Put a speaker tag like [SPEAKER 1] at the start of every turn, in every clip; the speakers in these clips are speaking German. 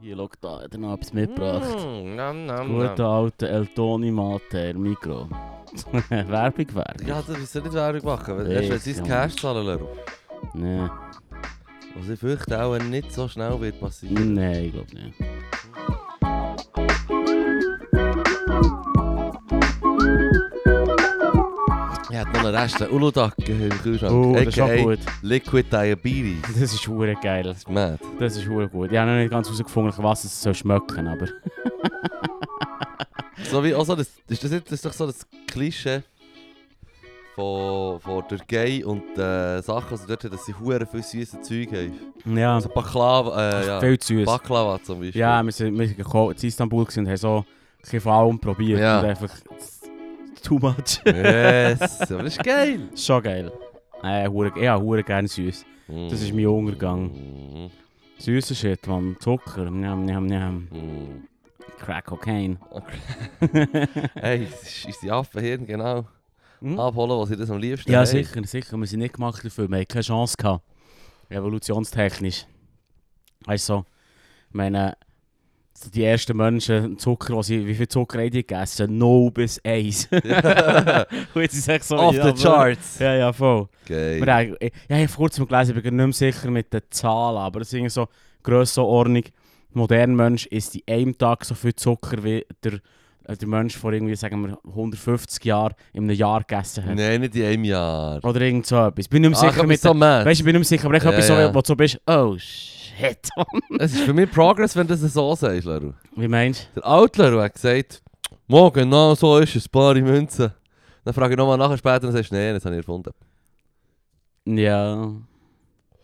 [SPEAKER 1] Hier, schau da, hat er noch etwas mitgebracht.
[SPEAKER 2] Mm, nam, nam,
[SPEAKER 1] Gute
[SPEAKER 2] nam.
[SPEAKER 1] alte Eltoni Mate, El Mikro. Werbung werden?
[SPEAKER 2] Ja, das ist ja nicht Werbung machen. Wenn- Erst wenn sie das
[SPEAKER 1] Echt,
[SPEAKER 2] Cash zahlen lassen.
[SPEAKER 1] Nein,
[SPEAKER 2] Was ich fürchte auch nicht so schnell wird passieren.
[SPEAKER 1] nein, ich glaube nicht.
[SPEAKER 2] Ich hätte noch einen Rest, einen Uludag im Kühlschrank.
[SPEAKER 1] Oh, das ist auch
[SPEAKER 2] AKA
[SPEAKER 1] gut.
[SPEAKER 2] Liquid Diabetes. Das
[SPEAKER 1] Das ist hure geil.
[SPEAKER 2] ist mad.
[SPEAKER 1] Das ist hure gut. Ich habe noch nicht ganz herausgefunden, nach was es soll schmecken, aber...
[SPEAKER 2] So wie, also das, ist das, nicht, das ist doch so das Klischee von, von Türkei und äh, Sachen, also dort, dass sie hure viel süße Zeug haben.
[SPEAKER 1] Ja,
[SPEAKER 2] Also Baklava, äh, ja.
[SPEAKER 1] viel zu süß.
[SPEAKER 2] Baklava zum Beispiel.
[SPEAKER 1] Ja, wir sind, wir sind gekocht- in Istanbul gewesen und haben so ein bisschen von allem probiert.
[SPEAKER 2] Ja.
[SPEAKER 1] Und einfach... Too much.
[SPEAKER 2] Yes, aber das ist geil.
[SPEAKER 1] Schon geil. Äh, hure, ich habe hure gerne süß. Das ist mein
[SPEAKER 2] Mm,
[SPEAKER 1] Untergang. Süßer Shit, man. eh, Zucker, njam, njam, njam.
[SPEAKER 2] Mm.
[SPEAKER 1] Crack Cocaine.
[SPEAKER 2] Okay. Hey, es ist, ist die Affenhirn, genau.
[SPEAKER 1] Hm?
[SPEAKER 2] Abholen, was sie das am liebsten
[SPEAKER 1] Ja,
[SPEAKER 2] haben.
[SPEAKER 1] sicher, sicher. Wir sind nicht gemacht dafür. Wir haben keine Chance gehabt. Revolutionstechnisch. Weißt du, so, ich meine, so die ersten Menschen, Zucker, was sie, wie viel Zucker haben die gegessen? 0 bis 1.
[SPEAKER 2] Ja.
[SPEAKER 1] Und jetzt ist es echt so.
[SPEAKER 2] Off
[SPEAKER 1] ja,
[SPEAKER 2] the charts.
[SPEAKER 1] Ja, ja, voll.
[SPEAKER 2] Geil.
[SPEAKER 1] Wir haben, ich, ja, ich habe kurz mal gelesen, ich bin nicht mehr sicher mit den Zahlen, aber es ist irgendwie so Grössenordnung. Modern Mensch isst in einem Tag so viel Zucker wie der, äh, der Mensch vor irgendwie, sagen wir, 150 Jahren in einem Jahr gegessen hat.
[SPEAKER 2] Nein, nicht in einem Jahr.
[SPEAKER 1] Oder irgend so etwas. Bin nicht mehr
[SPEAKER 2] Ah,
[SPEAKER 1] sicher
[SPEAKER 2] ich
[SPEAKER 1] mit
[SPEAKER 2] so
[SPEAKER 1] den,
[SPEAKER 2] mad.
[SPEAKER 1] Weißt du, ich bin nicht mehr sicher, aber ich
[SPEAKER 2] Ja,
[SPEAKER 1] glaube, so,
[SPEAKER 2] ja.
[SPEAKER 1] wo du so bist, oh shit.
[SPEAKER 2] Es ist für mich Progress, wenn du das so sagst, Leru.
[SPEAKER 1] Wie meinst
[SPEAKER 2] Der alte Leru hat gesagt, «Mo, genau so ist es, paar Münzen. Dann frage ich nochmal nachher später und sagst, du, «Nein, das habe ich erfunden.»
[SPEAKER 1] du? Ja.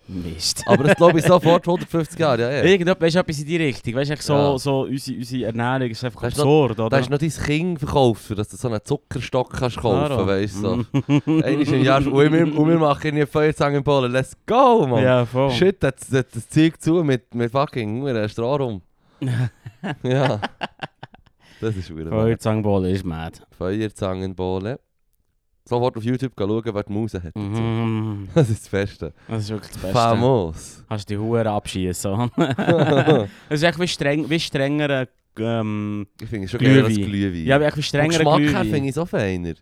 [SPEAKER 1] Mist.
[SPEAKER 2] Aber das glaube ich sofort, 150 Jahre, ja, ja.
[SPEAKER 1] Irgendetwas ist etwas in die Richtung. Weißt du, echt so,
[SPEAKER 2] Ja.
[SPEAKER 1] so unsere, unsere Ernährung ist einfach
[SPEAKER 2] Das ist noch-
[SPEAKER 1] absurd,
[SPEAKER 2] Da
[SPEAKER 1] oder?
[SPEAKER 2] hast du noch dein Kind verkauft, für dass du so einen Zuckerstock kannst kaufen
[SPEAKER 1] Claro.
[SPEAKER 2] kannst, weißt du. So.
[SPEAKER 1] Mm.
[SPEAKER 2] Einmal im Jahr, und wir, und wir machen hier Feuerzangen im Polen. Let's go, Mann!
[SPEAKER 1] Ja, voll.
[SPEAKER 2] Shit, das, das, das Zeug zu mit, mit fucking einem Strahl rum. ja. Das ist wieder wahr.
[SPEAKER 1] Feuerzangenbowle ist mad.
[SPEAKER 2] Feuerzangenbowle. Sofort auf YouTube gehen schauen, wer die Maus hat.
[SPEAKER 1] Mhm.
[SPEAKER 2] Das ist das Beste.
[SPEAKER 1] Das ist wirklich das Beste.
[SPEAKER 2] Famos.
[SPEAKER 1] Kannst du die Huren abschießen.
[SPEAKER 2] ich
[SPEAKER 1] das ist echt wie, streng, wie strengerer. Ähm,
[SPEAKER 2] finde es schon geil als
[SPEAKER 1] Glühwein.
[SPEAKER 2] Glühwein.
[SPEAKER 1] ja, echt wie
[SPEAKER 2] Und
[SPEAKER 1] strengerer
[SPEAKER 2] Geschmack her
[SPEAKER 1] Glühwein.
[SPEAKER 2] finde ich so feiner.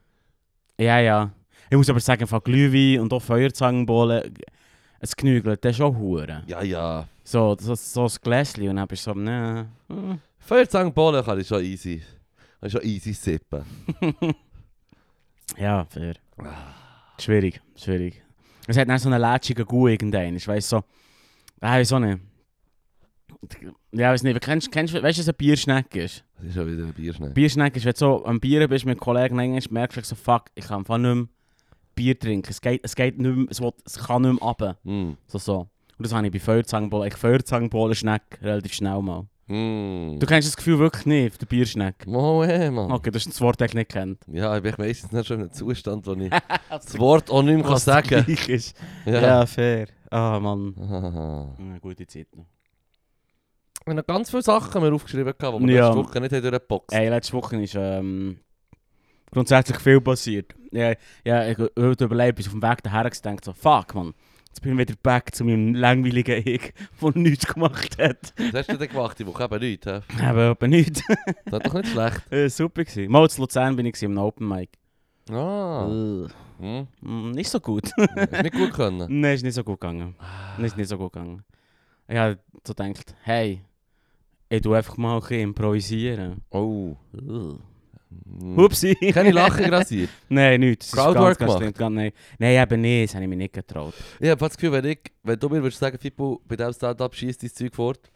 [SPEAKER 1] Ja, ja. Ich muss aber sagen, von Glühwein und auch Feuerzangenbowle, es genügelt, das ist auch Huren.
[SPEAKER 2] Ja, ja.
[SPEAKER 1] So, so, so ein Gläschen und dann bist du so, ne. hm.
[SPEAKER 2] Feuerzangenbowle kann ich schon easy. Kann ich schon easy sippen.
[SPEAKER 1] Ja, fair. Schwierig, schwierig. Es hat dann so einen lätschigen Gut irgendein. Ich weiss so. Ah, wieso nicht? Ja, weiß nicht. Kennst, kennst, weißt du, was ein Bierschnecke ist?
[SPEAKER 2] Das ist schon wieder ein Bierschnee.
[SPEAKER 1] Bierschnecke ist, wenn du so am Bier bist mit Kollegen, irgendwann merkst du so, fuck, ich kann einfach nicht mehr Bier trinken. Es geht, es geht nicht mehr, es, will, es kann nicht mehr runter.
[SPEAKER 2] Mm.
[SPEAKER 1] So, so. Und das habe ich bei Feuerzangenbowlen, ich Feuerzangenbowlen Schneck relativ schnell mal.
[SPEAKER 2] Mm.
[SPEAKER 1] Du kennst das Gefühl wirklich nicht, auf der Bierschneck.
[SPEAKER 2] Mo, eh, Mann.
[SPEAKER 1] Okay, das ist das Wort, das ich nicht kennt.
[SPEAKER 2] Ja, ich bin meistens nicht schon in einem Zustand, wo ich das Wort auch nicht mehr kann sagen kann.
[SPEAKER 1] Gleich ist. Ja.
[SPEAKER 2] Ja.
[SPEAKER 1] fair. Ah, Mann.
[SPEAKER 2] Aha.
[SPEAKER 1] Eine gute Zeit noch.
[SPEAKER 2] Wir haben noch ganz viele Sachen mir aufgeschrieben, gehabt, die wir
[SPEAKER 1] Ja.
[SPEAKER 2] letzte Woche nicht haben durchgeboxt haben.
[SPEAKER 1] Ey, letzte Woche ist ähm, grundsätzlich viel passiert. Ja, ja ich habe heute überlegt, bis auf dem Weg daher gedacht, so, fuck man, jetzt bin ich wieder back zu meinem langweiligen Ich, der nichts gemacht hat.
[SPEAKER 2] Was hast du denn gemacht? Ich Woche eben nichts. hä?
[SPEAKER 1] Aber eben nichts.
[SPEAKER 2] Das war doch nicht schlecht.
[SPEAKER 1] Äh, super gewesen. Mal zu Luzern bin ich gewesen, im Open Mic.
[SPEAKER 2] Ah.
[SPEAKER 1] Äh,
[SPEAKER 2] Hm.
[SPEAKER 1] mm, Nicht so gut.
[SPEAKER 2] Hast nicht gut können.
[SPEAKER 1] Nein, ist nicht so gut gegangen.
[SPEAKER 2] Ah.
[SPEAKER 1] Ist nicht so gut gegangen. Ich habe so gedacht, hey, ich tu einfach mal ein bisschen improvisieren.
[SPEAKER 2] Oh.
[SPEAKER 1] Uh.
[SPEAKER 2] Hm.
[SPEAKER 1] Upsi!
[SPEAKER 2] Keine Lachen grassiert.
[SPEAKER 1] Nein, nichts. Das ist ganz,
[SPEAKER 2] Crowdwork
[SPEAKER 1] ganz
[SPEAKER 2] gemacht?
[SPEAKER 1] schlimm, ganz- Nein, nein eben nicht, das habe ich mir nicht getraut.
[SPEAKER 2] Ich habe das Gefühl, wenn, ich, wenn du mir würdest sagen, Fippo, bei diesem Stand-up schießt dein Zeug fort,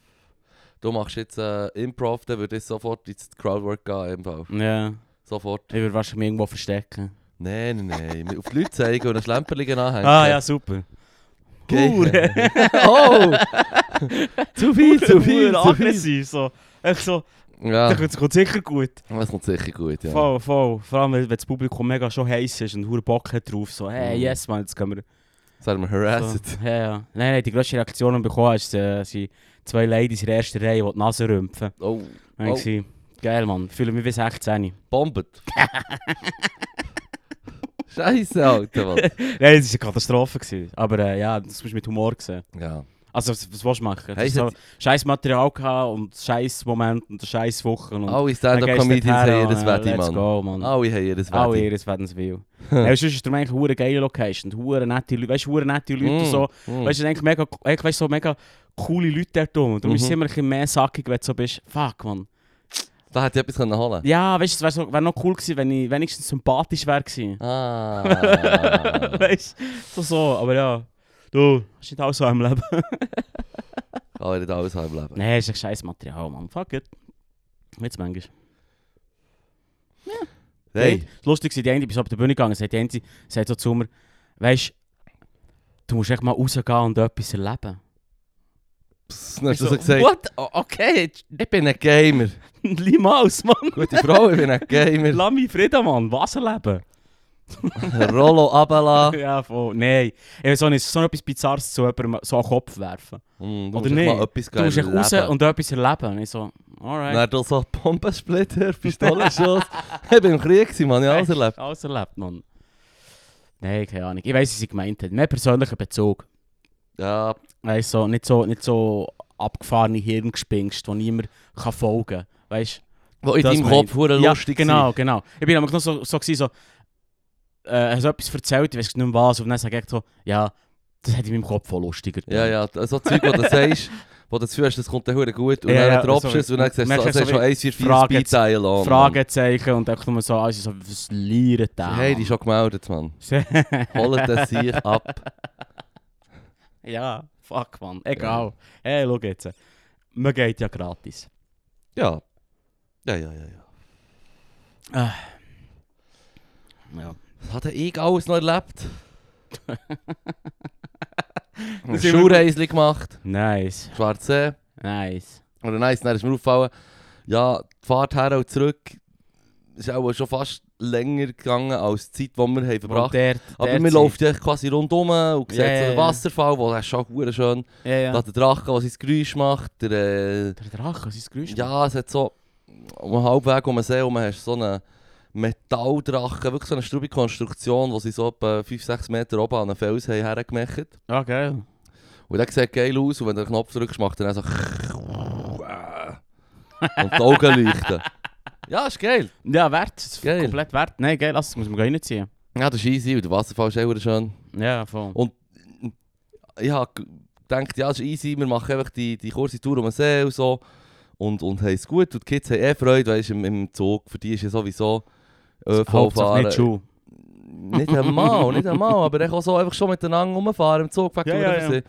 [SPEAKER 2] du machst jetzt äh, Improv, dann würde ich sofort ins Crowdwork gehen. Im Fall.
[SPEAKER 1] Ja,
[SPEAKER 2] Sofort.
[SPEAKER 1] ich würde wahrscheinlich mich irgendwo verstecken.
[SPEAKER 2] Nein, nein, nein. Auf die Leute zeigen und ein Schlemperligen anhängen.
[SPEAKER 1] Ah ja, super.
[SPEAKER 2] Geil.
[SPEAKER 1] Hure.
[SPEAKER 2] Oh! zu viel,
[SPEAKER 1] Hure
[SPEAKER 2] zu viel, zu viel.
[SPEAKER 1] aggressiv, so. Echt so,
[SPEAKER 2] Ja,
[SPEAKER 1] das kommt- das kommt sicher gut.
[SPEAKER 2] das kommt sicher gut, Ah. ja.
[SPEAKER 1] Voll, voll. Vor allem, wenn wenn das Publikum mega schon heiß ist und hure Bock hat drauf, so, hey,
[SPEAKER 2] Mhm.
[SPEAKER 1] yes, man, jetzt gehen wir.
[SPEAKER 2] Das haben wir
[SPEAKER 1] So.
[SPEAKER 2] harassed.
[SPEAKER 1] Ja, ja. Nein, nein, die grösste Reaktion, die ich bekommen habe, ist, äh, sind zwei Ladies in der ersten Reihe, die die Nase rümpfen.
[SPEAKER 2] Oh,
[SPEAKER 1] Da war ich gesehen, Geil, Mann. Ich fühle mich wie 16.
[SPEAKER 2] bombet. Scheiße, Alter, Mann.
[SPEAKER 1] Nein, das war eine Katastrophe. gewesen. Aber äh, ja, das musst du mit Humor sehen.
[SPEAKER 2] Ja.
[SPEAKER 1] Also, was, was willst du machen?
[SPEAKER 2] Hey,
[SPEAKER 1] Hey,
[SPEAKER 2] ich
[SPEAKER 1] so
[SPEAKER 2] hätte-
[SPEAKER 1] scheiß Material gehabt und scheiß Moment und scheiß Wochen. Und
[SPEAKER 2] Alle
[SPEAKER 1] dann gehst du
[SPEAKER 2] Stand-Up-Comedians
[SPEAKER 1] dorthin
[SPEAKER 2] haben
[SPEAKER 1] und,
[SPEAKER 2] jedes
[SPEAKER 1] äh,
[SPEAKER 2] Wette,
[SPEAKER 1] Let's
[SPEAKER 2] Mann.
[SPEAKER 1] go, Mann.
[SPEAKER 2] Alle haben jedes
[SPEAKER 1] Alle
[SPEAKER 2] Wette.
[SPEAKER 1] ihres Wettens will. Ja, sonst ist es eigentlich eine geile Location. Hure nette Leute. Weißt du, hure nette Leute und so.
[SPEAKER 2] Mm, mm.
[SPEAKER 1] Weißt du, eigentlich mega, eigentlich, weißt, du, so mega coole Leute dort rum. Darum ist es
[SPEAKER 2] Mhm.
[SPEAKER 1] immer ein bisschen mehr sackig, wenn du so bist. Fuck, Mann.
[SPEAKER 2] Da hätte ich etwas können holen
[SPEAKER 1] Ja, weißt du, es wäre so, wär noch cool gewesen, wenn ich wenigstens sympathisch wäre gewesen.
[SPEAKER 2] Ah.
[SPEAKER 1] weißt du, so, so, aber ja. Du, hast nicht alles so im Leben.
[SPEAKER 2] Kann ich nicht alles haben im Leben.
[SPEAKER 1] Nein, ist ein scheiß Material, Mann. Fuck it. Jetzt manchmal.
[SPEAKER 2] Hey,
[SPEAKER 1] Die- Lustig war, die eine, ich bin so auf der Bühne gegangen, sagt die eine, sagt so zu mir, weißt du, du musst echt mal rausgehen und etwas erleben.
[SPEAKER 2] pss, hast du
[SPEAKER 1] Ich
[SPEAKER 2] so
[SPEAKER 1] so,
[SPEAKER 2] gesagt?
[SPEAKER 1] What? O- Okay, jetzt-
[SPEAKER 2] Ich bin ein Gamer.
[SPEAKER 1] niemals, Mann.
[SPEAKER 2] Gute Frau, ich bin ein Gamer.
[SPEAKER 1] Lass mich Frieden, Mann. Was erleben?
[SPEAKER 2] Rollo abala.
[SPEAKER 1] Ja, voll. Nein. Ich weiß auch nicht, so etwas Bizarres zu jemandem so an den Kopf werfen.
[SPEAKER 2] Mm,
[SPEAKER 1] Oder
[SPEAKER 2] du musst echt
[SPEAKER 1] nicht?
[SPEAKER 2] mal etwas
[SPEAKER 1] Du musst echt raus
[SPEAKER 2] erleben.
[SPEAKER 1] und etwas erleben. Und ich so, alright.
[SPEAKER 2] Dann du so Bombensplitter, Pistolenschuss. ich bin im Krieg, gewesen, Mann, ich habe alles
[SPEAKER 1] Nein,
[SPEAKER 2] erlebt.
[SPEAKER 1] Alles erlebt, Mann. Nein, keine Ahnung. Ich weiß, was sie gemeint hat. Mehr persönlichen Bezug.
[SPEAKER 2] Ja,
[SPEAKER 1] Weißt so, nicht so, nicht so abgefahrene Hirngespinst, die niemand kann folgen kann. Weißt
[SPEAKER 2] wo in
[SPEAKER 1] Das
[SPEAKER 2] deinem
[SPEAKER 1] meine
[SPEAKER 2] Kopf hure
[SPEAKER 1] ja,
[SPEAKER 2] lustig
[SPEAKER 1] genau, genau. Ich bin nämlich noch so, so, gewesen, so äh, hast du etwas erzählt, ich weiß nicht mehr was, und dann sage ich so, ja, das hätte ich in meinem Kopf voll lustiger
[SPEAKER 2] gewesen. Ja, ja, so Zeug, wo du sagst, wo du das fühlst, das kommt dann hure gut. Und
[SPEAKER 1] Ja, ja,
[SPEAKER 2] dann droppst du
[SPEAKER 1] so-
[SPEAKER 2] es und dann siehst du
[SPEAKER 1] merkst
[SPEAKER 2] so-
[SPEAKER 1] du so
[SPEAKER 2] siehst du schon
[SPEAKER 1] wie
[SPEAKER 2] 1, 4, 4
[SPEAKER 1] Frage-
[SPEAKER 2] Speed-Teil an.
[SPEAKER 1] Fragezeichen und einfach nur so, also so, was lieren da?
[SPEAKER 2] Mann. Hey, die ist schon gemeldet, Mann. Holt das sich ab.
[SPEAKER 1] ja, fuck man, egal. Hey, schau jetzt. Man geht ja gratis.
[SPEAKER 2] Ja. Ja, ja, ja, ja.
[SPEAKER 1] Ja.
[SPEAKER 2] Was hat denn ich alles noch erlebt?
[SPEAKER 1] wir-
[SPEAKER 2] Schuhreisli gemacht,
[SPEAKER 1] Nice,
[SPEAKER 2] Schwarzsee.
[SPEAKER 1] nice.
[SPEAKER 2] Oder nice, dann ist mir aufgefallen, ja, die Fahrt her und zurück ist auch schon fast länger gegangen als die Zeit, die wir haben verbracht haben.
[SPEAKER 1] der,
[SPEAKER 2] Aber man läuft ja quasi rundum und sieht
[SPEAKER 1] Ja, ja,
[SPEAKER 2] so den
[SPEAKER 1] ja.
[SPEAKER 2] Wasserfall, wo das ist schon verdammt schön.
[SPEAKER 1] Ja, ja.
[SPEAKER 2] Da hat der Drache, der sein Geräusch macht. Der, äh,
[SPEAKER 1] der Drache, sein Geräusch.
[SPEAKER 2] ja, es hat so um den Halbweg um den See herum hast du so einen Metalldrachen, wirklich so eine strube Konstruktion, die sie so etwa 5-6 eh, Meter oben an einen Fels haben hergemacht haben.
[SPEAKER 1] Ah, geil.
[SPEAKER 2] Und der sieht geil aus und wenn du den Knopf drückst, macht er dann so... und die Augen leuchten. Ja, ist geil.
[SPEAKER 1] Ja, wert. Das ist
[SPEAKER 2] Geil.
[SPEAKER 1] Komplett wert. Nein, geil, lass, das muss man gar nicht ziehen.
[SPEAKER 2] Ja, das ist easy und der Wasserfall ist auch schön.
[SPEAKER 1] Ja, voll.
[SPEAKER 2] Ich habe g- gedacht, ja, es ist easy, wir machen einfach die, die kurze Tour um den See und so. Und, und haben es gut und die Kids haben eh Freude, weißt du, im, im Zug. Für die ist ja sowieso ÖV
[SPEAKER 1] Hauptsache
[SPEAKER 2] fahren.
[SPEAKER 1] nicht Schuh.
[SPEAKER 2] nicht einmal, nicht einmal, aber ich auch so einfach schon miteinander rumfahren im Zug, weg
[SPEAKER 1] Ja, ja, ja.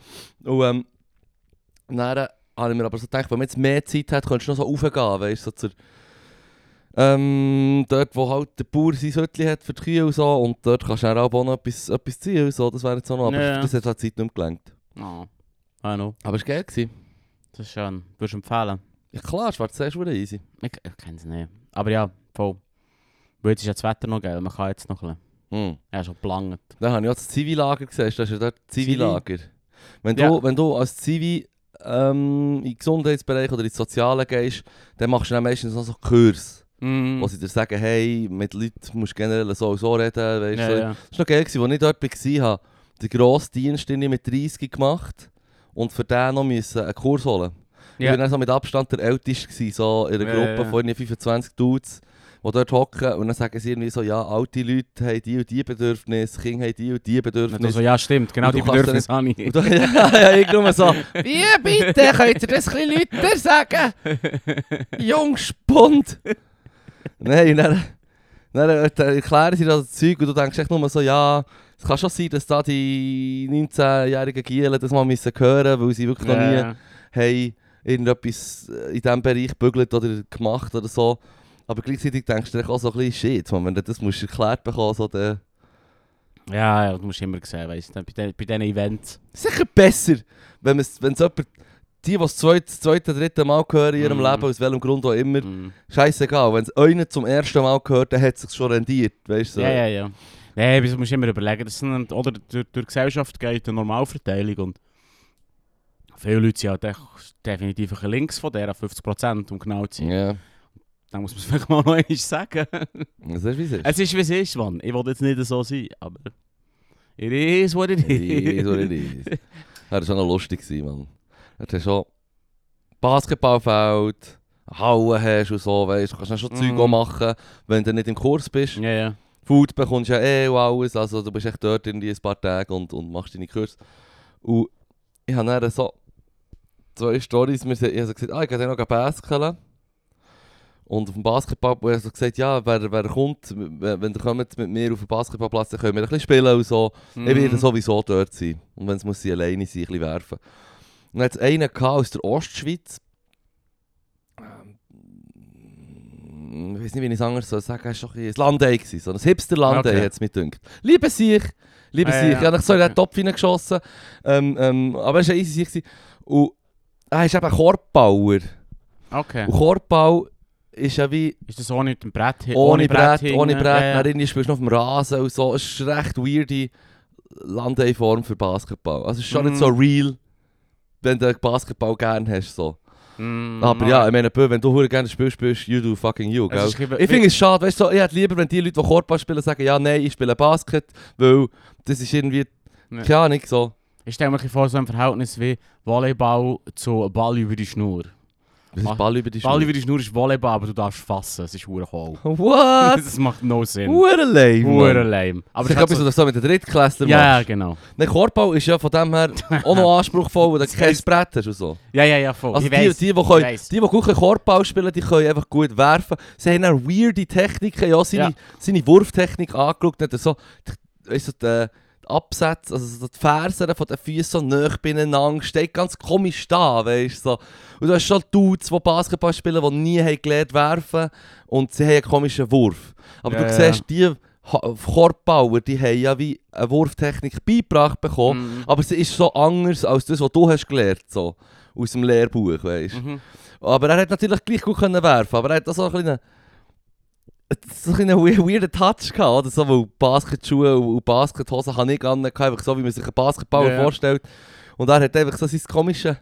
[SPEAKER 2] Und ähm, dann habe ich mir aber so gedacht, wenn man jetzt mehr Zeit hat, könntest du noch so raufgehen, weißt du, so zur, ähm, dort, wo halt der Bauer sein Hütchen hat für die Kühe und so, und dort kannst du dann auch noch etwas, etwas ziehen und so, das wäre jetzt auch noch, aber
[SPEAKER 1] Ja, ja.
[SPEAKER 2] das hat halt die Zeit nicht mehr gelangt.
[SPEAKER 1] Ah, I know.
[SPEAKER 2] Aber es war geil. Gewesen.
[SPEAKER 1] Das ist schön. Würdest du empfehlen?
[SPEAKER 2] Ja klar, Schwarzsee ist wieder easy.
[SPEAKER 1] Ich, ich kenne es nicht. Aber ja, voll. Weil jetzt ist ja das Wetter noch geil. Man kann jetzt noch ein bisschen.
[SPEAKER 2] Hm.
[SPEAKER 1] Ja, schon gelangt.
[SPEAKER 2] Dann habe ich auch das Zivilager gesehen. Das ist ja dort das
[SPEAKER 1] Zivi?
[SPEAKER 2] Zivilager. Wenn, du,
[SPEAKER 1] Ja.
[SPEAKER 2] wenn du als Zivi ähm, in den Gesundheitsbereich oder ins Soziale gehst, dann machst du dann meistens noch so Kurs,
[SPEAKER 1] Mm.
[SPEAKER 2] wo sie dir sagen, hey, mit Leuten musst du generell so und so reden. Weißt,
[SPEAKER 1] Ja,
[SPEAKER 2] so.
[SPEAKER 1] ja.
[SPEAKER 2] Das war noch geil, gewesen, als ich dort war, habe den grossen Dienst den ich mit 30 gemacht und für den noch müssen einen Kurs holen Ich
[SPEAKER 1] Ja.
[SPEAKER 2] war dann so mit Abstand der Älteste, gewesen, so in einer
[SPEAKER 1] Ja,
[SPEAKER 2] Gruppe
[SPEAKER 1] ja, ja.
[SPEAKER 2] von irgendwie 25 Dudes, die dort hocken und dann sagen sie irgendwie so, ja, alte Leute haben die und die Bedürfnisse, Kinder haben die und die
[SPEAKER 1] Und du
[SPEAKER 2] Bedürfnisse.
[SPEAKER 1] so, ja, stimmt. Genau
[SPEAKER 2] Und du
[SPEAKER 1] die
[SPEAKER 2] kannst
[SPEAKER 1] Bedürfnisse habe ich.
[SPEAKER 2] Und da, ja, ja, ich nur so, wie bitte, könnt ihr das ein bisschen lauter sagen? Jungspund! Nein, und dann, dann erklären sie dir das Zeug und du denkst echt nur so, ja, es kann schon sein, dass da die 19-jährigen Gielen das mal müssen hören weil sie wirklich noch nie
[SPEAKER 1] Ja,
[SPEAKER 2] haben irgendetwas äh, in diesem Bereich bügelt oder gemacht oder so. Aber gleichzeitig denkst du dir auch so ein bisschen, shit, man, wenn du das musst erklärt bekommst, so dann...
[SPEAKER 1] ja, ja, du musst immer sehen, weißt du, bei den- bei diesen Events.
[SPEAKER 2] Sicher besser, wenn es wenn es jemand, die, die das zweite, das zweite, dritte Mal hören in ihrem
[SPEAKER 1] Mhm.
[SPEAKER 2] Leben, aus welchem Grund auch immer,
[SPEAKER 1] Mm.
[SPEAKER 2] scheißegal, wenn es einen zum ersten Mal gehört, dann hat es sich schon rendiert, weißt du? so.
[SPEAKER 1] Ja, ja, dus ja. Nein, aber das musst du immer überlegen. Das sind, oder durch, durch die Gesellschaft geht eine Normalverteilung und viele Leute sind halt echt definitiv ein bisschen links von der, 50% um genau zu sein.
[SPEAKER 2] Ja,
[SPEAKER 1] Dann muss man es vielleicht mal noch einmal sagen.
[SPEAKER 2] das ist wie es ist.
[SPEAKER 1] Es ist wie es ist, Mann. Ich will jetzt nicht so sein, aber... It is what it is.
[SPEAKER 2] Hey, so it is. Ja, das war auch noch lustig, gewesen, Mann. Er hat schon Basketballfeld, Hauen hast und so, weißt du. kannst dann schon
[SPEAKER 1] Mhm.
[SPEAKER 2] Zeug auch machen, wenn du nicht im Kurs bist.
[SPEAKER 1] Ja, ja.
[SPEAKER 2] Food bekommst du ja eh und alles. Also du bist echt dort in ein paar Tage und, und machst deine Kurse. Und ich habe dann so zwei Storys. mir se- Ich habe so gesagt, ah, ich gehe dann noch baskeln. Und auf dem Basketballplatz habe ich so gesagt, ja, wer, wer kommt, w- wenn ihr kommt mit mir auf den Basketballplatz, dann können wir ein bisschen spielen und so. Ich
[SPEAKER 1] Mm. Mhm.
[SPEAKER 2] werde sowieso dort sein. Und wenn es muss, sie alleine sein, ein bisschen werfen. Und dann hat es einen gehabt aus der Ostschweiz. Ähm, Ich weiß nicht, wie ich es anders soll sagen. Es war schon ein bisschen ein Landei, gewesen, so ein Hipster-Landei,
[SPEAKER 1] Okay.
[SPEAKER 2] hat es mir gedacht. Liebe sich, liebe
[SPEAKER 1] Ah, ja,
[SPEAKER 2] sich.
[SPEAKER 1] ja.
[SPEAKER 2] Ich habe so in
[SPEAKER 1] Okay.
[SPEAKER 2] den Topf hineingeschossen. Ähm, ähm, aber es war ein easy Sieg. gewesen. Und äh, er ist eben Korbbauer.
[SPEAKER 1] Okay.
[SPEAKER 2] Und Korbbau ist ja wie
[SPEAKER 1] Ist das ohne mit dem Brett hin-
[SPEAKER 2] ohne Brett, ohne
[SPEAKER 1] hinten?
[SPEAKER 2] Brett,
[SPEAKER 1] Ja, ja.
[SPEAKER 2] dann irgendwie spielst du noch auf dem Rasen und so. Es ist eine recht weirde Landeiform für Basketball. Also es ist schon
[SPEAKER 1] Mhm.
[SPEAKER 2] nicht so real, wenn du Basketball gerne hast. So.
[SPEAKER 1] Mm,
[SPEAKER 2] Aber Nou, ja, ich meine, Bö, wenn du verdammt gerne spielst, spielst you do fucking you,
[SPEAKER 1] Es
[SPEAKER 2] gell?
[SPEAKER 1] ist ein bisschen-
[SPEAKER 2] Ich finde es schade, weißt du, so, ich hätte lieber, wenn die Leute, die Korbball spielen, sagen, ja, nein, ich spiele Basket, weil das ist irgendwie,
[SPEAKER 1] Ja.
[SPEAKER 2] keine Ahnung, so.
[SPEAKER 1] Ich stelle mir ein bisschen vor, so ein Verhältnis wie Volleyball zu Ball über die Schnur.
[SPEAKER 2] Das
[SPEAKER 1] Mach-
[SPEAKER 2] ist Ball über die
[SPEAKER 1] Ball
[SPEAKER 2] Schule.
[SPEAKER 1] über die Schnur ist Volleyball, aber du darfst fassen. Es ist hure hohl.
[SPEAKER 2] What?
[SPEAKER 1] Das macht no Sinn.
[SPEAKER 2] Hure lame,
[SPEAKER 1] Hure
[SPEAKER 2] Mann.
[SPEAKER 1] lame. Aber
[SPEAKER 2] Aber ich
[SPEAKER 1] es hat
[SPEAKER 2] glaube,
[SPEAKER 1] so,
[SPEAKER 2] so, so mit den Drittklässlern
[SPEAKER 1] ja,
[SPEAKER 2] machst.
[SPEAKER 1] ja, genau.
[SPEAKER 2] Nein, Korbball ist ja von dem her auch noch anspruchsvoll, weil du kein Brett hast und so.
[SPEAKER 1] Ja, ja, ja, voll.
[SPEAKER 2] Also
[SPEAKER 1] ich
[SPEAKER 2] die,
[SPEAKER 1] weiss.
[SPEAKER 2] die, die, können,
[SPEAKER 1] weiss.
[SPEAKER 2] die, die gut können Korbball spielen die können einfach gut werfen. Sie haben dann weirde Techniken, ja, seine,
[SPEAKER 1] Ja.
[SPEAKER 2] seine Wurftechnik angeschaut, hat er so, die- weißt du, die, die Absätze, also so die Fersen von den Füßen so nah beieinander, steht ganz komisch da, weißt du. So. Und du hast schon Dudes, die Basketball spielen, die nie haben gelernt werfen und sie haben einen komischen Wurf. Aber
[SPEAKER 1] Ja,
[SPEAKER 2] du
[SPEAKER 1] ja.
[SPEAKER 2] siehst, die Ha- Korbbauer, die haben ja wie eine Wurftechnik beigebracht bekommen,
[SPEAKER 1] Mhm.
[SPEAKER 2] aber sie ist so anders als das, was du hast gelernt so aus dem Lehrbuch, weißt.
[SPEAKER 1] Mhm.
[SPEAKER 2] Aber er hat natürlich gleich gut können werfen, aber er hat auch so einen kleinen so einen kleinen we- weirden Touch gehabt, oder so, weil Basketschuhe und und Baskethosen habe ich an, einfach so, wie man sich einen Basketballer
[SPEAKER 1] Ja, ja.
[SPEAKER 2] vorstellt. Und er hat einfach so sein komische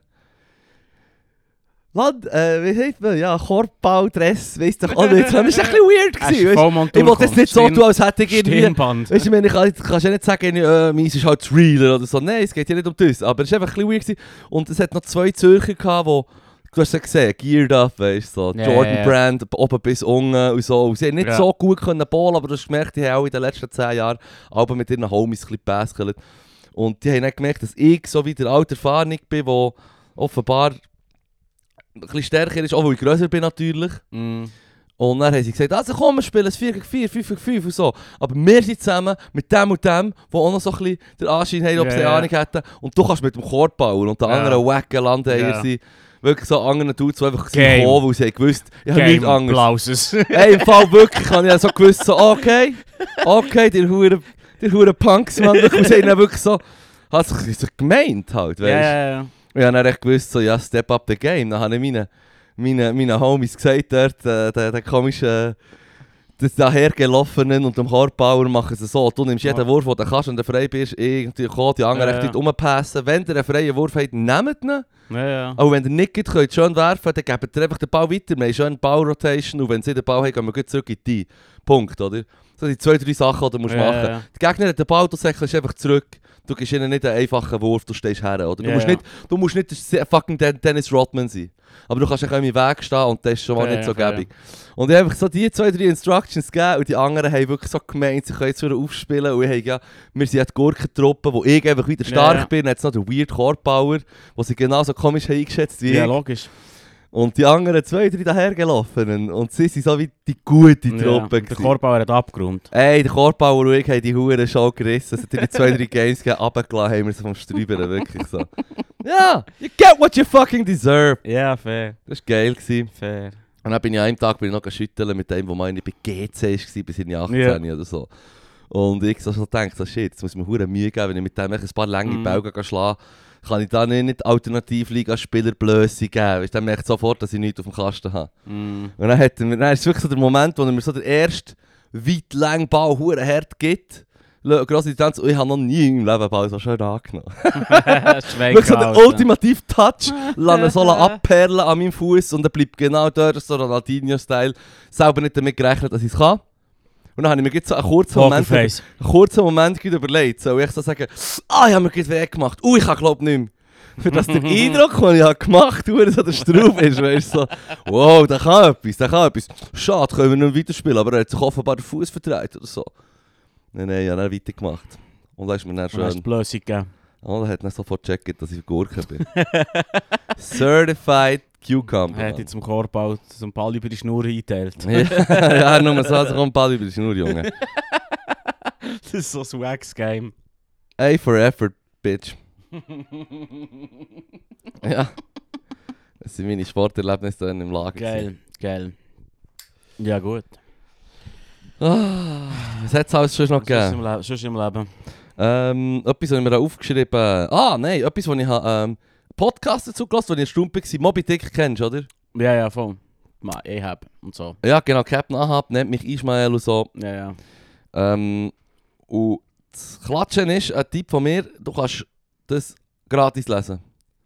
[SPEAKER 2] Land, äh, wie heißt man? Ja, Korbbau-Dress, weißt du auch nicht. Das war ein bisschen weird.
[SPEAKER 1] Es ist
[SPEAKER 2] Gewesen, weisst
[SPEAKER 1] voll Montur
[SPEAKER 2] du. ich wollte jetzt nicht so
[SPEAKER 1] gekommen.
[SPEAKER 2] tun, als hätte ich irgendwie...
[SPEAKER 1] Stirnband.
[SPEAKER 2] Weißt du, ich meine, ich kann, kannst ja nicht sagen, äh, meins ist halt realer oder so. Nein, es geht ja nicht um das. Aber es war einfach ein bisschen weird. Gewesen. Und es hat noch zwei Zürcher gehabt, wo du hast ja gesehen, geared up, weißt du, so.
[SPEAKER 1] Ja,
[SPEAKER 2] Jordan
[SPEAKER 1] ja, ja.
[SPEAKER 2] Brand, oben bis unten und so. Und sie haben nicht
[SPEAKER 1] Ja.
[SPEAKER 2] so gut können ballen, aber du hast gemerkt, die haben auch in den letzten zehn Jahren aber mit ihren Homies ein bisschen gebaskelt. Und die haben dann gemerkt, dass ich so wie der alte Erfahrung bin, wo offenbar ein bisschen stärker ist, auch weil ich grösser bin natürlich.
[SPEAKER 1] Mm.
[SPEAKER 2] Und dann haben sie gesagt, also komm, wir spielen es 4 gegen 4, 5 gegen 5 und so. Aber wir sind zusammen mit dem und dem, die auch noch so ein bisschen den Anschein haben, ob
[SPEAKER 1] Ja,
[SPEAKER 2] sie
[SPEAKER 1] ja.
[SPEAKER 2] Ahnung hätten. Und du kannst mit dem Korbbauer und den
[SPEAKER 1] Ja.
[SPEAKER 2] anderen wacken Landeier
[SPEAKER 1] Ja.
[SPEAKER 2] sein. Wirklich so anderen Dudes, die einfach
[SPEAKER 1] Game.
[SPEAKER 2] sind gekommen, weil sie haben gewusst, ich habe nichts
[SPEAKER 1] Game,
[SPEAKER 2] anderes.
[SPEAKER 1] Applauses.
[SPEAKER 2] Ey, im Fall wirklich, habe ich ja so gewusst, so, okay, okay, der hure, der hure Punks, man. Und sie haben dann wirklich so, hat sich so gemeint halt,
[SPEAKER 1] Ja,
[SPEAKER 2] weißt du.
[SPEAKER 1] ja, ja.
[SPEAKER 2] Ich habe dann echt gewusst, so, ja, step up the game. Dann habe ich meinen meine, meine Homies gesagt, dort, äh, der, der komische, das dahergelaufenen und dem Hardpower machen sie so. Du nimmst jeden
[SPEAKER 1] Ja.
[SPEAKER 2] Wurf, den du kannst, wenn du frei bist, irgendwie kommt die anderen
[SPEAKER 1] Ja,
[SPEAKER 2] echt
[SPEAKER 1] ja.
[SPEAKER 2] nicht rumpassen. Wenn ihr einen freien Wurf habt, nehmt ihn.
[SPEAKER 1] Ja, ja.
[SPEAKER 2] Auch wenn ihr nicht geht, könnt ihr schön werfen, dann gebt ihr einfach den Ball weiter. Wir haben schön Ballrotation und wenn sie den Ball haben, gehen wir gut zurück in die. Punkt, oder? Das sind die zwei, drei Sachen, die du musst
[SPEAKER 1] Ja,
[SPEAKER 2] machen
[SPEAKER 1] ja, ja.
[SPEAKER 2] Der Gegner hat den Ball, du säckelst einfach zurück. Du gibst ihnen nicht einen einfachen Wurf, du stehst her, oder? Du,
[SPEAKER 1] Ja,
[SPEAKER 2] musst,
[SPEAKER 1] ja.
[SPEAKER 2] Nicht, du musst nicht der Se- fucking Den- Dennis Rodman sein. Aber du kannst auch im Weg stehen und das ist schon mal
[SPEAKER 1] Ja, ja,
[SPEAKER 2] nicht so
[SPEAKER 1] voll,
[SPEAKER 2] gäbig. Und ich habe einfach so die zwei, drei Instructions gegeben und die anderen haben wirklich so gemeint, sie können jetzt wieder aufspielen. Und ich habe ja, wir sind ja die Gurkentruppe, wo ich einfach wieder
[SPEAKER 1] Ja,
[SPEAKER 2] stark
[SPEAKER 1] ja.
[SPEAKER 2] bin. Dann hat es noch den Weird Korbbauer, den sie genauso komisch haben eingeschätzt wie
[SPEAKER 1] Ja,
[SPEAKER 2] ich.
[SPEAKER 1] logisch.
[SPEAKER 2] Und die anderen zwei, drei dahergelaufenen. Und sie sind so wie die gute
[SPEAKER 1] Ja.
[SPEAKER 2] Truppe.
[SPEAKER 1] Der
[SPEAKER 2] gewesen.
[SPEAKER 1] Korbbauer hat abgerundet.
[SPEAKER 2] Ey, der Korbbauer und ich haben die Huren schon gerissen. Es hat die zwei, drei Games gegeben, runtergelassen haben wir sie vom Sträubern, wirklich so. Ja, you get what you fucking deserve.
[SPEAKER 1] Ja, fair.
[SPEAKER 2] Das war geil. Gewesen.
[SPEAKER 1] Fair.
[SPEAKER 2] Und dann bin ich an einem Tag bin ich noch schütteln mit dem, der mal irgendwie bei GC war, bis in 18 oder so. Und ich so, so denke, so shit, jetzt muss ich mir hure Mühe geben, wenn ich mit dem echt ein paar lange
[SPEAKER 1] Mhm.
[SPEAKER 2] mm. Baugen schlagen kann, kann ich da nicht, nicht Alternativliga-Spieler Blöße geben. Weißt du, dann merkt sofort, dass ich nichts auf dem Kasten habe.
[SPEAKER 1] Mm.
[SPEAKER 2] Und dann, hat er, mir- dann ist es wirklich so der Moment, wo er mir so den ersten weit langen Ball hure hart gibt. Lo- Grosse Distanz. Und ich habe noch nie im Leben einen Ball so schön angenommen.
[SPEAKER 1] Schwenk
[SPEAKER 2] Wirklich so der ultimative Touch. Lass ihn so abperlen an meinem Fuß und er bleibt genau dort, so Ronaldinho-Style. Selber nicht damit gerechnet, dass ich es kann. Und dann habe ich mir gerade so einen kurzen Moment, einen
[SPEAKER 1] Pokerface.
[SPEAKER 2] kurzen Moment gerade überlegt. Soll ich so sagen, ah, ich habe mir gerade weg gemacht. Uh, ich glaube nicht mehr. Für das der Eindruck, den ich habe gemacht habe, so der Straub ist, weißt du, so, wow, der kann etwas, der kann etwas. Schade, können wir nicht weiterspielen, aber er hat sich offenbar den Fuß verdreht oder so. Nein, nein, ich habe dann weitergemacht. Und da ist mir dann
[SPEAKER 1] Dann hast du
[SPEAKER 2] schön,
[SPEAKER 1] die Blösung gegeben.
[SPEAKER 2] oh, er hat dann sofort gecheckt, dass ich Gurke bin. Certified Cucumber.
[SPEAKER 1] Er hat
[SPEAKER 2] Mann.
[SPEAKER 1] dich zum Korbball, zum Ball über die Schnur eingeteilt.
[SPEAKER 2] Mhm. ja, ja, nur so, also komm, Ball über die Schnur, Junge.
[SPEAKER 1] Das ist so ein Wax-Game.
[SPEAKER 2] A for effort, Bitch. ja. Das sind meine Sporterlebnisse dann im Lager.
[SPEAKER 1] Geil, geil. Ja gut.
[SPEAKER 2] Ah, was hat es alles schon noch
[SPEAKER 1] Sonst im
[SPEAKER 2] gegeben?
[SPEAKER 1] Le- Sonst im Leben.
[SPEAKER 2] Ähm, etwas habe ich mir da aufgeschrieben. Ah, nein, etwas, wo ich habe, ähm, Podcast dazu gelassen, wo ich stumpf war. Moby Dick kennst du, oder?
[SPEAKER 1] Ja, ja, voll. Ma, ich hab und so.
[SPEAKER 2] Ja, genau. Captain Ahab nennt mich Ismael und so.
[SPEAKER 1] Ja, ja.
[SPEAKER 2] Ähm, und das Klatschen ist ein Tipp von mir, du kannst das gratis lesen.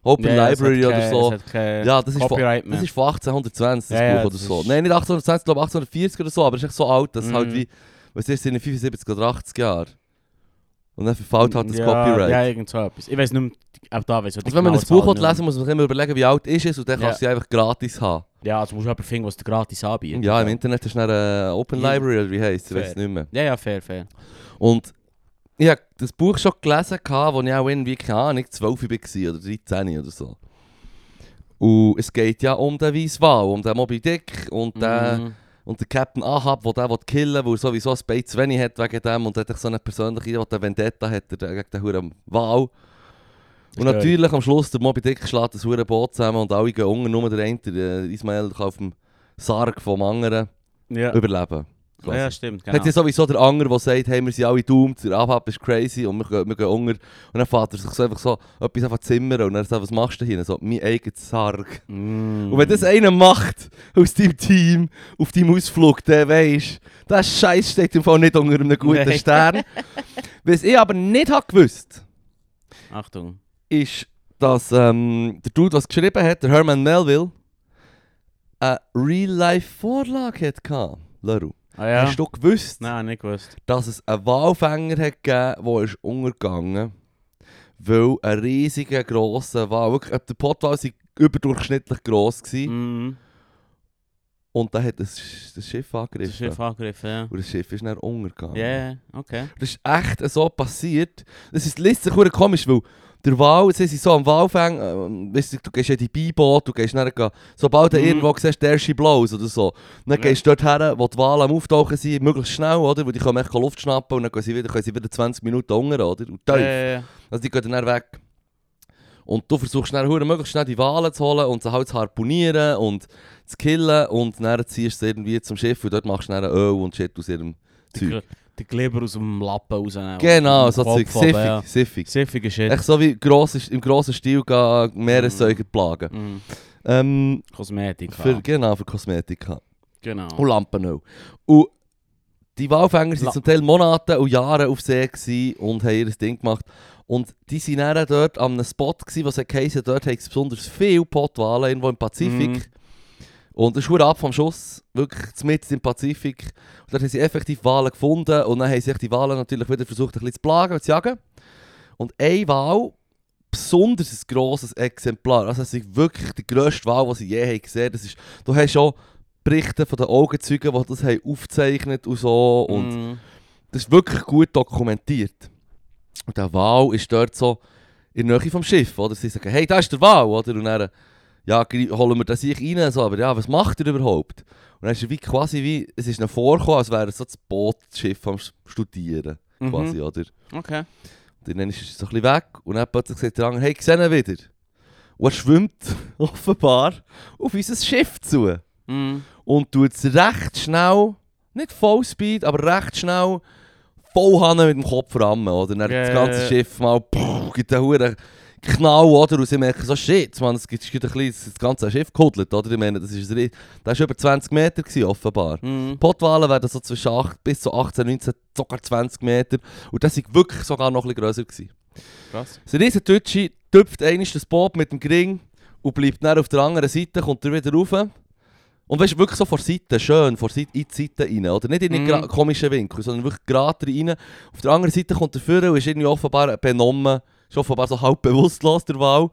[SPEAKER 2] Open
[SPEAKER 1] ja, ja, es
[SPEAKER 2] Library
[SPEAKER 1] hat
[SPEAKER 2] oder
[SPEAKER 1] kein-
[SPEAKER 2] so.
[SPEAKER 1] es hat kein
[SPEAKER 2] Ja, das ist, von,
[SPEAKER 1] Copyright
[SPEAKER 2] das
[SPEAKER 1] mehr.
[SPEAKER 2] ist von 1820, das
[SPEAKER 1] Ja, ja,
[SPEAKER 2] Buch oder
[SPEAKER 1] das
[SPEAKER 2] so.
[SPEAKER 1] ist-
[SPEAKER 2] Nein, nicht 1820, ich glaube 1840 oder so, aber es ist echt so alt, dass es
[SPEAKER 1] Mhm.
[SPEAKER 2] halt wie, was ist, sind in 75 oder 80 Jahren. Und dann verfault halt das Copyright.
[SPEAKER 1] Ja, genau irgend so etwas. Ich weiß nicht mehr, ob da weiss.
[SPEAKER 2] Also wenn man ein Buch will lesen muss man sich immer überlegen, wie alt ist es und dann
[SPEAKER 1] Ja.
[SPEAKER 2] kannst du sie einfach gratis haben.
[SPEAKER 1] Ja, also musst du jemanden finden, was dir gratis anbietet.
[SPEAKER 2] Ja, im Internet ist dann eine Open
[SPEAKER 1] genau. Ja.
[SPEAKER 2] Library oder wie heisst es, ich weiß es
[SPEAKER 1] Fair.
[SPEAKER 2] nicht mehr.
[SPEAKER 1] Ja, ja, fair, fair.
[SPEAKER 2] Und ich habe das Buch schon gelesen, gehabt, wo ich auch irgendwie, keine Ahnung, 12 war oder 13 oder so. Und es geht ja um den Weisswal, um den Moby Dick und den...
[SPEAKER 1] Mhm.
[SPEAKER 2] Und der Captain Ahab, der den will killen will, weil er sowieso ein Bein zu wenig hat wegen dem und hat echt so eine persönliche, die eine Vendetta hat er gegen den Huren Wow. Und
[SPEAKER 1] Verstehe.
[SPEAKER 2] natürlich am Schluss, der Moby Dick schlägt das Huren Boot zusammen und alle gehen unten, nur der eine, der Ismael, kann auf dem Sarg vom anderen
[SPEAKER 1] Ja.
[SPEAKER 2] überleben.
[SPEAKER 1] ja, ja, stimmt. Genau.
[SPEAKER 2] Hat ja sowieso der andere, der sagt, hey, wir sind alle doomed, der Ahab ist crazy und wir gehen, wir gehen unter. Und dann fährt er sich so einfach so etwas einfach zimmern und dann sagt er, was machst du hier? Und er so, mein eigenes Sarg.
[SPEAKER 1] Mm.
[SPEAKER 2] Und wenn das einer macht aus deinem Team auf deinem Ausflug, dann weisst du, das Scheiß steht im Fall nicht unter einem guten
[SPEAKER 1] Nein.
[SPEAKER 2] Stern. Was ich aber nicht habe gewusst
[SPEAKER 1] Mhm. Achtung.
[SPEAKER 2] ist, dass ähm, der Dude, was geschrieben hat, der Herman Melville, eine Real-Life-Vorlage hatte. Leru,
[SPEAKER 1] Ah ja?
[SPEAKER 2] hast du gewusst,
[SPEAKER 1] Nein, nicht gewusst.
[SPEAKER 2] dass es einen Walfänger hat gegeben hat, der ist untergegangen weil ein riesiger, grosser Wal, wirklich, äh, der Pottwal war überdurchschnittlich gross gewesen,
[SPEAKER 1] Mhm.
[SPEAKER 2] und dann hat das, Sch- das Schiff angegriffen.
[SPEAKER 1] Das ist Schiff angegriffen, ja.
[SPEAKER 2] Und das Schiff ist dann untergegangen.
[SPEAKER 1] Ja, yeah, okay.
[SPEAKER 2] Das ist echt so passiert. Das ist letztlich verdammt komisch, weil der Wal, sie sind so am Walfang, ähm, weißt du, du gehst in die Beiboot, du gehst dann, gehen- sobald du
[SPEAKER 1] Mhm.
[SPEAKER 2] irgendwo siehst, der Schi Blows oder so, dann
[SPEAKER 1] Ja.
[SPEAKER 2] gehst du dort her, wo die Wale am Auftauchen sind, möglichst schnell, oder? Weil die können echt keine Luft schnappen und dann können sie wieder, können sie wieder 20 Minuten unter, oder? Und
[SPEAKER 1] Ja,
[SPEAKER 2] tief.
[SPEAKER 1] ja, ja.
[SPEAKER 2] Also die gehen dann weg. Und du versuchst dann verdammt möglichst schnell die Wale zu holen und sie halt zu harpunieren und zu killen und dann ziehst du sie irgendwie zum Schiff und dort machst du dann Öl und Shit aus ihrem Zeug.
[SPEAKER 1] Gl- Den Kleber aus dem Lappen rausnehmen.
[SPEAKER 2] Genau,
[SPEAKER 1] Aus
[SPEAKER 2] so
[SPEAKER 1] dem
[SPEAKER 2] Zeug.
[SPEAKER 1] Kopf
[SPEAKER 2] Siffig,
[SPEAKER 1] runter, ja.
[SPEAKER 2] siffig.
[SPEAKER 1] Siffiger Shit.
[SPEAKER 2] Echt so wie grosses, im grossen Stil gehen Meeressäuger plagen.
[SPEAKER 1] Mhm.
[SPEAKER 2] Ähm,
[SPEAKER 1] Kosmetika.
[SPEAKER 2] für, genau, für Kosmetika.
[SPEAKER 1] Genau.
[SPEAKER 2] Und Lampen auch. Und die Walfänger
[SPEAKER 1] La-
[SPEAKER 2] waren zum Teil Monate und Jahre auf See gewesen und haben ihr Ding gemacht. Und die waren dann dort an einem Spot, gewesen, was heisst, dort haben besonders viele Pottwale irgendwo im Pazifik.
[SPEAKER 1] Mhm.
[SPEAKER 2] Und das ist verdammt ab vom Schuss, wirklich mitten im Pazifik. Und dort haben sie effektiv Wale gefunden und dann haben sie die Wale natürlich wieder versucht, ein bisschen zu plagen und zu jagen. Und ein Wal, besonders ein grosses Exemplar, also das ist wirklich die grösste Wal, die sie je haben gesehen haben. Das ist- Du hast schon Berichte von den Augenzeugen, die das haben aufgezeichnet und so. Und
[SPEAKER 1] Mhm.
[SPEAKER 2] das ist wirklich gut dokumentiert. Und der Wal ist dort so in der Nähe vom Schiff, oder? Sie sagen, hey, da ist der Wal, oder? Und dann, ja, gri- holen wir das sich rein, so, aber ja, was macht er überhaupt? Und dann ist er wie quasi wie, es ist noch vorgekommen, als wäre so das Boot, das Schiff am Studieren,
[SPEAKER 1] Mhm.
[SPEAKER 2] quasi, oder?
[SPEAKER 1] Okay.
[SPEAKER 2] Und dann ist er so ein bisschen weg und dann plötzlich sagt der andere, hey, ich sehe ihn wieder. Und er schwimmt offenbar auf unser Schiff zu
[SPEAKER 1] Mhm.
[SPEAKER 2] und tut es recht schnell, nicht Vollspeed, aber recht schnell voll Hanne mit dem Kopf rammen, oder? Dann
[SPEAKER 1] Ja,
[SPEAKER 2] das
[SPEAKER 1] ja,
[SPEAKER 2] ganze
[SPEAKER 1] ja.
[SPEAKER 2] Schiff mal puh, gibt einen huren Knall, oder? Und sie merken so, shit, man, es gibt es gibt ein bisschen das ganze Schiff gehudelt, oder? Ich meine, das ist, ein ri- das ist über 20 Meter gewesen, offenbar.
[SPEAKER 1] Mhm.
[SPEAKER 2] Pottwale werden so zwischen 8 bis zu 18, 19, sogar 20 Meter. Und das sind wirklich sogar noch ein bisschen grösser gewesen.
[SPEAKER 1] Krass.
[SPEAKER 2] So dieser Deutsche tüpft einmal das Boot mit dem Gring und bleibt dann auf der anderen Seite, kommt er wieder rauf Und weißt du, wirklich so vor Seite, schön, vor Seite, in die Seite rein, oder? Nicht in den
[SPEAKER 1] Mhm.
[SPEAKER 2] gra- komischen Winkel, sondern wirklich gerade rein. Auf der anderen Seite kommt er vorne und ist irgendwie offenbar benommen, ist offenbar so halb bewusstlos der Wahl.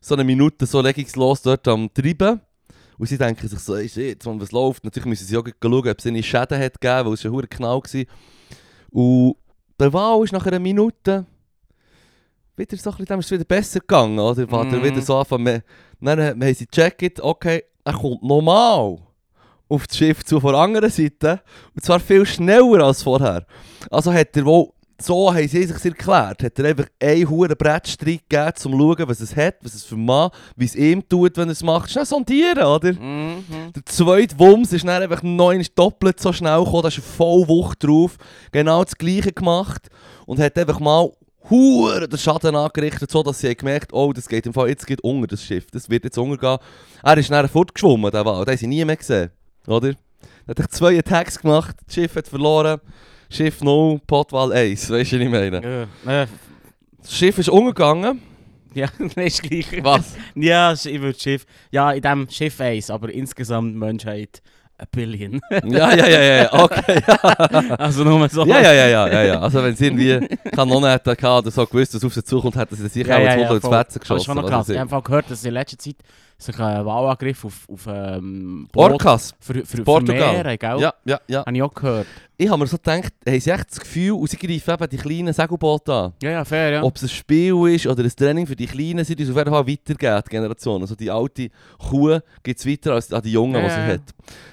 [SPEAKER 2] So eine Minute so legungslos dort am Treiben. Und sie denken sich so, ey, shit, Mann, was läuft? Natürlich müssen sie auch gleich schauen, ob es ihnen Schäden hat gegeben, weil es ein hoher Knall war. Und der Wahl ist nach einer Minute wieder so ein bisschen, dem ist es wieder besser gegangen, oder? Mhm.
[SPEAKER 1] Mhm.
[SPEAKER 2] Er wieder so anfangen, mehr- dann haben haben sie gecheckt, okay, er kommt normal auf das Schiff zu von der anderen Seite. Und zwar viel schneller als vorher. Also hat er wohl, so haben sie sich erklärt, hat er einfach einen hohen Brettstreit gegeben, um zu schauen, was es hat, was es für ein Mann, wie es ihm tut, wenn er es macht. Schnell sondieren, oder?
[SPEAKER 1] Mhm.
[SPEAKER 2] Der zweite Wumms ist dann einfach neun doppelt so schnell gekommen, da ist er voll Wucht drauf, genau das gleiche gemacht und hat einfach mal Huren den Schaden angerichtet, so dass sie haben gemerkt oh, das geht im Fall, jetzt geht unter das Schiff, das wird jetzt untergehen. Er ist dann fortgeschwommen, der Wal, den haben sie nie mehr gesehen, oder? Er hat echt zwei Attacks gemacht, das Schiff hat verloren, Schiff 0, Potwal 1, weißt du, was ich meine?
[SPEAKER 1] Ja, äh,
[SPEAKER 2] Das Schiff ist untergegangen.
[SPEAKER 1] ja, das ist gleich.
[SPEAKER 2] Was?
[SPEAKER 1] Ja, ich würde Schiff. Ja, in dem Schiff eins, aber insgesamt Menschheit a billion.
[SPEAKER 2] ja, ja, ja, ja, okay.
[SPEAKER 1] also nur so.
[SPEAKER 2] Ja, ja, ja, ja, ja, ja. Also wenn sie irgendwie Kanone hätten gehabt oder so gewusst, dass auf sie zukommt, hätten sie sich auch ins Mutter ins
[SPEAKER 1] voll.
[SPEAKER 2] Fetzen
[SPEAKER 1] Das ist
[SPEAKER 2] geschossen. Also,
[SPEAKER 1] schon noch
[SPEAKER 2] was
[SPEAKER 1] krass.
[SPEAKER 2] weiß
[SPEAKER 1] Ich
[SPEAKER 2] ich.
[SPEAKER 1] habe gehört, dass in letzter Zeit sich ein Wahlangriff auf, auf ähm,
[SPEAKER 2] Orcas.
[SPEAKER 1] für, für,
[SPEAKER 2] Portugal.
[SPEAKER 1] Vermehren, gell?
[SPEAKER 2] Ja, ja, ja.
[SPEAKER 1] Habe ich auch gehört.
[SPEAKER 2] Ich habe mir so gedacht, haben sie echt das Gefühl, und sie greifen eben die kleinen Segelboote an.
[SPEAKER 1] Ja, ja, fair, ja.
[SPEAKER 2] Ob es ein Spiel ist oder ein Training für die Kleinen, sind uns auf jeden Fall weitergeben, die Generation. Also die alte Kuh gibt es weiter als an die Jungen, die
[SPEAKER 1] Ja,
[SPEAKER 2] sie
[SPEAKER 1] ja.
[SPEAKER 2] hat.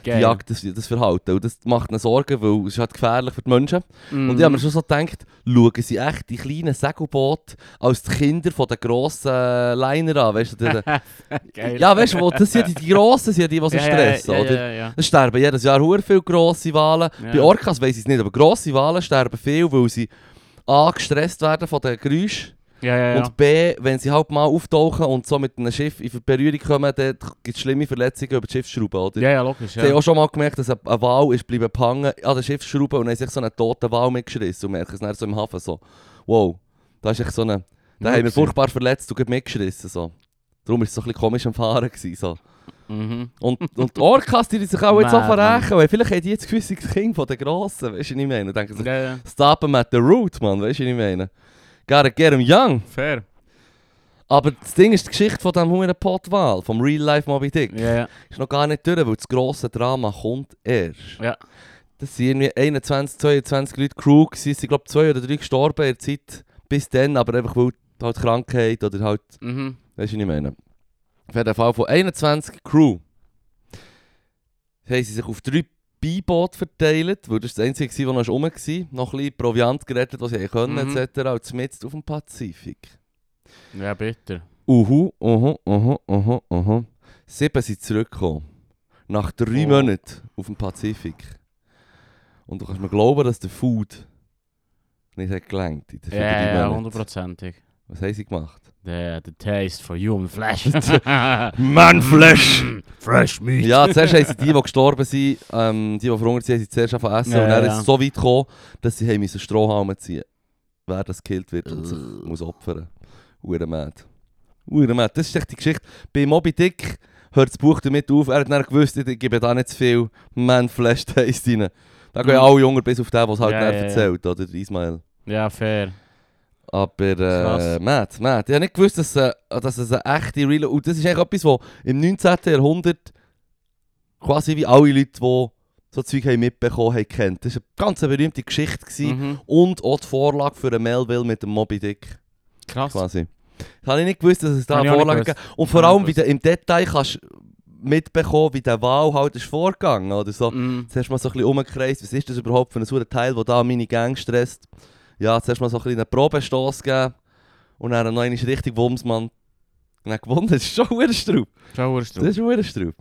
[SPEAKER 2] Die jagt das, das Verhalten. Und das macht ihnen Sorgen, weil es ist halt gefährlich für die Menschen.
[SPEAKER 1] Mhm.
[SPEAKER 2] Und ich habe mir schon so gedacht, schauen sie echt die kleinen Segelboote als die Kinder von den grossen Liner an. Weißt du, die-
[SPEAKER 1] Geil.
[SPEAKER 2] ja, weißt du, wo- das sind die, die Grossen, sind die, die so
[SPEAKER 1] Ja, ja,
[SPEAKER 2] stressen,
[SPEAKER 1] ja,
[SPEAKER 2] oder?
[SPEAKER 1] Ja, ja,
[SPEAKER 2] Es sterben jedes Jahr sehr viele grosse Wale.
[SPEAKER 1] Ja.
[SPEAKER 2] Bei Orcas weiss ich es nicht, aber grosse Wale sterben viel, weil sie A, gestresst werden von den Geräuschen
[SPEAKER 1] ja. ja, ja.
[SPEAKER 2] und B, wenn sie halt mal auftauchen und so mit einem Schiff in Berührung kommen, dann gibt es schlimme Verletzungen über die Schiffsschrauben, oder?
[SPEAKER 1] ja, ja, logisch.
[SPEAKER 2] Ich habe
[SPEAKER 1] Ja.
[SPEAKER 2] auch schon mal gemerkt, dass ein ein Wal ist bleiben hängen an der Schiffsschraube und dann hat sich so einen toten Wal mitgerissen und merkt es dann so im Hafen so, wow, da ist echt so eine, da haben wir furchtbar verletzt und gerade mitgerissen so. Darum war es so ein bisschen komisch am Fahren gewesen, so.
[SPEAKER 1] Mhm.
[SPEAKER 2] Und, und die Orcas, die sich auch jetzt
[SPEAKER 1] Man,
[SPEAKER 2] auch verrächen, weil vielleicht haben die jetzt gewisse Kinder von den Grossen, weißt du, was ich meine? Und denken sich,
[SPEAKER 1] Ja, ja.
[SPEAKER 2] stop 'em at the root, man, weißt du, was ich meine? Gotta get 'em young.
[SPEAKER 1] Fair.
[SPEAKER 2] Aber das Ding ist die Geschichte von diesem Huren Potwal, vom Real Life Moby Dick.
[SPEAKER 1] Ja, ja.
[SPEAKER 2] Ist noch gar nicht durch, weil das grosse Drama kommt erst.
[SPEAKER 1] Ja.
[SPEAKER 2] Das waren irgendwie 21, 22 Leute Crew, gewesen. es sind glaube zwei oder drei gestorben in der Zeit bis dann, aber einfach weil halt Krankheit oder halt,
[SPEAKER 1] Mhm.
[SPEAKER 2] weißt du, was ich meine. Auf jeden Fall von 21 Crew haben sie sich auf drei Beiboote verteilt, weil das war das einzige, gewesen, das noch rum war. Noch ein bisschen Proviant gerettet, was sie haben können,
[SPEAKER 1] Mhm.
[SPEAKER 2] etc. Und mitten auf dem Pazifik.
[SPEAKER 1] Ja, bitter.
[SPEAKER 2] Uhu, uhu, uhu, uhu, uhu. Sieben sind zurückgekommen. Nach drei
[SPEAKER 1] Oh.
[SPEAKER 2] Monaten auf dem Pazifik. Und du kannst mir glauben, dass der Food nicht hat gelangt in den
[SPEAKER 1] Ja,
[SPEAKER 2] vier, drei
[SPEAKER 1] ja,
[SPEAKER 2] Monaten.
[SPEAKER 1] hundertprozentig.
[SPEAKER 2] Was haben sie gemacht?
[SPEAKER 1] The, the taste for human flesh.
[SPEAKER 2] Manflesh!
[SPEAKER 1] Mm, Fresh meat.
[SPEAKER 2] Ja, zuerst haben sie die, die gestorben sind, ähm, die, die verhungert sind, haben sie zuerst angefangen zu essen.
[SPEAKER 1] Ja,
[SPEAKER 2] und dann
[SPEAKER 1] ja,
[SPEAKER 2] ist
[SPEAKER 1] ja.
[SPEAKER 2] es so weit gekommen, dass sie haben müssen Strohhalme ziehen Wer das gekillt wird und sich
[SPEAKER 1] Ugh.
[SPEAKER 2] muss opfern. Uhren mad. Uhren mad. Das ist echt die Geschichte. Bei Moby Dick hört das Buch damit auf. Er hat dann gewusst, ich gebe da nicht zu viel Man-Flash-Taste rein. Da gehen
[SPEAKER 1] Mhm.
[SPEAKER 2] alle Jungen bis auf den, was halt
[SPEAKER 1] Ja,
[SPEAKER 2] dann
[SPEAKER 1] ja, ja.
[SPEAKER 2] erzählt, oder? Der Ismail.
[SPEAKER 1] Ja, fair.
[SPEAKER 2] Aber äh,
[SPEAKER 1] Krass.
[SPEAKER 2] mad, mad. Ich habe nicht gewusst, dass, äh, dass es eine echte Real... Und das ist eigentlich etwas, was im 19. Jahrhundert quasi wie alle Leute, die so Zeug haben mitbekommen haben, kennt. Das war eine ganz berühmte Geschichte. Gewesen.
[SPEAKER 1] Mhm.
[SPEAKER 2] Und auch die Vorlage für den Melville mit dem Moby Dick.
[SPEAKER 1] Krass.
[SPEAKER 2] Quasi. Das habe ich nicht gewusst, dass es da
[SPEAKER 1] Habe
[SPEAKER 2] eine
[SPEAKER 1] ich auch
[SPEAKER 2] Vorlage
[SPEAKER 1] nicht
[SPEAKER 2] gibt. Und vor
[SPEAKER 1] Habe ich
[SPEAKER 2] allem, wie
[SPEAKER 1] nicht
[SPEAKER 2] du im Detail kannst mitbekommen, wie der Wahl halt ist vorgegangen oder so.
[SPEAKER 1] Mhm.
[SPEAKER 2] Zuerst mal so ein bisschen umgekreist, was ist das überhaupt für ein sauer Teil, der da meine Gang stresst. Ja, zuerst mal so ein bisschen einen Probestoss geben und dann noch einmal richtig Wumsmann. Und dann gewonnen, das ist schon ein Straub.
[SPEAKER 1] Schau,
[SPEAKER 2] Das ist ein Straub.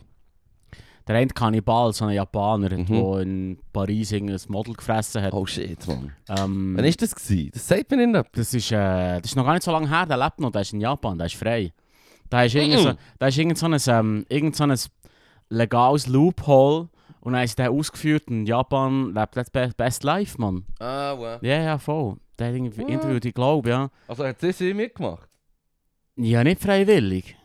[SPEAKER 1] Der eine Kannibal, so ein Japaner, der
[SPEAKER 2] Mhm.
[SPEAKER 1] in Paris irgendein Model gefressen hat.
[SPEAKER 2] Oh shit, Mann.
[SPEAKER 1] Ähm,
[SPEAKER 2] Wann ist das gewesen? Das sagt mir nicht etwas.
[SPEAKER 1] Das ist, äh, das ist noch gar nicht so lange her, der lebt noch, der ist in Japan, der ist frei. Da ist
[SPEAKER 2] Mhm.
[SPEAKER 1] irgend so, da ist irgend so ein, ähm, irgend so ein legales Loophole und dann ist der ausgeführt und Japan lebt das be- best life, Mann.
[SPEAKER 2] Ah, wow.
[SPEAKER 1] Ja, ja, voll. Der hat irgendwie
[SPEAKER 2] Ja.
[SPEAKER 1] interviewt, ich glaube, ja.
[SPEAKER 2] Also hat das sie mitgemacht?
[SPEAKER 1] Ja, nicht freiwillig.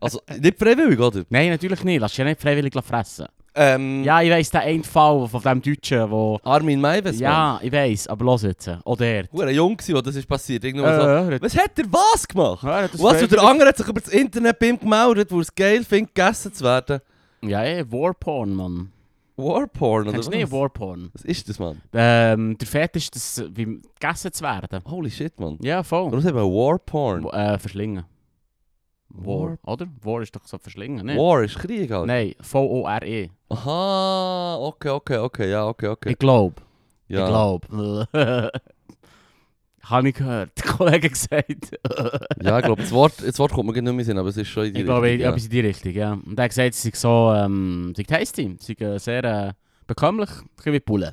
[SPEAKER 2] Also, nicht freiwillig, oder?
[SPEAKER 1] Nein, natürlich nicht. Lass dich ja nicht freiwillig fressen.
[SPEAKER 2] Ähm,
[SPEAKER 1] Ja, ich weiss, der einen Fall von dem Deutschen, wo...
[SPEAKER 2] Armin Meiwes, Mann.
[SPEAKER 1] Ja, ich weiss, aber los jetzt. Oder der.
[SPEAKER 2] Hure jung gsi, wo das ist passiert. Irgendwo so.
[SPEAKER 1] Äh, äh,
[SPEAKER 2] Was hat er was gemacht?
[SPEAKER 1] Ja, das
[SPEAKER 2] Und was, und
[SPEAKER 1] freiwillig-
[SPEAKER 2] der andere hat sich über das Internet bei ihm gemeldet, wo er es geil findet, gegessen zu werden.
[SPEAKER 1] Ja, eh, Warporn, Mann.
[SPEAKER 2] Warporn, oder
[SPEAKER 1] Kennst du nicht
[SPEAKER 2] was?
[SPEAKER 1] Warporn?
[SPEAKER 2] was ist das, Mann?
[SPEAKER 1] Ähm, der Fetisch, das, äh, wie gegessen zu werden.
[SPEAKER 2] Holy shit, Mann.
[SPEAKER 1] Ja, voll.
[SPEAKER 2] Warum sagt man Warporn?
[SPEAKER 1] Wo- Äh, verschlingen. War,
[SPEAKER 2] War-
[SPEAKER 1] oder? War ist doch so verschlingen, ne?
[SPEAKER 2] War ist Krieg, Alter.
[SPEAKER 1] Nein, V-O-R-E.
[SPEAKER 2] Aha, okay, okay, okay, ja, okay, okay.
[SPEAKER 1] Ich glaube.
[SPEAKER 2] ja.
[SPEAKER 1] Ich glaube. Habe ich gehört. Der Kollege hat gesagt.
[SPEAKER 2] ja, ich glaube, das Wort, das Wort kommt mir gerade nicht mehr in den Sinn, aber es ist schon in die
[SPEAKER 1] ich glaube,
[SPEAKER 2] Richtung, ja.
[SPEAKER 1] etwas in die Richtung, ja. Und er hat gesagt, sie sind so, ähm, sie sind tasty. Sie sind äh, sehr äh, bekömmlich. Ein bisschen wie Pullen.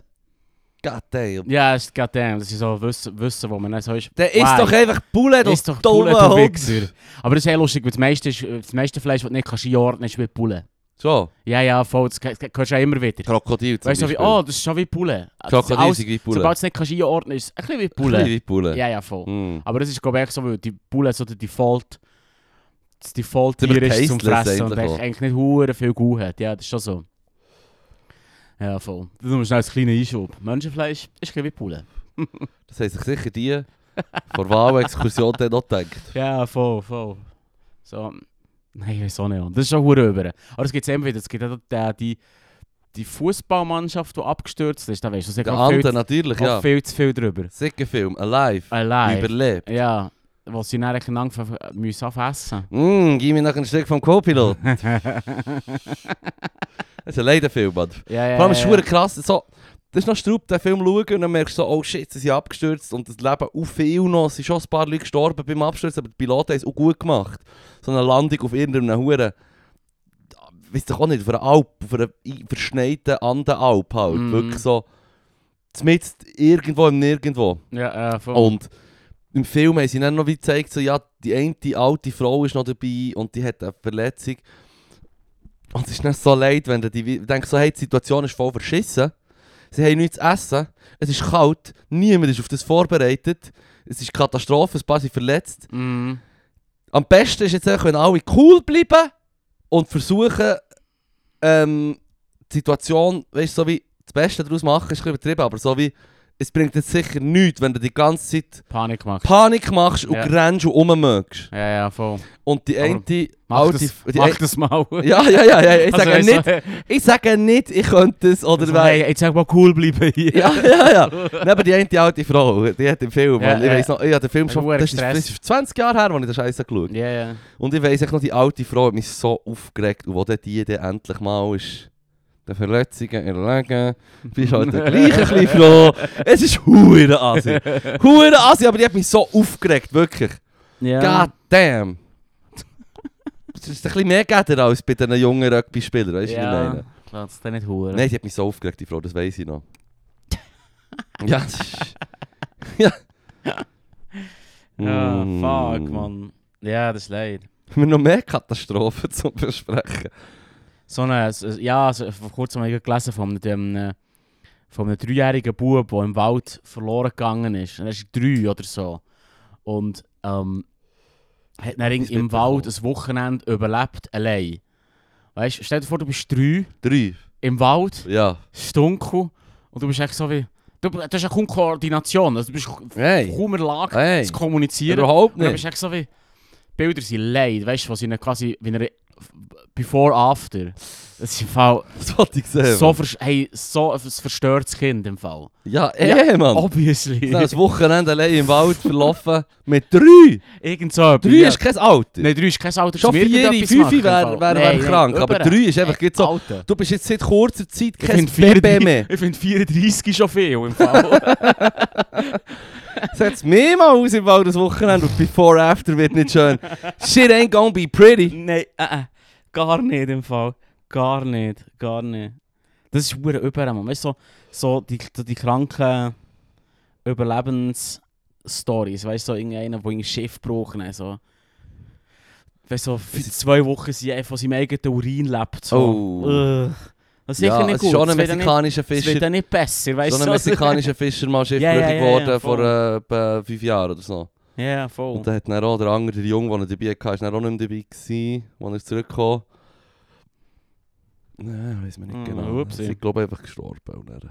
[SPEAKER 2] God damn.
[SPEAKER 1] Ja, es geht dem. Das ist so Wissen, wissen wo man nicht so ist.
[SPEAKER 2] Der ist
[SPEAKER 1] Why?
[SPEAKER 2] doch einfach Bullet, du
[SPEAKER 1] Ist doch Pullen,
[SPEAKER 2] dummer
[SPEAKER 1] du
[SPEAKER 2] Hund.
[SPEAKER 1] Wichser. Aber das ist sehr lustig, weil das meiste, ist, äh, das meiste Fleisch, das du nicht kannst einordnen kannst, ist wie Pullen.
[SPEAKER 2] So,
[SPEAKER 1] Ja, ja, voll. Das hörst du ja immer wieder.
[SPEAKER 2] Krokodil zum
[SPEAKER 1] Weißt du, so wie,
[SPEAKER 2] Beispiel.
[SPEAKER 1] oh, das ist schon wie Pullen.
[SPEAKER 2] Krokodil
[SPEAKER 1] Alles-
[SPEAKER 2] sind wie Bullet.
[SPEAKER 1] Sobald du es nicht kannst einordnen kannst, ist es ein bisschen wie
[SPEAKER 2] Ein bisschen
[SPEAKER 1] Pullen.
[SPEAKER 2] wie Bullet.
[SPEAKER 1] Ja, ja, voll.
[SPEAKER 2] Hm.
[SPEAKER 1] Aber das ist, glaube ich, so, weil die Bulle so der Default, das Default hier
[SPEAKER 2] Ziemlich
[SPEAKER 1] ist zum
[SPEAKER 2] tasteless
[SPEAKER 1] Fressen und
[SPEAKER 2] eigentlich
[SPEAKER 1] eigentlich,
[SPEAKER 2] auch.
[SPEAKER 1] eigentlich nicht hure viel Gau hat. Ja, das ist schon so. Ja, voll. Das ist nur schnell ein kleiner Einschub. Menschenfleisch ist ein bisschen wie Bulle.
[SPEAKER 2] Das haben sich sicher die vor Wahlexkursion dann noch gedacht.
[SPEAKER 1] Ja, voll, voll. So. Nein, ich weiß auch nicht. Mann. Das ist schon hure über. Aber es gibt immer wieder. Es gibt auch die, die, die Fußballmannschaft, die abgestürzt ist. Da weißt du, es
[SPEAKER 2] Der
[SPEAKER 1] auch viel,
[SPEAKER 2] andere
[SPEAKER 1] zu-
[SPEAKER 2] natürlich,
[SPEAKER 1] auch
[SPEAKER 2] ja.
[SPEAKER 1] viel zu viel drüber.
[SPEAKER 2] Sicker Film, Alive,
[SPEAKER 1] Allein.
[SPEAKER 2] überlebt.
[SPEAKER 1] Ja, was sie dann eigentlich angefangen müssen aufessen.
[SPEAKER 2] Mmm, gib mir noch ein Stück vom Co-Pilot. Das ist ein Leidenfilm, Mann.
[SPEAKER 1] Ja, ja,
[SPEAKER 2] Vor allem ist
[SPEAKER 1] ja,
[SPEAKER 2] es
[SPEAKER 1] ja.
[SPEAKER 2] verdammt krass. So, das ist noch Straub, den Film schauen und dann merkst du so, oh shit, sie sind abgestürzt und das Leben auf viel noch. Es sind schon ein paar Leute gestorben beim Absturz, aber die Piloten haben es auch gut gemacht. So eine Landung auf irgendeinem Huren. Weißt doch auch nicht, auf einer Alp, auf einer i- verschneiten Andenalp halt.
[SPEAKER 1] Mhm.
[SPEAKER 2] Wirklich so. Zumindest irgendwo im Nirgendwo.
[SPEAKER 1] Ja, äh, voll.
[SPEAKER 2] Und im Film haben sie dann noch wie gezeigt, so, ja, die eine alte Frau ist noch dabei und die hat eine Verletzung. Und es ist nicht so leid, wenn du die wie- denkst, so, hey, die Situation ist voll verschissen. Sie haben nichts zu essen, es ist kalt, niemand ist auf das vorbereitet. Es ist Katastrophe, ein paar sind verletzt.
[SPEAKER 1] Mhm.
[SPEAKER 2] Am besten ist jetzt, einfach, wenn alle cool bleiben und versuchen, ähm, die Situation, weißt du, so wie das Beste daraus machen, ist ein bisschen übertrieben, aber so wie, es bringt jetzt sicher nichts, wenn du die ganze Zeit
[SPEAKER 1] Panik gemacht.
[SPEAKER 2] Panik machst und
[SPEAKER 1] Ja.
[SPEAKER 2] rennst und rummögst.
[SPEAKER 1] Ja, ja, voll. dus-
[SPEAKER 2] Und die
[SPEAKER 1] Aber
[SPEAKER 2] eine... die
[SPEAKER 1] Mach,
[SPEAKER 2] alte-
[SPEAKER 1] das,
[SPEAKER 2] die
[SPEAKER 1] mach
[SPEAKER 2] ein-
[SPEAKER 1] das mal.
[SPEAKER 2] Ja, ja, ja, ja. Ich
[SPEAKER 1] Also,
[SPEAKER 2] sage
[SPEAKER 1] weißt
[SPEAKER 2] nicht,
[SPEAKER 1] du,
[SPEAKER 2] ich sage nicht, ich könnte es oder
[SPEAKER 1] also,
[SPEAKER 2] weil...
[SPEAKER 1] hey, jetzt sag mal cool bleiben hier.
[SPEAKER 2] Ja, ja, ja. Nein, aber die eine alte Frau, die hat im Film,
[SPEAKER 1] Ja,
[SPEAKER 2] Mann, ich
[SPEAKER 1] ja.
[SPEAKER 2] weiss noch, ich habe den Film
[SPEAKER 1] Ja,
[SPEAKER 2] schon,
[SPEAKER 1] verdammt
[SPEAKER 2] das ist, das
[SPEAKER 1] Stress.
[SPEAKER 2] ist 20 Jahre her, als ich den Scheiß geschaut habe.
[SPEAKER 1] Ja, ja.
[SPEAKER 2] Und ich weiss echt noch, die alte Frau hat mich so aufgeregt und wo dann die dann endlich mal ist, den Verletzungen erlegen, bist halt dann gleich ein bisschen froh. Es ist hure Asi. Hure Asi, aber die hat mich so aufgeregt, wirklich. God damn. Es ist ein bisschen mehr Gäder als bei diesen jungen Rugby-Spielern, weißt du, was ich meine?
[SPEAKER 1] Lass es dir nicht hören.
[SPEAKER 2] Nein, sie hat mich so aufgeregt, die Frau, das weiß ich noch. ja, das ist... ja.
[SPEAKER 1] Ja,
[SPEAKER 2] Mm.
[SPEAKER 1] fuck, Mann. Ja, das ist leid.
[SPEAKER 2] Haben wir noch mehr Katastrophen zum Besprechen?
[SPEAKER 1] So eine, so- eh, ja, so, vor kurzem habe ich gelesen von einem, äh, von einem dreijährigen Bub, der im Wald verloren gegangen ist. Und Er ist drei oder so. Und ähm, hat dann
[SPEAKER 2] Ist
[SPEAKER 1] im
[SPEAKER 2] mitbekommen.
[SPEAKER 1] Wald ein Wochenende überlebt, allein. Weißt du, stell dir vor, du bist drei
[SPEAKER 2] Drei?
[SPEAKER 1] im Wald,
[SPEAKER 2] Ja.
[SPEAKER 1] es ist dunkel und du bist echt so wie. Du, du hast ja kaum Koordination, also du bist
[SPEAKER 2] Hey.
[SPEAKER 1] kaum in der Lage
[SPEAKER 2] Hey.
[SPEAKER 1] zu kommunizieren.
[SPEAKER 2] Überhaupt
[SPEAKER 1] Und dann bist
[SPEAKER 2] nicht.
[SPEAKER 1] du echt so wie. Bilder sind leid, weißt du, was ihnen quasi. Wie eine, before, after. Das ist im Fall.
[SPEAKER 2] Das wollte ich sehen.
[SPEAKER 1] So, vers hey, so ein verstörtes Kind im Fall.
[SPEAKER 2] ja, eh, Nou, Mann.
[SPEAKER 1] Obviously.
[SPEAKER 2] Das ist ein Wochenende allein im Wald verlaufen mit drei.
[SPEAKER 1] Irgend so etwas.
[SPEAKER 2] Drei
[SPEAKER 1] ja.
[SPEAKER 2] ist kein Alter.
[SPEAKER 1] Nein, drei ist kein Alter,
[SPEAKER 2] Schon
[SPEAKER 1] zum
[SPEAKER 2] vier,
[SPEAKER 1] irgendetwas
[SPEAKER 2] fünf
[SPEAKER 1] machen im
[SPEAKER 2] wären
[SPEAKER 1] Fall.
[SPEAKER 2] wär,
[SPEAKER 1] Nein,
[SPEAKER 2] wär krank,
[SPEAKER 1] negerade
[SPEAKER 2] aber
[SPEAKER 1] jemand.
[SPEAKER 2] drei ist einfach jetzt so...
[SPEAKER 1] Alter.
[SPEAKER 2] Du bist jetzt seit kurzer Zeit
[SPEAKER 1] Ich
[SPEAKER 2] kein
[SPEAKER 1] finde
[SPEAKER 2] Bebe mehr.
[SPEAKER 1] 34, ich find 34 ist schon viel im Fall.
[SPEAKER 2] Setz mich mal aus im Wald das Wochenende und Before After wird nicht schön. Shit ain't gonna be pretty.
[SPEAKER 1] Nein, äh, äh, gar nicht im Fall. Gar nicht, gar nicht. Das ist hure über, Mann. Weißt du, so, so die, die, die kranken Überlebensstories. Weißt du, so irgendeiner, der ein Schiff braucht. ne, So. Weißt du, so, für zwei Wochen sie einfach von seinem eigenen Urin lebt. So.
[SPEAKER 2] Oh.
[SPEAKER 1] Ugh. Das ist sicher
[SPEAKER 2] Ja,
[SPEAKER 1] nicht
[SPEAKER 2] es ist
[SPEAKER 1] gut.
[SPEAKER 2] schon ein
[SPEAKER 1] Das wird ja nicht-
[SPEAKER 2] mexikanischer
[SPEAKER 1] das wird
[SPEAKER 2] Fischer.
[SPEAKER 1] ja nicht besser, weißt
[SPEAKER 2] So
[SPEAKER 1] du?
[SPEAKER 2] ein mexikanischer Fischer
[SPEAKER 1] Ja,
[SPEAKER 2] mal
[SPEAKER 1] ja,
[SPEAKER 2] schiffbrüchig
[SPEAKER 1] ja, ja,
[SPEAKER 2] geworden vor
[SPEAKER 1] voll.
[SPEAKER 2] äh, etwa fünf Jahren oder so.
[SPEAKER 1] Ja, voll.
[SPEAKER 2] Und dann hat dann auch der andere, der Junge, der ihn dabei hatte, ist dann auch nicht mehr dabei gewesen, als er zurückkam. Nein, weiß man nicht
[SPEAKER 1] Mm,
[SPEAKER 2] genau.
[SPEAKER 1] upsie.
[SPEAKER 2] Sie sind, glaube ich, einfach gestorben. Und dann,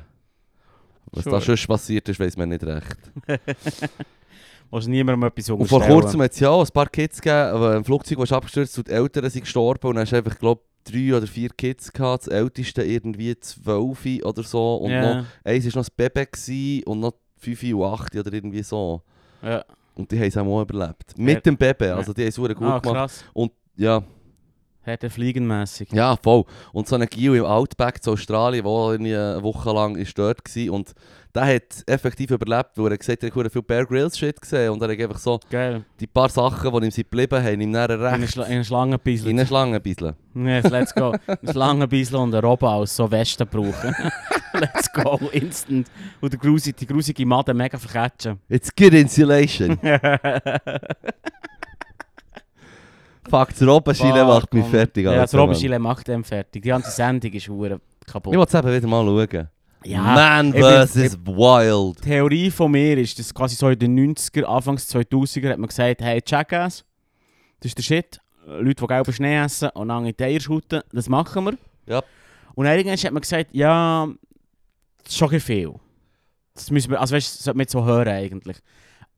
[SPEAKER 2] was
[SPEAKER 1] Sure.
[SPEAKER 2] da sonst passiert ist, weiß man nicht recht.
[SPEAKER 1] Willst du niemandem etwas
[SPEAKER 2] Und vor
[SPEAKER 1] unterstellen?
[SPEAKER 2] kurzem hat es ja auch ein paar Kids gegeben, die im Flugzeug was abgestürzt und die Eltern sind gestorben. Und dann hast du einfach, glaube ich, drei oder vier Kids gehabt. Das älteste irgendwie zwölf oder so. Und
[SPEAKER 1] Ja.
[SPEAKER 2] noch, eins war noch das Baby gewesen und noch fünf und acht oder irgendwie so.
[SPEAKER 1] Ja.
[SPEAKER 2] Und die haben es auch mal überlebt. Mit dem Baby. Also die haben es verdammt gut
[SPEAKER 1] Ah,
[SPEAKER 2] gemacht.
[SPEAKER 1] krass.
[SPEAKER 2] Ja.
[SPEAKER 1] Hat er fliegenmässig.
[SPEAKER 2] Ja, voll. Und so ein Gil im Outback zu Australien, wo er irgendwie eine Woche lang ist dort war. Und der hat effektiv überlebt, weil er gesagt hat, er hat viel Bear Grylls Shit gesehen. Und er hat einfach so
[SPEAKER 1] Geil.
[SPEAKER 2] die paar Sachen, die ihm sind geblieben haben, ihm dann
[SPEAKER 1] In eine,
[SPEAKER 2] recht
[SPEAKER 1] Schla in eine Schlange
[SPEAKER 2] in eine Schlange ein bisschen.
[SPEAKER 1] Yes, let's go. Ein Schlangenbeissel und ein Robben als so Westen brauchen. let's go, instant. Und der grusige, die grusige Maden mega verketschen.
[SPEAKER 2] It's good insulation. Fuck, das Robbenschile macht mich fertig.
[SPEAKER 1] Ja,
[SPEAKER 2] Alter,
[SPEAKER 1] das Robbenschile macht den fertig. Die ganze Sendung ist hure
[SPEAKER 2] Mann.
[SPEAKER 1] kaputt.
[SPEAKER 2] Ich will es eben wieder mal schauen.
[SPEAKER 1] ja,
[SPEAKER 2] Man
[SPEAKER 1] ich bin-
[SPEAKER 2] vs. Wild.
[SPEAKER 1] die Theorie von mir ist, dass quasi so in den 90er, Anfangs 2000er hat man gesagt, hey, Jackass, das ist der Shit. Leute, die gelben Schnee essen und lange in die Eier schütten, das machen wir.
[SPEAKER 2] Ja.
[SPEAKER 1] Und dann irgendwann hat man gesagt, ja, das ist schon ein viel. Das müssen wir, also weißt, das sollte man jetzt so hören eigentlich.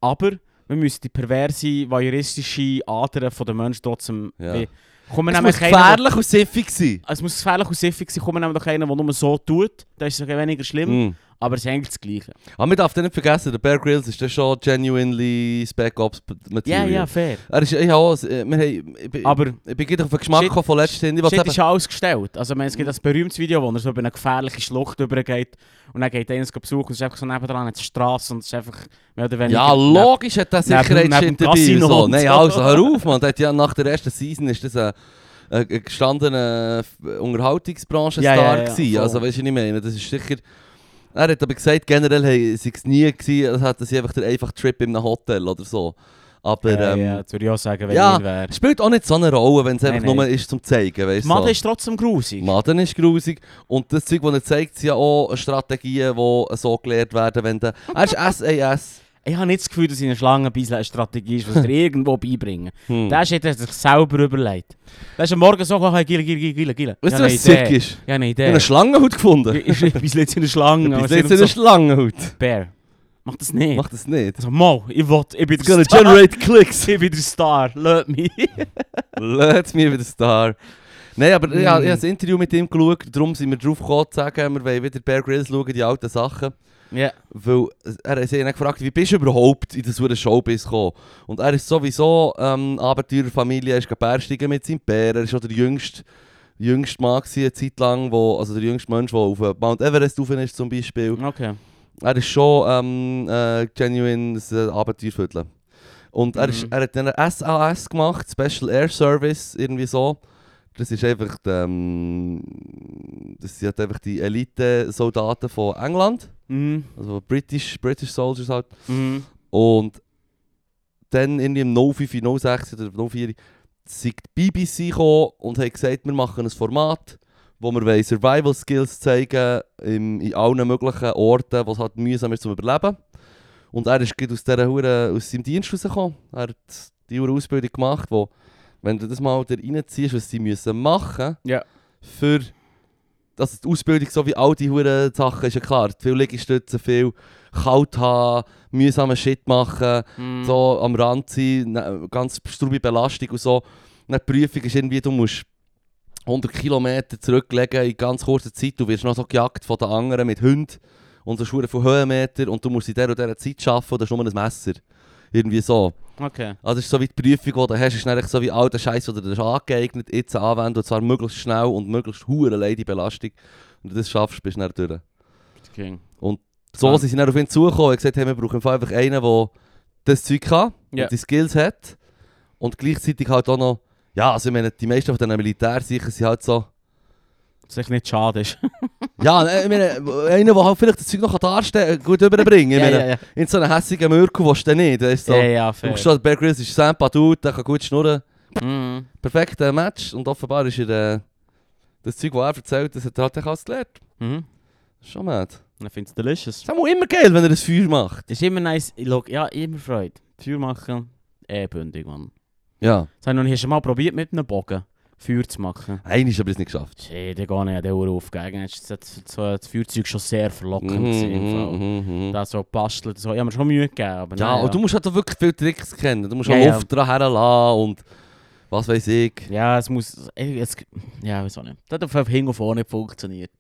[SPEAKER 1] Aber wir müssen die perverse, voyeuristische Ader der Menschen trotzdem...
[SPEAKER 2] Ja.
[SPEAKER 1] wie- Kommen
[SPEAKER 2] Es
[SPEAKER 1] nämlich
[SPEAKER 2] muss
[SPEAKER 1] keiner, der-
[SPEAKER 2] gefährlich und siffig sein.
[SPEAKER 1] es muss gefährlich und siffig sein, kommen nämlich doch einer, der nur so tut, das ist sogar weniger schlimm,
[SPEAKER 2] Mm.
[SPEAKER 1] aber es ist eigentlich das Gleiche.
[SPEAKER 2] Aber man darf dann nicht vergessen, der Bear Grylls ist dann schon genuinely Spec Ops
[SPEAKER 1] Ja,
[SPEAKER 2] Material.
[SPEAKER 1] ja, fair.
[SPEAKER 2] Er ist, ich, auch, wir haben, ich, bin-
[SPEAKER 1] Aber
[SPEAKER 2] ich bin gerade auf den Geschmack
[SPEAKER 1] Shit-
[SPEAKER 2] gekommen von letztem Jahr.
[SPEAKER 1] Shit ist ja alles gestellt. Also, ich meine, es gibt das berühmtes Video, wo er so über eine gefährliche Schlucht übergeht und dann geht eines besuchen und es ist einfach so nebendran eine Straße und es ist einfach mehr oder weniger...
[SPEAKER 2] Ja, logisch hat er
[SPEAKER 1] neben- neben
[SPEAKER 2] Sicherheitsshit
[SPEAKER 1] dem
[SPEAKER 2] dabei. und
[SPEAKER 1] Casino
[SPEAKER 2] So.
[SPEAKER 1] und
[SPEAKER 2] Nein,
[SPEAKER 1] so.
[SPEAKER 2] also hör auf, man. Das hat ja, nach der ersten Season dus, eh, ist das ein, ein, ein gestandener Unterhaltungsbranchen-Star.
[SPEAKER 1] Ja, ja, ja,
[SPEAKER 2] gewesen.
[SPEAKER 1] voll.
[SPEAKER 2] also, weißt du, was ich meine? Das ist sicher... Er hat aber gesagt, generell hey, sei es nie gewesen, als hätten sie einfach den einfachen Trip in einem Hotel oder so. Aber...
[SPEAKER 1] Ja,
[SPEAKER 2] ähm,
[SPEAKER 1] ja, das würde ich auch sagen, wenn
[SPEAKER 2] ja.
[SPEAKER 1] ich ihn wäre.
[SPEAKER 2] Spielt auch nicht so eine Rolle, wenn es
[SPEAKER 1] Nein,
[SPEAKER 2] einfach
[SPEAKER 1] nein.
[SPEAKER 2] nur ist zum Zeigen, weißt du?
[SPEAKER 1] Mann,
[SPEAKER 2] so.
[SPEAKER 1] das ist trotzdem grusig.
[SPEAKER 2] Maden ist grusig. Und das Zeug, das er zeigt, sind ja auch Strategien, die so gelehrt werden, wenn der... Er ist SAS.
[SPEAKER 1] Ich habe nicht das Gefühl, dass in einer Schlange ein bisschen eine Strategie ist, was dir irgendwo beibringen.
[SPEAKER 2] Hm.
[SPEAKER 1] Der Shit hat sich selber überlegt. Der ist am Morgen so gekommen, hey, gille, gille, gille, gille, gille.
[SPEAKER 2] Weißt du,
[SPEAKER 1] Ja,
[SPEAKER 2] was
[SPEAKER 1] nee,
[SPEAKER 2] sick
[SPEAKER 1] der.
[SPEAKER 2] ist?
[SPEAKER 1] Ja, eine
[SPEAKER 2] Ich habe
[SPEAKER 1] Idee.
[SPEAKER 2] einen Schlangenhut gefunden.
[SPEAKER 1] Ich bin jetzt in der Schlange.
[SPEAKER 2] Ich
[SPEAKER 1] aber es
[SPEAKER 2] sehe jetzt
[SPEAKER 1] ist
[SPEAKER 2] einen
[SPEAKER 1] so,
[SPEAKER 2] Schlangenhut.
[SPEAKER 1] Bear, mach das nicht.
[SPEAKER 2] Mach das nicht.
[SPEAKER 1] Also, mal, ich will, ich bin
[SPEAKER 2] It's
[SPEAKER 1] der
[SPEAKER 2] gonna
[SPEAKER 1] Star.
[SPEAKER 2] generate clicks.
[SPEAKER 1] Ich bin der Star, löt mich.
[SPEAKER 2] Let's me with the star. Nein, aber ich,
[SPEAKER 1] Mm.
[SPEAKER 2] habe- ich habe das Interview mit ihm geschaut, darum sind wir drauf gekommen, zu sagen, wir wollen wieder Bear Grylls schauen, die alten Sachen.
[SPEAKER 1] Ja.
[SPEAKER 2] Weil er hat sich dann gefragt, wie bist du überhaupt in das verdammte Showbiz gekommen? Und er ist sowieso ähm, Abenteurerfamilie, er ist gegangen Bärsteigen mit seinem Bär, er ist auch der jüngste, jüngste Mann gewesen, eine Zeit lang, wo, also der jüngste Mensch, der auf äh, Mount Everest rauf ist zum Beispiel.
[SPEAKER 1] Okay.
[SPEAKER 2] Er ist schon ähm, äh, genuines äh, Abenteuerviertel. Und er, ist,
[SPEAKER 1] Mhm.
[SPEAKER 2] er hat dann eine SAS gemacht, Special Air Service, irgendwie so. Das ist einfach, die, ähm, das sind halt einfach die Elite-Soldaten von England.
[SPEAKER 1] Mhm.
[SPEAKER 2] Also British, British Soldiers halt.
[SPEAKER 1] Mhm.
[SPEAKER 2] Und dann irgendwie im 05, 06 oder 04 sind die BBC gekommen und haben gesagt, wir machen ein Format, wo wir wollen Survival Skills zeigen im, in allen möglichen Orten, wo es halt mühsam ist zum Überleben. Und er ist gerade aus, dieser Hure, aus seinem Dienst rausgekommen. Er hat die Hure Ausbildung gemacht, wo, wenn du das mal da reinziehst, was sie müssen machen
[SPEAKER 1] Ja.
[SPEAKER 2] für dass die Ausbildung so wie all die Huren Sachen ist ja klar. Viel Liegestütze, viel kalt haben, mühsamen Shit machen,
[SPEAKER 1] Mhm.
[SPEAKER 2] so am Rand sein, ne- ganz strube Belastung und so. Eine Prüfung ist irgendwie, du musst 100 Kilometer zurücklegen in ganz kurzer Zeit. Du wirst noch so gejagt von den anderen mit Hunden und so Schuhe von Höhenmeter und du musst in der und dieser Zeit arbeiten und das ist nur ein Messer. Irgendwie so.
[SPEAKER 1] Okay.
[SPEAKER 2] Also ist so wie die Prüfung, die du hast, ist eigentlich so wie all der Scheiß, den du dir hast angeeignet jetzt anwenden und zwar möglichst schnell und möglichst hure leide Belastung. Und wenn du das schaffst, bist du dann durch.
[SPEAKER 1] King.
[SPEAKER 2] So
[SPEAKER 1] Ah.
[SPEAKER 2] sind sie dann auf ihn zugekommen und gesagt, hey, wir brauchen im Fall einfach einen, der das Zeug kann
[SPEAKER 1] Ja.
[SPEAKER 2] und die Skills hat und gleichzeitig halt auch noch, ja, also ich meine, die meisten von diesen Militärsicher sind halt so,
[SPEAKER 1] Dass ich nicht schade ist.
[SPEAKER 2] ja, ne, ich meine, einer, der halt vielleicht das Zeug noch darstellen gut überbringen kann. Ich meine,
[SPEAKER 1] ja.
[SPEAKER 2] in so einem hässigen Mirko willst du den nicht, weißt du? So.
[SPEAKER 1] Ja, ja,
[SPEAKER 2] Du
[SPEAKER 1] fair.
[SPEAKER 2] musst schon, Bear Grylls ist Sampa Dude, der kann gut schnurren.
[SPEAKER 1] Mhm.
[SPEAKER 2] perfekte Match und offenbar ist er äh, das Zeug, das er erzählt, das hat er halt echt alles gelernt.
[SPEAKER 1] Mhm.
[SPEAKER 2] Schon mad.
[SPEAKER 1] Ich finde es delicious.
[SPEAKER 2] Das ist auch immer geil, wenn er ein Feuer macht.
[SPEAKER 1] Das ist immer nice. Ich schau- ja, immer Freude. Feuer machen, eh bündig, Mann.
[SPEAKER 2] Ja.
[SPEAKER 1] Das habe ich noch nicht- hast du mal probiert mit einem Bogen Feuer zu machen.
[SPEAKER 2] Eigentlich habe ich es nicht geschafft.
[SPEAKER 1] Shit, ich gehe nicht an den Uhr aufgegeben. Das, das, das, das Feuerzeug schon sehr verlockend. gewesen, im Fall.
[SPEAKER 2] mhm, mhm.
[SPEAKER 1] Das so bastelt, so. Ich habe mir schon Mühe gegeben. Aber
[SPEAKER 2] Ja, oh,
[SPEAKER 1] naja.
[SPEAKER 2] und du musst halt auch wirklich viele Tricks kennen. Du musst
[SPEAKER 1] nou Ja,
[SPEAKER 2] auch
[SPEAKER 1] ja.
[SPEAKER 2] Luft dran herlassen und was weiß ich.
[SPEAKER 1] Ja, es muss. ey, Es, ja, wieso nicht? Das hat auf jeden Fall hinten und vorne nicht funktioniert.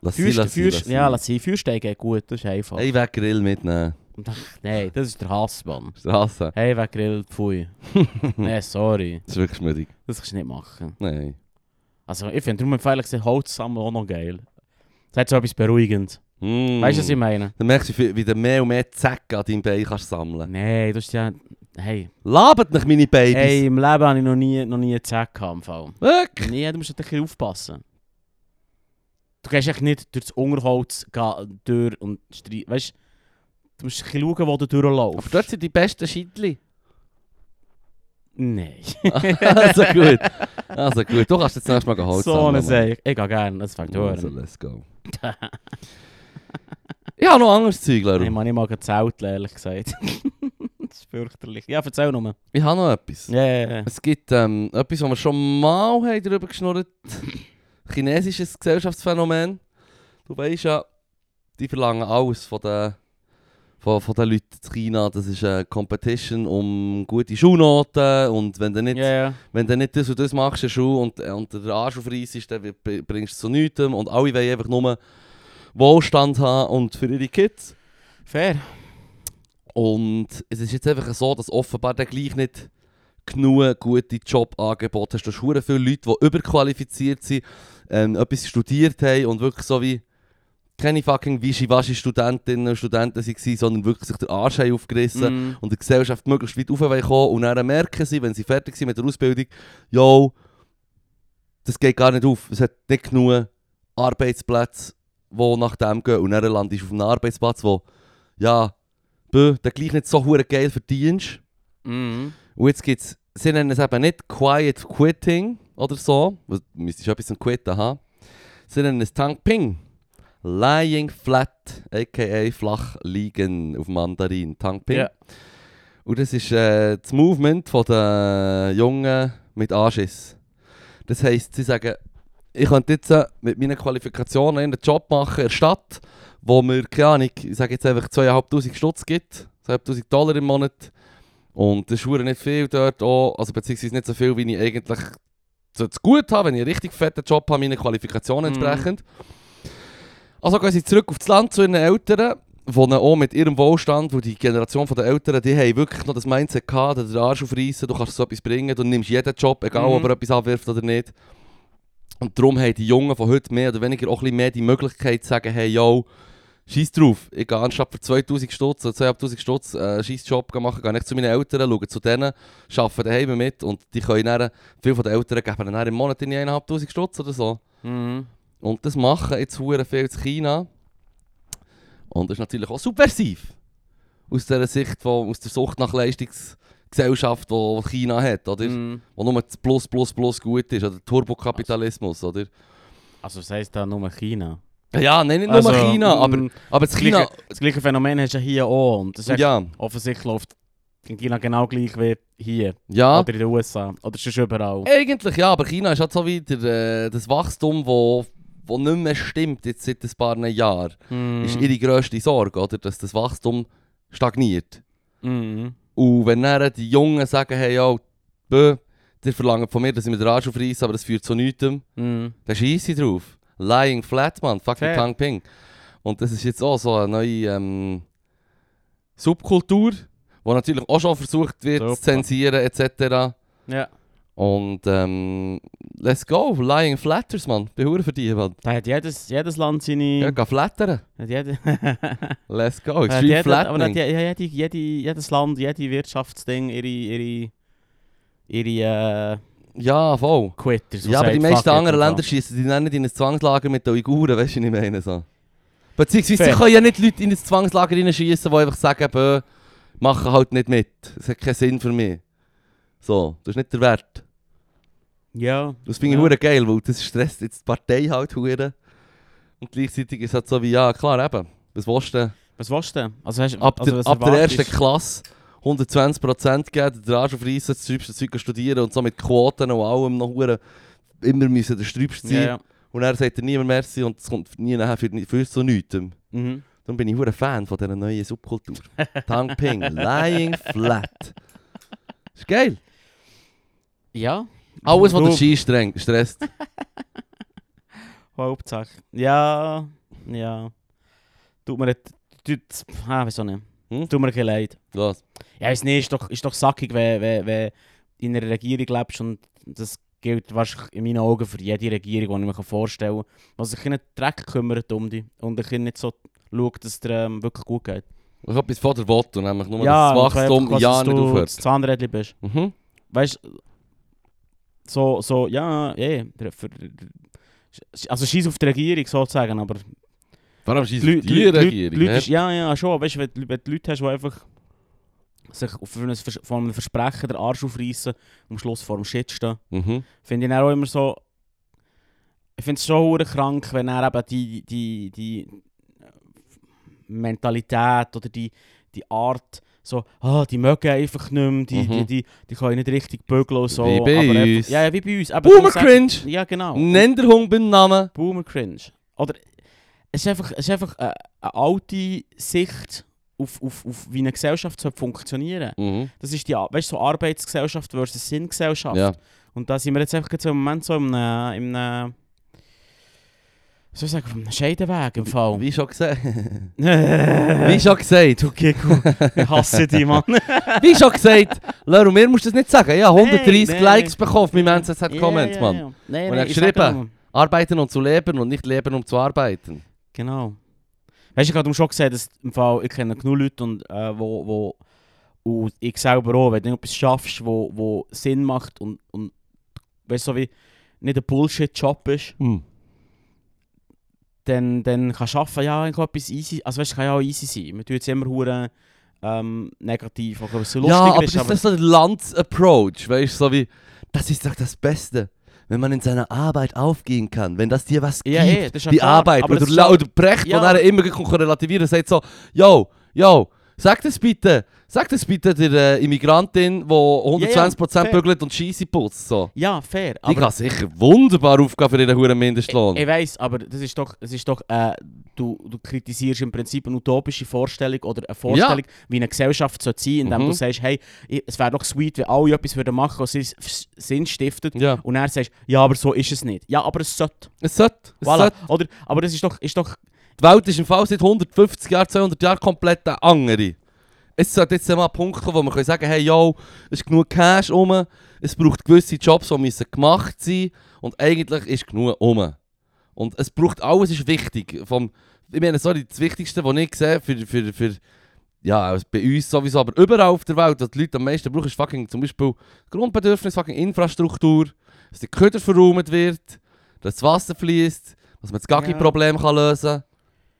[SPEAKER 2] Lass sie,
[SPEAKER 1] Feuer,
[SPEAKER 2] lass sie,
[SPEAKER 1] Feuer,
[SPEAKER 2] lass sie.
[SPEAKER 1] ja, lass sie. Feuerstein geht gut, das ist einfach.
[SPEAKER 2] Hey, weg Grill mitnehmen.
[SPEAKER 1] Und ach, Nein, das ist der Hass, Mann.
[SPEAKER 2] Straße.
[SPEAKER 1] Hey, wer grillt, pfui. Nein, sorry.
[SPEAKER 2] Das ist wirklich schmierig.
[SPEAKER 1] Das kannst du nicht machen.
[SPEAKER 2] Nein.
[SPEAKER 1] Also, ich finde, darum empfehle ich dir Holz sammeln auch noch geil. Das hat so etwas beruhigend.
[SPEAKER 2] Mm.
[SPEAKER 1] Weißt du, was ich meine?
[SPEAKER 2] Dann merkst du, wie- wie du mehr und mehr Zecken an deinem Bein kannst sammeln.
[SPEAKER 1] Nein, das ist ja. Hey.
[SPEAKER 2] Labert nicht meine Babys.
[SPEAKER 1] Hey, im Leben habe ich noch nie, noch nie einen Zack gehabt. im Fall.
[SPEAKER 2] Wirklich?
[SPEAKER 1] Nee, du musst halt ein bisschen aufpassen. Du gehst echt nicht durch das Unterholz gehen, durch und streiten. Weißt du, du musst ein bisschen schauen, wo du
[SPEAKER 2] Aber
[SPEAKER 1] durchläufst.
[SPEAKER 2] dort sind die besten Scheitli.
[SPEAKER 1] Nein.
[SPEAKER 2] also gut. Also gut. Du kannst jetzt nächstes Mal Holz
[SPEAKER 1] so eine
[SPEAKER 2] sammeln.
[SPEAKER 1] Sache. Ich gehe gerne, das fängt
[SPEAKER 2] Also,
[SPEAKER 1] an.
[SPEAKER 2] let's go. ich habe noch anderes Zeug,
[SPEAKER 1] Ich
[SPEAKER 2] Leru.
[SPEAKER 1] habe nicht mal gezählt, ehrlich gesagt. das ist fürchterlich. Ja, nou erzähl nur.
[SPEAKER 2] Ich habe noch etwas.
[SPEAKER 1] Ja, ja, ja.
[SPEAKER 2] Es gibt ähm, etwas, was wir schon mal haben darüber geschnurrt Chinesisches Gesellschaftsphänomen. Du weißt ja, die verlangen alles von den, von, von den Leuten in China. Das ist eine Competition um gute Schulnoten. Und wenn du nicht,
[SPEAKER 1] Ja, ja.
[SPEAKER 2] wenn du nicht das und das machst, in der Schule und, und der Arsch aufreissest, dann wird- bringst du es zu nichts. Und alle wollen einfach nur Wohlstand haben und für ihre Kids.
[SPEAKER 1] Fair.
[SPEAKER 2] Und es ist jetzt einfach so, dass offenbar dann gleich nicht genug gute Jobangebote hast. Du hast hure viele Leute, die überqualifiziert sind, ähm, etwas studiert haben und wirklich so wie keine fucking Wischiwaschi-Studentinnen und Studenten waren, sondern wirklich sich den Arsch haben aufgerissen
[SPEAKER 1] Mm.
[SPEAKER 2] und der Gesellschaft möglichst weit aufweichen kommen und dann merken sie, wenn sie fertig sind mit der Ausbildung, yo, das geht gar nicht auf. Es hat nicht genug Arbeitsplätze, die nach dem gehen. Und dann landest du auf einem Arbeitsplatz, wo, ja, bö, der gleich nicht so hure geil verdienst.
[SPEAKER 1] Mhm.
[SPEAKER 2] Und jetzt gibt es, sie nennen es eben nicht Quiet Quitting oder so, was- müsstest du etwas zum Quitten haben. Sie nennen es Tang Ping. Lying Flat, a.k.a. flach liegen auf Mandarin. Tang Ping.
[SPEAKER 1] Ja.
[SPEAKER 2] Und das ist äh, das Movement von den Jungen mit Anschiss. Das heisst, sie sagen, ich könnte jetzt äh, mit meinen Qualifikationen einen Job machen in der Stadt, wo mir, keine Ahnung, ich sage jetzt einfach 2'500 Stutz gibt, 2'500 Dollar im Monat. Und das ist verdammt nicht viel dort auch, also beziehungsweise nicht so viel, wie ich eigentlich sollte es gut haben, wenn ich einen richtig fetten Job habe, meine Qualifikationen
[SPEAKER 1] Mhm.
[SPEAKER 2] entsprechend. Also gehen sie zurück aufs Land zu ihren Eltern, wohnen auch mit ihrem Wohlstand, wo die Generation der Eltern, die haben wirklich noch das Mindset gehabt, dass der Arsch aufreißen, du kannst so etwas bringen, du nimmst jeden Job, egal
[SPEAKER 1] Mhm.
[SPEAKER 2] ob er etwas abwirft oder nicht. Und darum haben die Jungen von heute mehr oder weniger auch ein bisschen mehr die Möglichkeit zu sagen, hey, yo, Scheiß drauf, ich gehe anstatt für 2000 Stutz oder 2500 Stutz äh, einen scheiß Job machen, gehe ich zu meinen Eltern, schaue zu denen, arbeite daheim mit und die können dann, viele von den Eltern geben ihnen dann im Monat in 1500 Stutz oder so.
[SPEAKER 1] Mhm.
[SPEAKER 2] Und das machen jetzt hure viel in China. Und das ist natürlich auch subversiv. Aus der Sicht von, aus der Sucht nach Leistungsgesellschaft, die China hat, oder?
[SPEAKER 1] Mhm.
[SPEAKER 2] Wo nur das Plus, Plus, Plus gut ist, oder Turbokapitalismus, oder?
[SPEAKER 1] Also, das heisst da nur China.
[SPEAKER 2] Ja, nein, nicht
[SPEAKER 1] Also,
[SPEAKER 2] nur China, aber,
[SPEAKER 1] mm,
[SPEAKER 2] aber das
[SPEAKER 1] das
[SPEAKER 2] China...
[SPEAKER 1] gleiche, das gleiche Phänomen hast du ja hier auch. Und das ist ja.
[SPEAKER 2] Ja,
[SPEAKER 1] offensichtlich läuft in China genau gleich wie hier.
[SPEAKER 2] ja.
[SPEAKER 1] Oder in den USA. Oder sonst überall.
[SPEAKER 2] Eigentlich ja, aber China ist halt so wieder äh, das Wachstum, wo, wo nicht mehr stimmt jetzt seit ein paar Jahren.
[SPEAKER 1] Mhm.
[SPEAKER 2] ist ihre grösste Sorge, oder? dass das Wachstum stagniert.
[SPEAKER 1] Mhm.
[SPEAKER 2] Und wenn dann die Jungen sagen, hey, yo, bö, die verlangen von mir, dass ich mir den Arsch aufreisse, aber das führt zu nichts, dann
[SPEAKER 1] Mhm.
[SPEAKER 2] scheisse ich drauf. Lying flat, man, fucking
[SPEAKER 1] Fair.
[SPEAKER 2] Tang Ping. Und das ist jetzt auch so eine neue ähm, Subkultur, wo natürlich auch schon versucht wird,
[SPEAKER 1] Super.
[SPEAKER 2] zu zensieren etc.
[SPEAKER 1] Ja.
[SPEAKER 2] Und ähm, let's go, Lying Flatters, man, behören für die, man.
[SPEAKER 1] Da hat jedes, jedes Land seine.
[SPEAKER 2] Ja, geh flattern.
[SPEAKER 1] hat jede,
[SPEAKER 2] Let's go,
[SPEAKER 1] Mhm. hat
[SPEAKER 2] extreme
[SPEAKER 1] jede, aber hat
[SPEAKER 2] flattening.
[SPEAKER 1] jede, jede, jede, jedes Land, jede Wirtschaftsding ihre. ihre, ihre äh,
[SPEAKER 2] Ja, voll.
[SPEAKER 1] Quitters.
[SPEAKER 2] Ja, aber die meisten anderen Länder
[SPEAKER 1] Länder
[SPEAKER 2] schießen die dann nicht in ein Zwangslager mit den Uiguren, weißt du, was ich meine? So. Beziehungsweise sie
[SPEAKER 1] Fair.
[SPEAKER 2] können ja nicht Leute in ein Zwangslager hineinschießen, die einfach sagen, bö, machen halt nicht mit. Es hat keinen Sinn für mich. So, das ist nicht der Wert.
[SPEAKER 1] Ja.
[SPEAKER 2] Das finde ich
[SPEAKER 1] Ja.
[SPEAKER 2] hure geil, weil das stresst jetzt die Partei halt hure. Und gleichzeitig ist es halt so wie, ja klar, eben, was willst du denn?
[SPEAKER 1] Was willst du denn? Also, hast,
[SPEAKER 2] Ab,
[SPEAKER 1] also,
[SPEAKER 2] der,
[SPEAKER 1] was
[SPEAKER 2] ab der
[SPEAKER 1] erwartest-
[SPEAKER 2] ersten Klasse 120% gegeben, den Arsch auf Reisen, das Sträubste Zeug studieren und so mit Quoten und allem noch hure immer müssen der Sträubste sein.
[SPEAKER 1] Ja, ja.
[SPEAKER 2] Und er sagt er nie mehr Merci und es kommt nie nachher für, für so nichts.
[SPEAKER 1] Mhm.
[SPEAKER 2] Darum bin ich hure Fan von dieser neuen Subkultur. Tang Ping, Lying Flat. Ist geil.
[SPEAKER 1] Ja.
[SPEAKER 2] Alles, was
[SPEAKER 1] Du-
[SPEAKER 2] den Ski streng- stresst.
[SPEAKER 1] Hauptsache. Ja, ja. Tut mir nicht. Tut, ah, wieso nicht?
[SPEAKER 2] Hm?
[SPEAKER 1] Tut mir ein bisschen leid.
[SPEAKER 2] Was?
[SPEAKER 1] Ja, ist nicht, ist doch, ist doch sackig, wenn, wenn, wenn du in einer Regierung lebst und das gilt wahrscheinlich in meinen Augen für jede Regierung, die ich mir vorstellen kann, was sich in einen Dreck kümmert um dich und ich nicht so schaut, dass es dir ähm, wirklich gut geht.
[SPEAKER 2] Ich hab bis vor der Worte, nämlich nur das
[SPEAKER 1] und
[SPEAKER 2] Wachstum
[SPEAKER 1] einfach,
[SPEAKER 2] ja
[SPEAKER 1] dass
[SPEAKER 2] nicht
[SPEAKER 1] du
[SPEAKER 2] aufhört.
[SPEAKER 1] Das Zahnrädchen bist.
[SPEAKER 2] Mhm.
[SPEAKER 1] Weißt du, so, so, ja, eh. für- Also scheiß auf die Regierung sozusagen, aber
[SPEAKER 2] Warum schießt
[SPEAKER 1] Lü-
[SPEAKER 2] die
[SPEAKER 1] Lü- Lü-
[SPEAKER 2] Regierung?
[SPEAKER 1] Leute,
[SPEAKER 2] ne?
[SPEAKER 1] ist- ja, ja, schon. Weißt du, wenn, du- wenn du Leute hast, die einfach sich auf ein, Vers- von einem Versprechen den Arsch aufreißen und am Schluss vor dem Shit stehen,
[SPEAKER 2] Mhm.
[SPEAKER 1] finde ich dann auch nou immer so. Ich finde es schon hure krank, wenn er eben die, die, die äh, Mentalität oder die, die Art so, ah, die mögen einfach nicht mehr, die,
[SPEAKER 2] Mhm.
[SPEAKER 1] die, die, die können nicht richtig bügeln und so.
[SPEAKER 2] Wie bei
[SPEAKER 1] einfach-
[SPEAKER 2] uns.
[SPEAKER 1] Ja, ja, wie bei uns. Aber du
[SPEAKER 2] Boomer
[SPEAKER 1] sagst-
[SPEAKER 2] Cringe!
[SPEAKER 1] Ja, genau.
[SPEAKER 2] Nenn den Hund beim Namen.
[SPEAKER 1] Boomer Cringe. Oder es ist einfach, es ist einfach eine, eine alte Sicht auf, auf, auf wie eine Gesellschaft soll funktionieren
[SPEAKER 2] Mhm.
[SPEAKER 1] Das ist die Ar- weißt, du, so Arbeitsgesellschaft versus Sinngesellschaft.
[SPEAKER 2] Ja.
[SPEAKER 1] Und da sind wir jetzt einfach gerade so im Moment so in einem, in einem wie soll ich sagen, auf einem Scheidenweg im Fall.
[SPEAKER 2] Wie schon gesagt. Wie
[SPEAKER 1] Wie
[SPEAKER 2] schon gesagt.
[SPEAKER 1] Okay, cool. Ich hasse dich, Mann.
[SPEAKER 2] Wie schon gesagt. Laura, mir musst du das nicht sagen. Ja, 130
[SPEAKER 1] Nein, nein.
[SPEAKER 2] Likes bekommen auf meinem
[SPEAKER 1] Ja,
[SPEAKER 2] NZZ-Comment,
[SPEAKER 1] ja,
[SPEAKER 2] Mann.
[SPEAKER 1] ja. Nein,
[SPEAKER 2] Und
[SPEAKER 1] nein,
[SPEAKER 2] er
[SPEAKER 1] ich
[SPEAKER 2] geschrieben.
[SPEAKER 1] sag nur.
[SPEAKER 2] Arbeiten um zu leben und nicht leben um zu arbeiten.
[SPEAKER 1] Genau. Weißt du, ich habe schon gesagt, dass im Fall, ich kenne genug Leute und äh, wo, wo und ich selber auch, wenn du etwas schaffst, wo, wo Sinn macht und, und weißt du, so wie nicht ein Bullshit-Job ist, dann, dann kannst du arbeiten, ja, ich kann etwas easy, also weißt du, kann ja auch easy sein. Man tut jetzt immer hure ähm, negativ, auch wenn es so lustiger
[SPEAKER 2] Ja, aber
[SPEAKER 1] ist,
[SPEAKER 2] das ist
[SPEAKER 1] aber
[SPEAKER 2] doch so ein Lanz-Approach, weißt du, so wie, das ist doch das Beste, wenn man in seiner Arbeit aufgehen kann, wenn das dir was gibt,
[SPEAKER 1] Ja, eh, das ist ja
[SPEAKER 2] die
[SPEAKER 1] klar,
[SPEAKER 2] Arbeit,
[SPEAKER 1] aber
[SPEAKER 2] oder,
[SPEAKER 1] das ist
[SPEAKER 2] La-
[SPEAKER 1] ja-
[SPEAKER 2] oder Brecht,
[SPEAKER 1] Ja.
[SPEAKER 2] ja. der immer gleich relativieren sagt so, yo, yo, sag das bitte, sag das bitte der äh, Immigrantin, die 120%
[SPEAKER 1] fair.
[SPEAKER 2] bügelt und Scheisse putzt, so.
[SPEAKER 1] ja, fair.
[SPEAKER 2] Die
[SPEAKER 1] Aber
[SPEAKER 2] kann sicher wunderbar aufgehen für ihren hohen Mindestlohn.
[SPEAKER 1] Äh, Ich, ich weiß, aber das ist doch, das ist doch äh, du, du kritisierst im Prinzip eine utopische Vorstellung oder eine Vorstellung, wie eine Gesellschaft soll sein indem
[SPEAKER 2] Mhm.
[SPEAKER 1] du sagst, hey, ich, es wäre doch sweet, wenn alle etwas würden machen, was Sinn- Sinn stiftet.
[SPEAKER 2] ja,
[SPEAKER 1] Und er sagst, ja, aber so ist es nicht. Ja, aber es sollte.
[SPEAKER 2] es sollte, es
[SPEAKER 1] Voilà.
[SPEAKER 2] sollte.
[SPEAKER 1] Oder, aber das ist doch, ist doch
[SPEAKER 2] Die Welt ist im Fall seit 150 Jahren, 200 Jahren komplett eine andere. Es sollte jetzt mal ein Punkt kommen, wo man können sagen hey, yo, es ist genug Cash rum, es braucht gewisse Jobs, die müssen gemacht sein und eigentlich ist genug rum. Und es braucht alles, ist wichtig. Vom, ich meine, sorry, das Wichtigste, was ich sehe, für, für, für, ja, also bei uns sowieso, aber überall auf der Welt, was die Leute am meisten brauchen, ist fucking zum Beispiel Grundbedürfnis, fucking Infrastruktur, dass der Köder verräumt wird, dass das Wasser fließt, dass man das Gaggi-Problem kann lösen kann.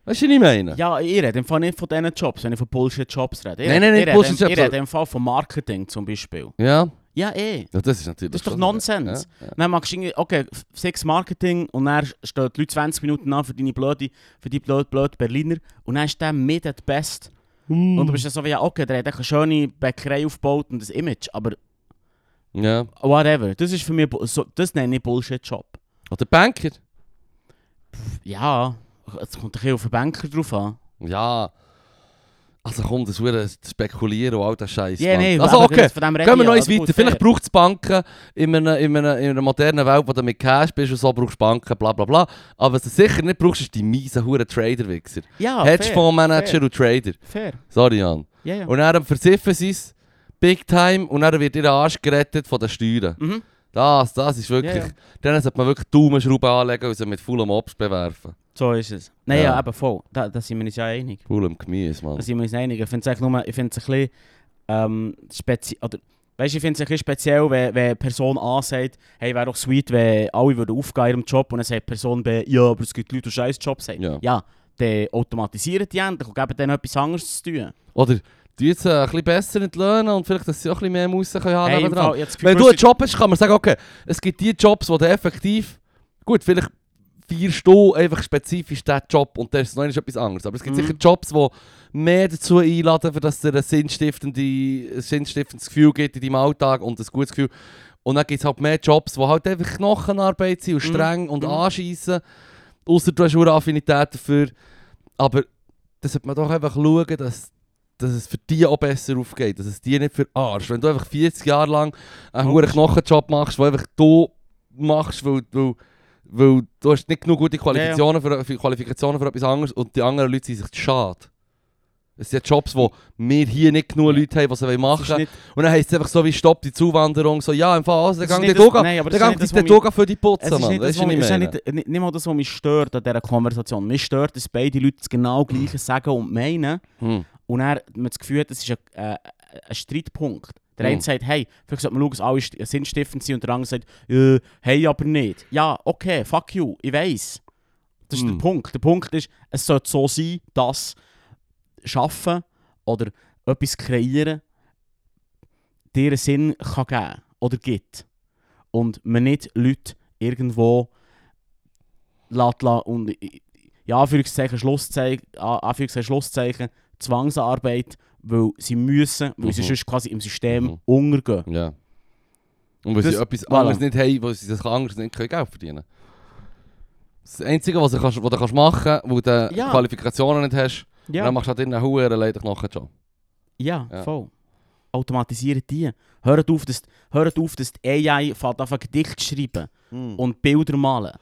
[SPEAKER 2] Weißt du, was ich meine?
[SPEAKER 1] Ja, ich rede im Fall nicht von diesen Jobs, wenn ich von Bullshit-Jobs rede. Ich
[SPEAKER 2] Nein,
[SPEAKER 1] rede- ich
[SPEAKER 2] nein, nicht
[SPEAKER 1] rede im-
[SPEAKER 2] Bullshit-Jobs,
[SPEAKER 1] Ich rede im Fall von Marketing zum Beispiel.
[SPEAKER 2] Ja,
[SPEAKER 1] Ja, eh.
[SPEAKER 2] ja das ist natürlich.
[SPEAKER 1] Das ist doch
[SPEAKER 2] schon-
[SPEAKER 1] Nonsens.
[SPEAKER 2] Ja, ja.
[SPEAKER 1] Dann machst du irgendwie, okay, f- sechs Marketing und dann stehen die Leute 20 Minuten an für deine blöde, für die blöde, blöde Berliner und dann ist der mit der Best.
[SPEAKER 2] Hm.
[SPEAKER 1] Und du bist dann so wie, ja, okay, der hat echt eine schöne Bäckerei aufgebaut und das Image, aber
[SPEAKER 2] ja.
[SPEAKER 1] whatever. Das ist für mich, Bu- so, das nenne ich Bullshit-Job.
[SPEAKER 2] Oder Banker.
[SPEAKER 1] Ja, es kommt ein bisschen auf den Banker drauf an.
[SPEAKER 2] Ja. Also komm, das würde spekulieren und all das Scheiß.
[SPEAKER 1] Ja, nein,
[SPEAKER 2] also
[SPEAKER 1] aber
[SPEAKER 2] okay.
[SPEAKER 1] das- von dem rede
[SPEAKER 2] Gehen wir
[SPEAKER 1] ich
[SPEAKER 2] noch
[SPEAKER 1] ja, alles
[SPEAKER 2] eins weiter.
[SPEAKER 1] gut,
[SPEAKER 2] Vielleicht
[SPEAKER 1] fair.
[SPEAKER 2] braucht es Banken in einer, in, einer, in einer modernen Welt, wo du mit Cash bist und so brauchst du Banken, bla bla bla. Aber was du sicher nicht brauchst, ist die miesen huren Trader-Wichser.
[SPEAKER 1] Ja,
[SPEAKER 2] Hedgefondsmanager
[SPEAKER 1] Ah, fair.
[SPEAKER 2] und Trader.
[SPEAKER 1] Fair.
[SPEAKER 2] Sorry, Jan.
[SPEAKER 1] Ja, ja.
[SPEAKER 2] Und dann versiffen sie es, big time, und dann wird ihr Arsch gerettet von den Steuern.
[SPEAKER 1] Mhm.
[SPEAKER 2] Das, das ist wirklich...
[SPEAKER 1] Ja, ja.
[SPEAKER 2] Dann sollte man wirklich Daumenschrauben anlegen und sie mit vollem Obst bewerfen.
[SPEAKER 1] So ist es. Nein, ja,
[SPEAKER 2] Ja.
[SPEAKER 1] eben voll. Da, da sind wir uns ja einig.
[SPEAKER 2] Vollem Gemüse, Mann.
[SPEAKER 1] Da sind wir uns einig. Ich finde es nur, ich finde es ein bisschen ähm, speziell, oder weißt, ich finde es ein bisschen speziell, wenn, wenn Person A sagt, hey, wäre doch sweet, wenn alle würden aufgehen in ihrem Job und dann sagt Person B, ja, aber es gibt Leute, die scheiß Job sagen.
[SPEAKER 2] Ja.
[SPEAKER 1] dann automatisieren die endlich und geben denen etwas anderes zu tun.
[SPEAKER 2] Oder die jetzt äh, ein bisschen besser entlöhnen und vielleicht, dass sie auch ein bisschen mehr Musse können haben
[SPEAKER 1] Hey, im
[SPEAKER 2] können.
[SPEAKER 1] Fall, ich hab das Gefühl,
[SPEAKER 2] Wenn du einen
[SPEAKER 1] gewisse-
[SPEAKER 2] Job hast, kann man sagen, okay, es gibt die Jobs, die du effektiv... Gut, vielleicht, feierst du einfach spezifisch diesen Job und das ist noch einmal etwas anderes. Aber es gibt
[SPEAKER 1] Mhm.
[SPEAKER 2] sicher Jobs, die mehr dazu einladen, für dass dir ein, sinnstiftende, ein sinnstiftendes Gefühl gibt in deinem Alltag und ein gutes Gefühl. Und dann gibt es halt mehr Jobs, die halt einfach Knochenarbeit sind und
[SPEAKER 1] Mhm.
[SPEAKER 2] streng und
[SPEAKER 1] Mhm.
[SPEAKER 2] anschiessen. Außer du hast eine Affinität dafür. Aber das sollte man doch einfach schauen, dass, dass es für die auch besser aufgeht. Dass es die nicht für Arsch. Wenn du einfach 40 Jahre lang einen
[SPEAKER 1] Oh.
[SPEAKER 2] hohen Knochenjob machst, wo einfach du machst, weil, weil, weil du hast nicht genug gute Qualifikationen, Für, für Qualifikationen für etwas anderes und die anderen Leute sind sich zu schade. Es sind Jobs, wo wir hier nicht genug
[SPEAKER 1] Ja.
[SPEAKER 2] Leute haben, die sie machen
[SPEAKER 1] Das ist
[SPEAKER 2] wollen.
[SPEAKER 1] nicht,
[SPEAKER 2] Und dann heisst es einfach so wie «Stopp die Zuwanderung», so «Ja, im Fall, also, dann
[SPEAKER 1] Das ist
[SPEAKER 2] gang die
[SPEAKER 1] nicht das-
[SPEAKER 2] Toga,
[SPEAKER 1] nein, aber
[SPEAKER 2] dann
[SPEAKER 1] das ist
[SPEAKER 2] gang
[SPEAKER 1] nicht das,
[SPEAKER 2] die
[SPEAKER 1] was
[SPEAKER 2] Toga für die
[SPEAKER 1] es
[SPEAKER 2] Putzen,
[SPEAKER 1] ist
[SPEAKER 2] Mann.»
[SPEAKER 1] nicht, das,
[SPEAKER 2] Weisst du,
[SPEAKER 1] was
[SPEAKER 2] was
[SPEAKER 1] mich,
[SPEAKER 2] ich
[SPEAKER 1] es ist
[SPEAKER 2] meine?
[SPEAKER 1] nicht, nicht, nicht mal das, was mich stört an dieser Konversation. Mich stört, dass beide Leute das genau gleiche sagen und meinen.
[SPEAKER 2] Hm.
[SPEAKER 1] Und er hat man das Gefühl, hat, das ist ein, äh, ein Streitpunkt. Der
[SPEAKER 2] Mhm.
[SPEAKER 1] eine sagt, hey, vielleicht sollte man schauen, dass alle st- sinnstiftend sind. Und der andere sagt, äh, hey, aber nicht. Ja, okay, fuck you, ich weiß. Das ist
[SPEAKER 2] Mhm.
[SPEAKER 1] der Punkt. Der Punkt ist, es sollte so sein, dass Schaffen oder etwas kreieren dir einen Sinn kann geben oder gibt. Und man nicht Leute irgendwo lässt la- und i- ja, Anführungszeichen, Schlusszeichen, A- Anführungszeichen, Schlusszeichen, Zwangsarbeit, weil sie müssen, weil sie
[SPEAKER 2] Mhm.
[SPEAKER 1] sonst quasi im System
[SPEAKER 2] Mhm.
[SPEAKER 1] untergehen.
[SPEAKER 2] Ja. Und weil
[SPEAKER 1] Das-
[SPEAKER 2] sie etwas
[SPEAKER 1] voilà.
[SPEAKER 2] anderes nicht haben, weil sie das anderes nicht können Geld verdienen Das Einzige, was du, kannst, was du kannst machen kannst, wo du
[SPEAKER 1] Ja.
[SPEAKER 2] Qualifikationen nicht hast, dann
[SPEAKER 1] Ja,
[SPEAKER 2] machst du halt in einer Huhe leider noch einen Job.
[SPEAKER 1] ja,
[SPEAKER 2] Ja.
[SPEAKER 1] voll. Automatisieren die. Hört auf, dass, hört auf, dass die AI fängt an, Gedichte zu schreiben
[SPEAKER 2] Hm.
[SPEAKER 1] und Bilder malen.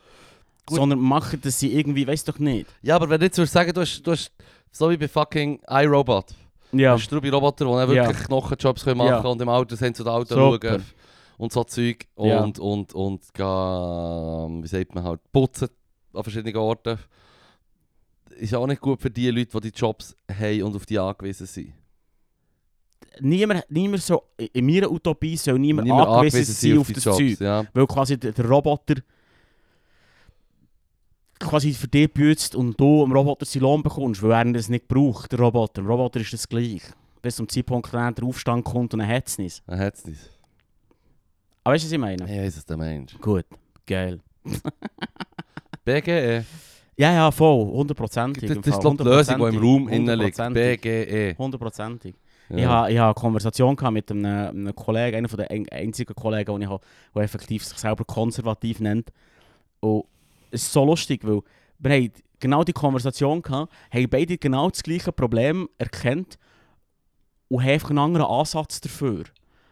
[SPEAKER 2] Gut.
[SPEAKER 1] Sondern machen das sie irgendwie, weiß doch nicht.
[SPEAKER 2] Ja, aber wenn du jetzt würdest sagen, du hast, du hast so wie bei fucking iRobot,
[SPEAKER 1] Ja,
[SPEAKER 2] hast du drei Roboter, die dann
[SPEAKER 1] Ja.
[SPEAKER 2] wirklich Knochenjobs können machen
[SPEAKER 1] Ja.
[SPEAKER 2] und im Auto sind zu den Autos
[SPEAKER 1] Super.
[SPEAKER 2] schauen und so Zeug und,
[SPEAKER 1] Ja.
[SPEAKER 2] und, und, ga- wie sagt man halt, putzen an verschiedenen Orten. Ist auch nicht gut für die Leute, die die Jobs haben und auf die angewiesen sind.
[SPEAKER 1] niemand, niemand soll, in meiner Utopie soll niemand,
[SPEAKER 2] Niemand
[SPEAKER 1] angewiesen, sein auf,
[SPEAKER 2] die
[SPEAKER 1] das
[SPEAKER 2] Jobs,
[SPEAKER 1] Zeug.
[SPEAKER 2] Ja.
[SPEAKER 1] Weil quasi der, der Roboter quasi für dich büßt und du am Roboter seinen Lohn bekommst, weil er das nicht braucht, der Roboter. Im Roboter ist das gleich. Bis zum Zeitpunkt, wenn der Aufstand kommt und er hat es nicht.
[SPEAKER 2] Er hat es nicht.
[SPEAKER 1] Aber weißt du, was ich meine?
[SPEAKER 2] Ich weiss es, der Mensch.
[SPEAKER 1] Gut, geil.
[SPEAKER 2] BGE.
[SPEAKER 1] Ja, ja, voll, hundertprozentig.
[SPEAKER 2] E. Das,
[SPEAKER 1] im
[SPEAKER 2] das ist
[SPEAKER 1] Fall,
[SPEAKER 2] glaub ich, die Lösung, die im
[SPEAKER 1] hundertprozentig,
[SPEAKER 2] Raum innen liegt.
[SPEAKER 1] hundertprozentig,
[SPEAKER 2] BGE.
[SPEAKER 1] Hundertprozentig.
[SPEAKER 2] Ja.
[SPEAKER 1] Ich habe ich ha eine Konversation gehabt mit einem, einem Kollegen, einer der ein- einzigen Kollegen, den ich habe, der effektiv sich selber konservativ nennt. Und es ist so lustig, weil wir haben genau die Konversation gehabt, haben beide genau das gleiche Problem erkannt und haben einfach einen anderen Ansatz dafür.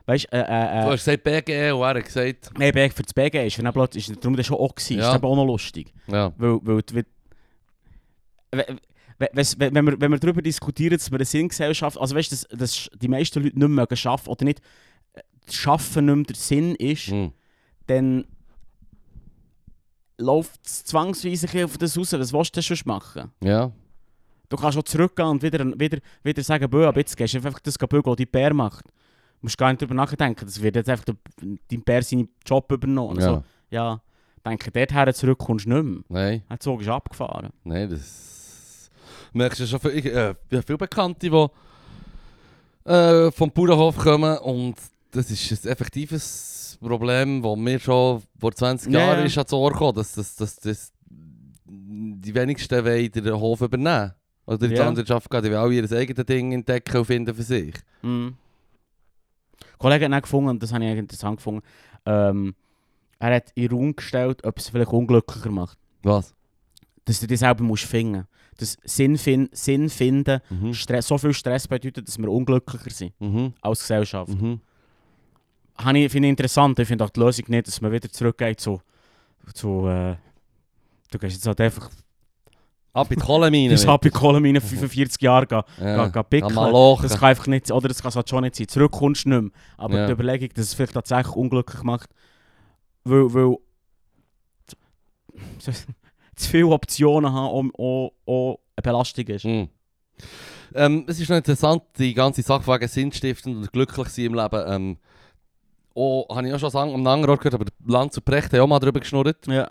[SPEAKER 1] Weißt du, äh,
[SPEAKER 2] Du
[SPEAKER 1] äh, äh,
[SPEAKER 2] hast gesagt BGE und er hat gesagt...
[SPEAKER 1] nein, BG für das BG ist, wenn er plötzlich, ist, darum das schon auch gewesen,
[SPEAKER 2] Ja.
[SPEAKER 1] ist eben auch noch lustig.
[SPEAKER 2] Ja.
[SPEAKER 1] Weil, weil, weil we- we- wes- wenn, wir, wenn wir darüber diskutieren, dass wir eine Sinngesellschaft, also weißt du, dass, dass die meisten Leute nicht mehr arbeiten oder nicht äh, Schaffen nicht mehr der Sinn ist,
[SPEAKER 2] Hm.
[SPEAKER 1] dann läuft es zwangsweise ein bisschen auf das raus. Was willst du denn sonst machen?
[SPEAKER 2] Ja.
[SPEAKER 1] Du kannst auch zurückgehen und wieder, wieder, wieder sagen, «Bö, aber jetzt gehst du einfach das Bügeln, das die Bär macht. Du musst gar nicht darüber nachdenken, das wird jetzt einfach der, dein Bär seinen Job übernommen.
[SPEAKER 2] ja.
[SPEAKER 1] Also, ja, denke, dorthin zurück kommst du nicht mehr.
[SPEAKER 2] Nein.
[SPEAKER 1] Der Zug ist abgefahren.
[SPEAKER 2] Nein, das... Merkst du schon viel... Ich, äh, ich habe viele Bekannte, die... Äh, vom Bauernhof kommen und... Das ist ein effektives Problem, das mir schon vor 20
[SPEAKER 1] Ja,
[SPEAKER 2] Jahren
[SPEAKER 1] ja.
[SPEAKER 2] ist an die Ohren gekommen, dass, dass, dass, dass dus, die wenigsten wollen den Hof übernehmen. Oder in die
[SPEAKER 1] Ja.
[SPEAKER 2] Landwirtschaft gehen, die wollen alle ihr eigenes Ding entdecken und finden für sich.
[SPEAKER 1] Mhm. Ein Kollege hat dann gefunden, und das habe ich eigentlich interessant gefunden, ähm, er hat in den Raum gestellt, ob es vielleicht unglücklicher macht.
[SPEAKER 2] Was?
[SPEAKER 1] Dass du dich selber musst finden musst. Dass Sinn, fin Sinn finden
[SPEAKER 2] Mhm.
[SPEAKER 1] Stress, so viel Stress bedeutet, dass wir unglücklicher sind
[SPEAKER 2] Mhm.
[SPEAKER 1] als Gesellschaft. Mhm.
[SPEAKER 2] Mhm.
[SPEAKER 1] Habe Ich, finde ich interessant. Ich finde auch die Lösung nicht, dass man wieder zurückgeht zu... zu äh, du gehst jetzt halt einfach...
[SPEAKER 2] Ab in die Kohlenmine.
[SPEAKER 1] Dein Happy Column in 45 Jahre gehen.
[SPEAKER 2] Ja.
[SPEAKER 1] gehen- gehen pickeln.
[SPEAKER 2] Am Malochen.
[SPEAKER 1] Das kann einfach nicht, oder das kann halt schon nicht sein. Zurückkommst du nicht mehr. Aber
[SPEAKER 2] Ja.
[SPEAKER 1] die Überlegung, dass es vielleicht tatsächlich unglücklich macht, weil, weil zu zu viele Optionen haben, um auch, auch eine Belastung ist.
[SPEAKER 2] Mhm. Ähm, es ist noch interessant, die ganze Sache wegen sinnstiftend und glücklich sein im Leben. Ähm, oh, habe ich auch schon an einem anderen Ort gehört, aber Land zu Precht hat auch mal darüber geschnurrt.
[SPEAKER 1] Ja.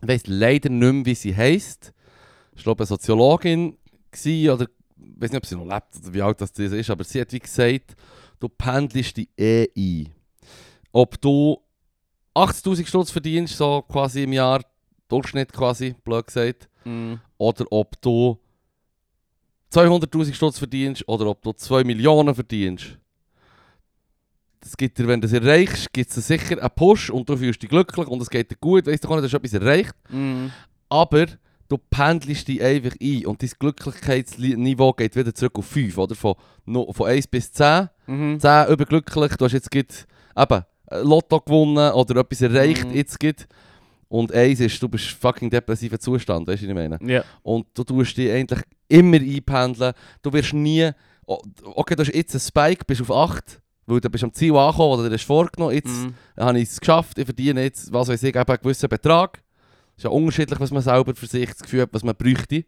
[SPEAKER 2] Ich weiss leider nicht mehr, wie sie heisst. Ich glaube, eine Soziologin gsi oder ich weiß nicht, ob sie noch lebt oder wie alt das diese ist, aber sie hat wie gesagt, du pendelst die eh ein. Ob du 80.000 Stutz verdienst, so quasi im Jahr, Durchschnitt quasi, blöd gesagt.
[SPEAKER 1] Mm.
[SPEAKER 2] Oder ob du 200'000 Stutz verdienst oder ob du 2 Millionen verdienst. Das gibt dir, wenn du das erreichst, gibt es sicher einen Push und du fühlst dich glücklich und es geht dir gut. Weißt du, du hast etwas erreicht.
[SPEAKER 1] Mm.
[SPEAKER 2] Aber du pendelst dich einfach ein und dein Glücklichkeitsniveau geht wieder zurück auf 5, oder? Von, no- von 1 bis 10.
[SPEAKER 1] Mhm.
[SPEAKER 2] 10 überglücklich, du hast jetzt grad, eben äh, Lotto gewonnen oder etwas erreicht
[SPEAKER 1] Mhm.
[SPEAKER 2] jetzt grad. Und 1 ist, du bist fucking depressiver Zustand, weißt du, was ich meine?
[SPEAKER 1] Ja.
[SPEAKER 2] Und du tust dich eigentlich immer einpendeln. Du wirst nie. o- Okay, du hast jetzt einen Spike, bist auf 8, weil du bist am Ziel angekommen oder du hast vorgenommen, jetzt
[SPEAKER 1] Mhm.
[SPEAKER 2] habe ich es geschafft, ich verdiene jetzt, was weiß ich, eben einen gewissen Betrag. ist ja unterschiedlich, was man selber für sich das Gefühl hat, was man bräuchte.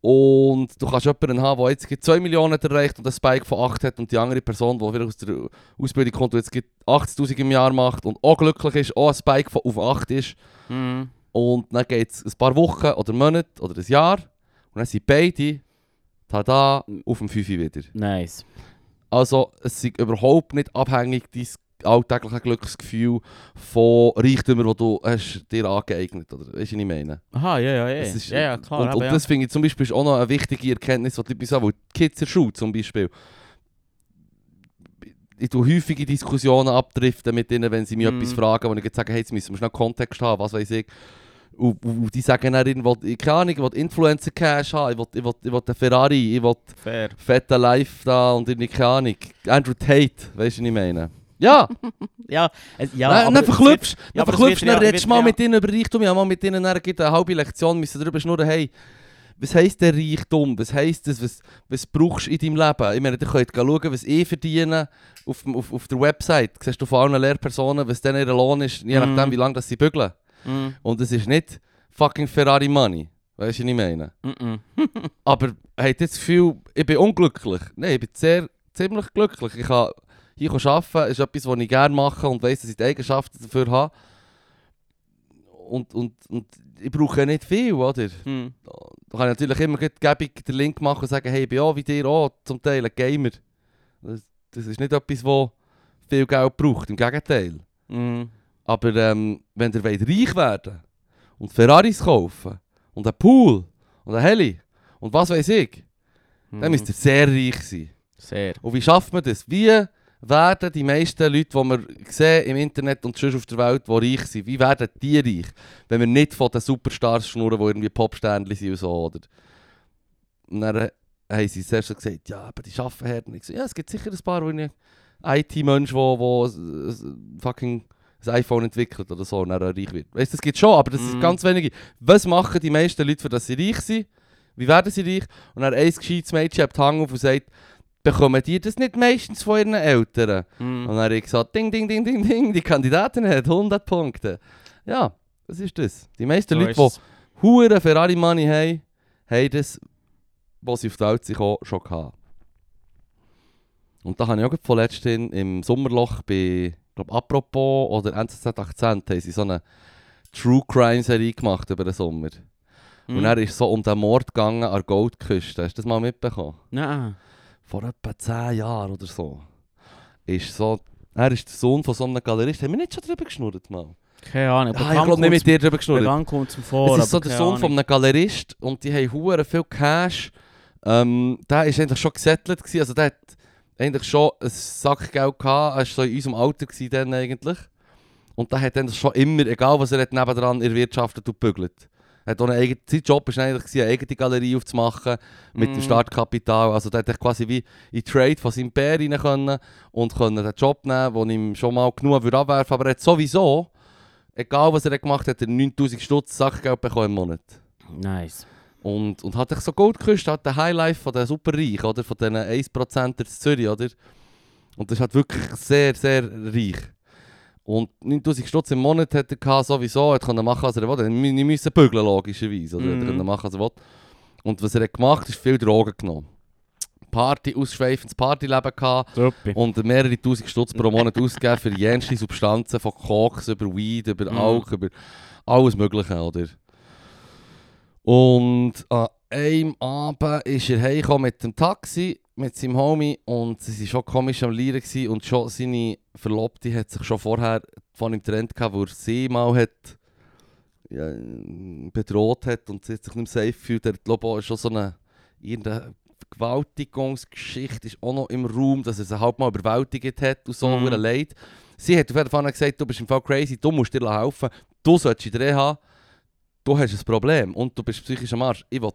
[SPEAKER 2] Und du kannst jemanden haben, der jetzt gerade 2 Millionen erreicht und einen Spike von 8 hat und die andere Person, die vielleicht aus der Ausbildung kommt und jetzt gerade 80'000 im Jahr macht und auch glücklich ist, auch einen Spike von auf 8 ist.
[SPEAKER 1] Mhm.
[SPEAKER 2] Und dann geht es ein paar Wochen oder Monate oder ein Jahr und dann sind beide, tada, auf dem 5 wieder.
[SPEAKER 1] Nice.
[SPEAKER 2] Also, es ist überhaupt nicht abhängig, dein alltägliche Glücksgefühl von Reichtümern, die du hast dir angeeignet hast. Weißt du, was ich meine?
[SPEAKER 1] Aha, ja, ja, ja.
[SPEAKER 2] Es ist-
[SPEAKER 1] ja, ja, klar.
[SPEAKER 2] und,
[SPEAKER 1] aber
[SPEAKER 2] und
[SPEAKER 1] ja.
[SPEAKER 2] das finde ich zum Beispiel ist auch noch eine wichtige Erkenntnis, die die Leute sagen, weil die Kids in der Schule zum Beispiel. Ich tue häufige Diskussionen abdriften mit ihnen, wenn sie mich
[SPEAKER 1] Mhm.
[SPEAKER 2] etwas fragen, wo ich jetzt sage, hey, jetzt müssen wir schnell Kontext haben, was weiß ich. Und, und und die sagen dann, ich will, keine Ahnung, ich will Influencer-Cash haben, ich will, ich, will, ich will eine Ferrari, ich will
[SPEAKER 1] Fair.
[SPEAKER 2] fetter Life da und in keine Ahnung. Andrew Tate, weißt du, was ich meine? Ja,
[SPEAKER 1] Ja, es, ja
[SPEAKER 2] ja dann
[SPEAKER 1] aber es wird-
[SPEAKER 2] verklüpfst
[SPEAKER 1] ja,
[SPEAKER 2] dann
[SPEAKER 1] aber das
[SPEAKER 2] verklüpfst,
[SPEAKER 1] wird ja-
[SPEAKER 2] dann redest
[SPEAKER 1] wird
[SPEAKER 2] du mal
[SPEAKER 1] ja-
[SPEAKER 2] mit ihnen über Reichtum. Ich habe mal mit ihnen dann gibt eine halbe Lektion müssen darüber schnurren, hey, was heisst der Reichtum? Was heisst das? Was, was brauchst du in deinem Leben? Ich meine, ihr könnt gehen schauen, was ich verdiene auf, dem- auf, auf der Website. Siehst du von allen Lehrpersonen, was dann ihr Lohn ist, je
[SPEAKER 1] Mhm.
[SPEAKER 2] nachdem, wie lange das sie bügeln.
[SPEAKER 1] Mhm.
[SPEAKER 2] Und es ist nicht fucking Ferrari Money. Weißt du, was ich meine?
[SPEAKER 1] Mhm.
[SPEAKER 2] Aber habt ihr das Gefühl, ich bin unglücklich? Nein, ich bin sehr, ziemlich glücklich. Ich kann hier arbeiten, ist etwas, was ich gerne mache und weiss, dass ich die Eigenschaften dafür habe. Und, und, und ich brauche nicht viel, oder?
[SPEAKER 1] Mhm.
[SPEAKER 2] Da kann ich natürlich immer gleich gäbig den Link machen und sagen, hey, ich bin auch wie dir auch zum Teil ein Gamer. Das, das ist nicht etwas, wo viel Geld braucht, im Gegenteil.
[SPEAKER 1] Mhm.
[SPEAKER 2] Aber ähm, wenn ihr wollt reich werden und Ferraris kaufen und einen Pool und einen Heli und was weiß ich, dann
[SPEAKER 1] Mhm.
[SPEAKER 2] müsst ihr sehr reich sein.
[SPEAKER 1] Sehr.
[SPEAKER 2] Und wie schafft man das? Wie werden die meisten Leute, die wir sehen im Internet und sonst auf der Welt, die reich sind, wie werden die reich? Wenn wir nicht von den Superstars schnurren, die irgendwie Popsternchen sind und so, oder? Und dann äh, haben sie zuerst so gesagt, ja, aber die arbeiten hart. Und ich so, ja, es gibt sicher ein paar, die IT-Menschen, wo, wo s- s- fucking ein iPhone entwickelt oder so und dann auch reich wird. Weißt du, das gibt schon, aber das
[SPEAKER 1] Mhm.
[SPEAKER 2] sind ganz wenige. Was machen die meisten Leute, für dass sie reich sind? Wie werden sie reich? Und dann ein gescheites Mädchen hat die Hand auf und sagt, bekommen die das nicht meistens von ihren Eltern? Und
[SPEAKER 1] Mhm.
[SPEAKER 2] dann habe ich gesagt, ding, ding, ding, ding, ding, die Kandidatin hat 100 Punkte. Ja, das ist das. Die meisten
[SPEAKER 1] So
[SPEAKER 2] Leute,
[SPEAKER 1] ist
[SPEAKER 2] die
[SPEAKER 1] es.
[SPEAKER 2] hure Ferrari Money haben, haben das, was sie auf der Welt sind, auch schon gehabt. Und da habe ich auch gerade vorletzt hin im Sommerloch bei, glaube Apropos oder NZZ 18, haben sie so eine True Crime Serie gemacht über den Sommer.
[SPEAKER 1] Mhm.
[SPEAKER 2] Und er ist es so um den Mord gegangen an der Goldküste. Hast du das mal mitbekommen?
[SPEAKER 1] Nein.
[SPEAKER 2] vor etwa 10 Jahren oder so, ist so, er ist der Sohn von so einem Galerist. Haben wir nicht schon drüber geschnurrt, mal?
[SPEAKER 1] Keine Ahnung.
[SPEAKER 2] Ah, ich glaube nicht mit dir drüber geschnurrt.
[SPEAKER 1] Begang kommt zum Vor.
[SPEAKER 2] Es ist so
[SPEAKER 1] aber
[SPEAKER 2] der
[SPEAKER 1] keine
[SPEAKER 2] Sohn von
[SPEAKER 1] Ahnung.
[SPEAKER 2] einem Galerist und die haben hure viel Cash. Ähm, der ist eigentlich schon gesettelt gewesen, also der hat eigentlich schon ein Sackgeld gehabt, er war so in unserem Alter gewesen dann eigentlich. Und der hat dann schon immer, egal was er hat, nebendran erwirtschaftet und bügelt. Er Hat auch eine eigene, sein Job war eigentlich, gewesen, eine eigene Galerie aufzumachen mit
[SPEAKER 1] Mhm.
[SPEAKER 2] dem Startkapital. Also der hat echt quasi wie in die Trade von seinem Bär rein können und können den Job nehmen, den ihm schon mal genug würde abwerfen Aber er hat sowieso, egal was er hat gemacht hat, er 9000 Stutz Sachgeld bekommen im Monat.
[SPEAKER 1] Nice.
[SPEAKER 2] Und, und hat sich so Gold geküsst, hat den Highlife von den Superreichen, oder? Von den 1% in Zürich, oder? Und das ist halt wirklich sehr, sehr reich. Und 9000 Stutz im Monat hat er gehabt, sowieso, er konnte machen, was er wollte. Er mu- nicht müssen bügeln, logischerweise, oder?
[SPEAKER 1] Mhm.
[SPEAKER 2] Er konnte machen, was er wollte. Und was er hat gemacht ist viel Drogen genommen. Party, ausschweifendes Partyleben gehabt
[SPEAKER 1] Super.
[SPEAKER 2] und mehrere tausend Stutz pro Monat ausgegeben für jenste Substanzen, von Koks über Weed, über
[SPEAKER 1] Mhm.
[SPEAKER 2] Alk, über alles Mögliche, oder? Und an einem Abend ist er heimgekommen mit dem Taxi, mit seinem Homie und sie waren schon komisch am Lieren gewesen und schon seine Verlobte hat sich schon vorher von ihm getrennt gehabt, wo er sie mal hat ja, ähm, bedroht hat und sie hat sich nicht mehr safe fühlt. Der Lobo ist schon so eine, irgendeine Gewaltigungsgeschichte ist auch noch im Raum, dass er sie halt mal überwältigt hat und so,
[SPEAKER 1] Mhm.
[SPEAKER 2] mhm. leid. Sie hat auf jeden Fall gesagt, du bist im Fall crazy, du musst dir helfen, du solltest in der Reha, du hast ein Problem und du bist psychisch am Arsch. Ich will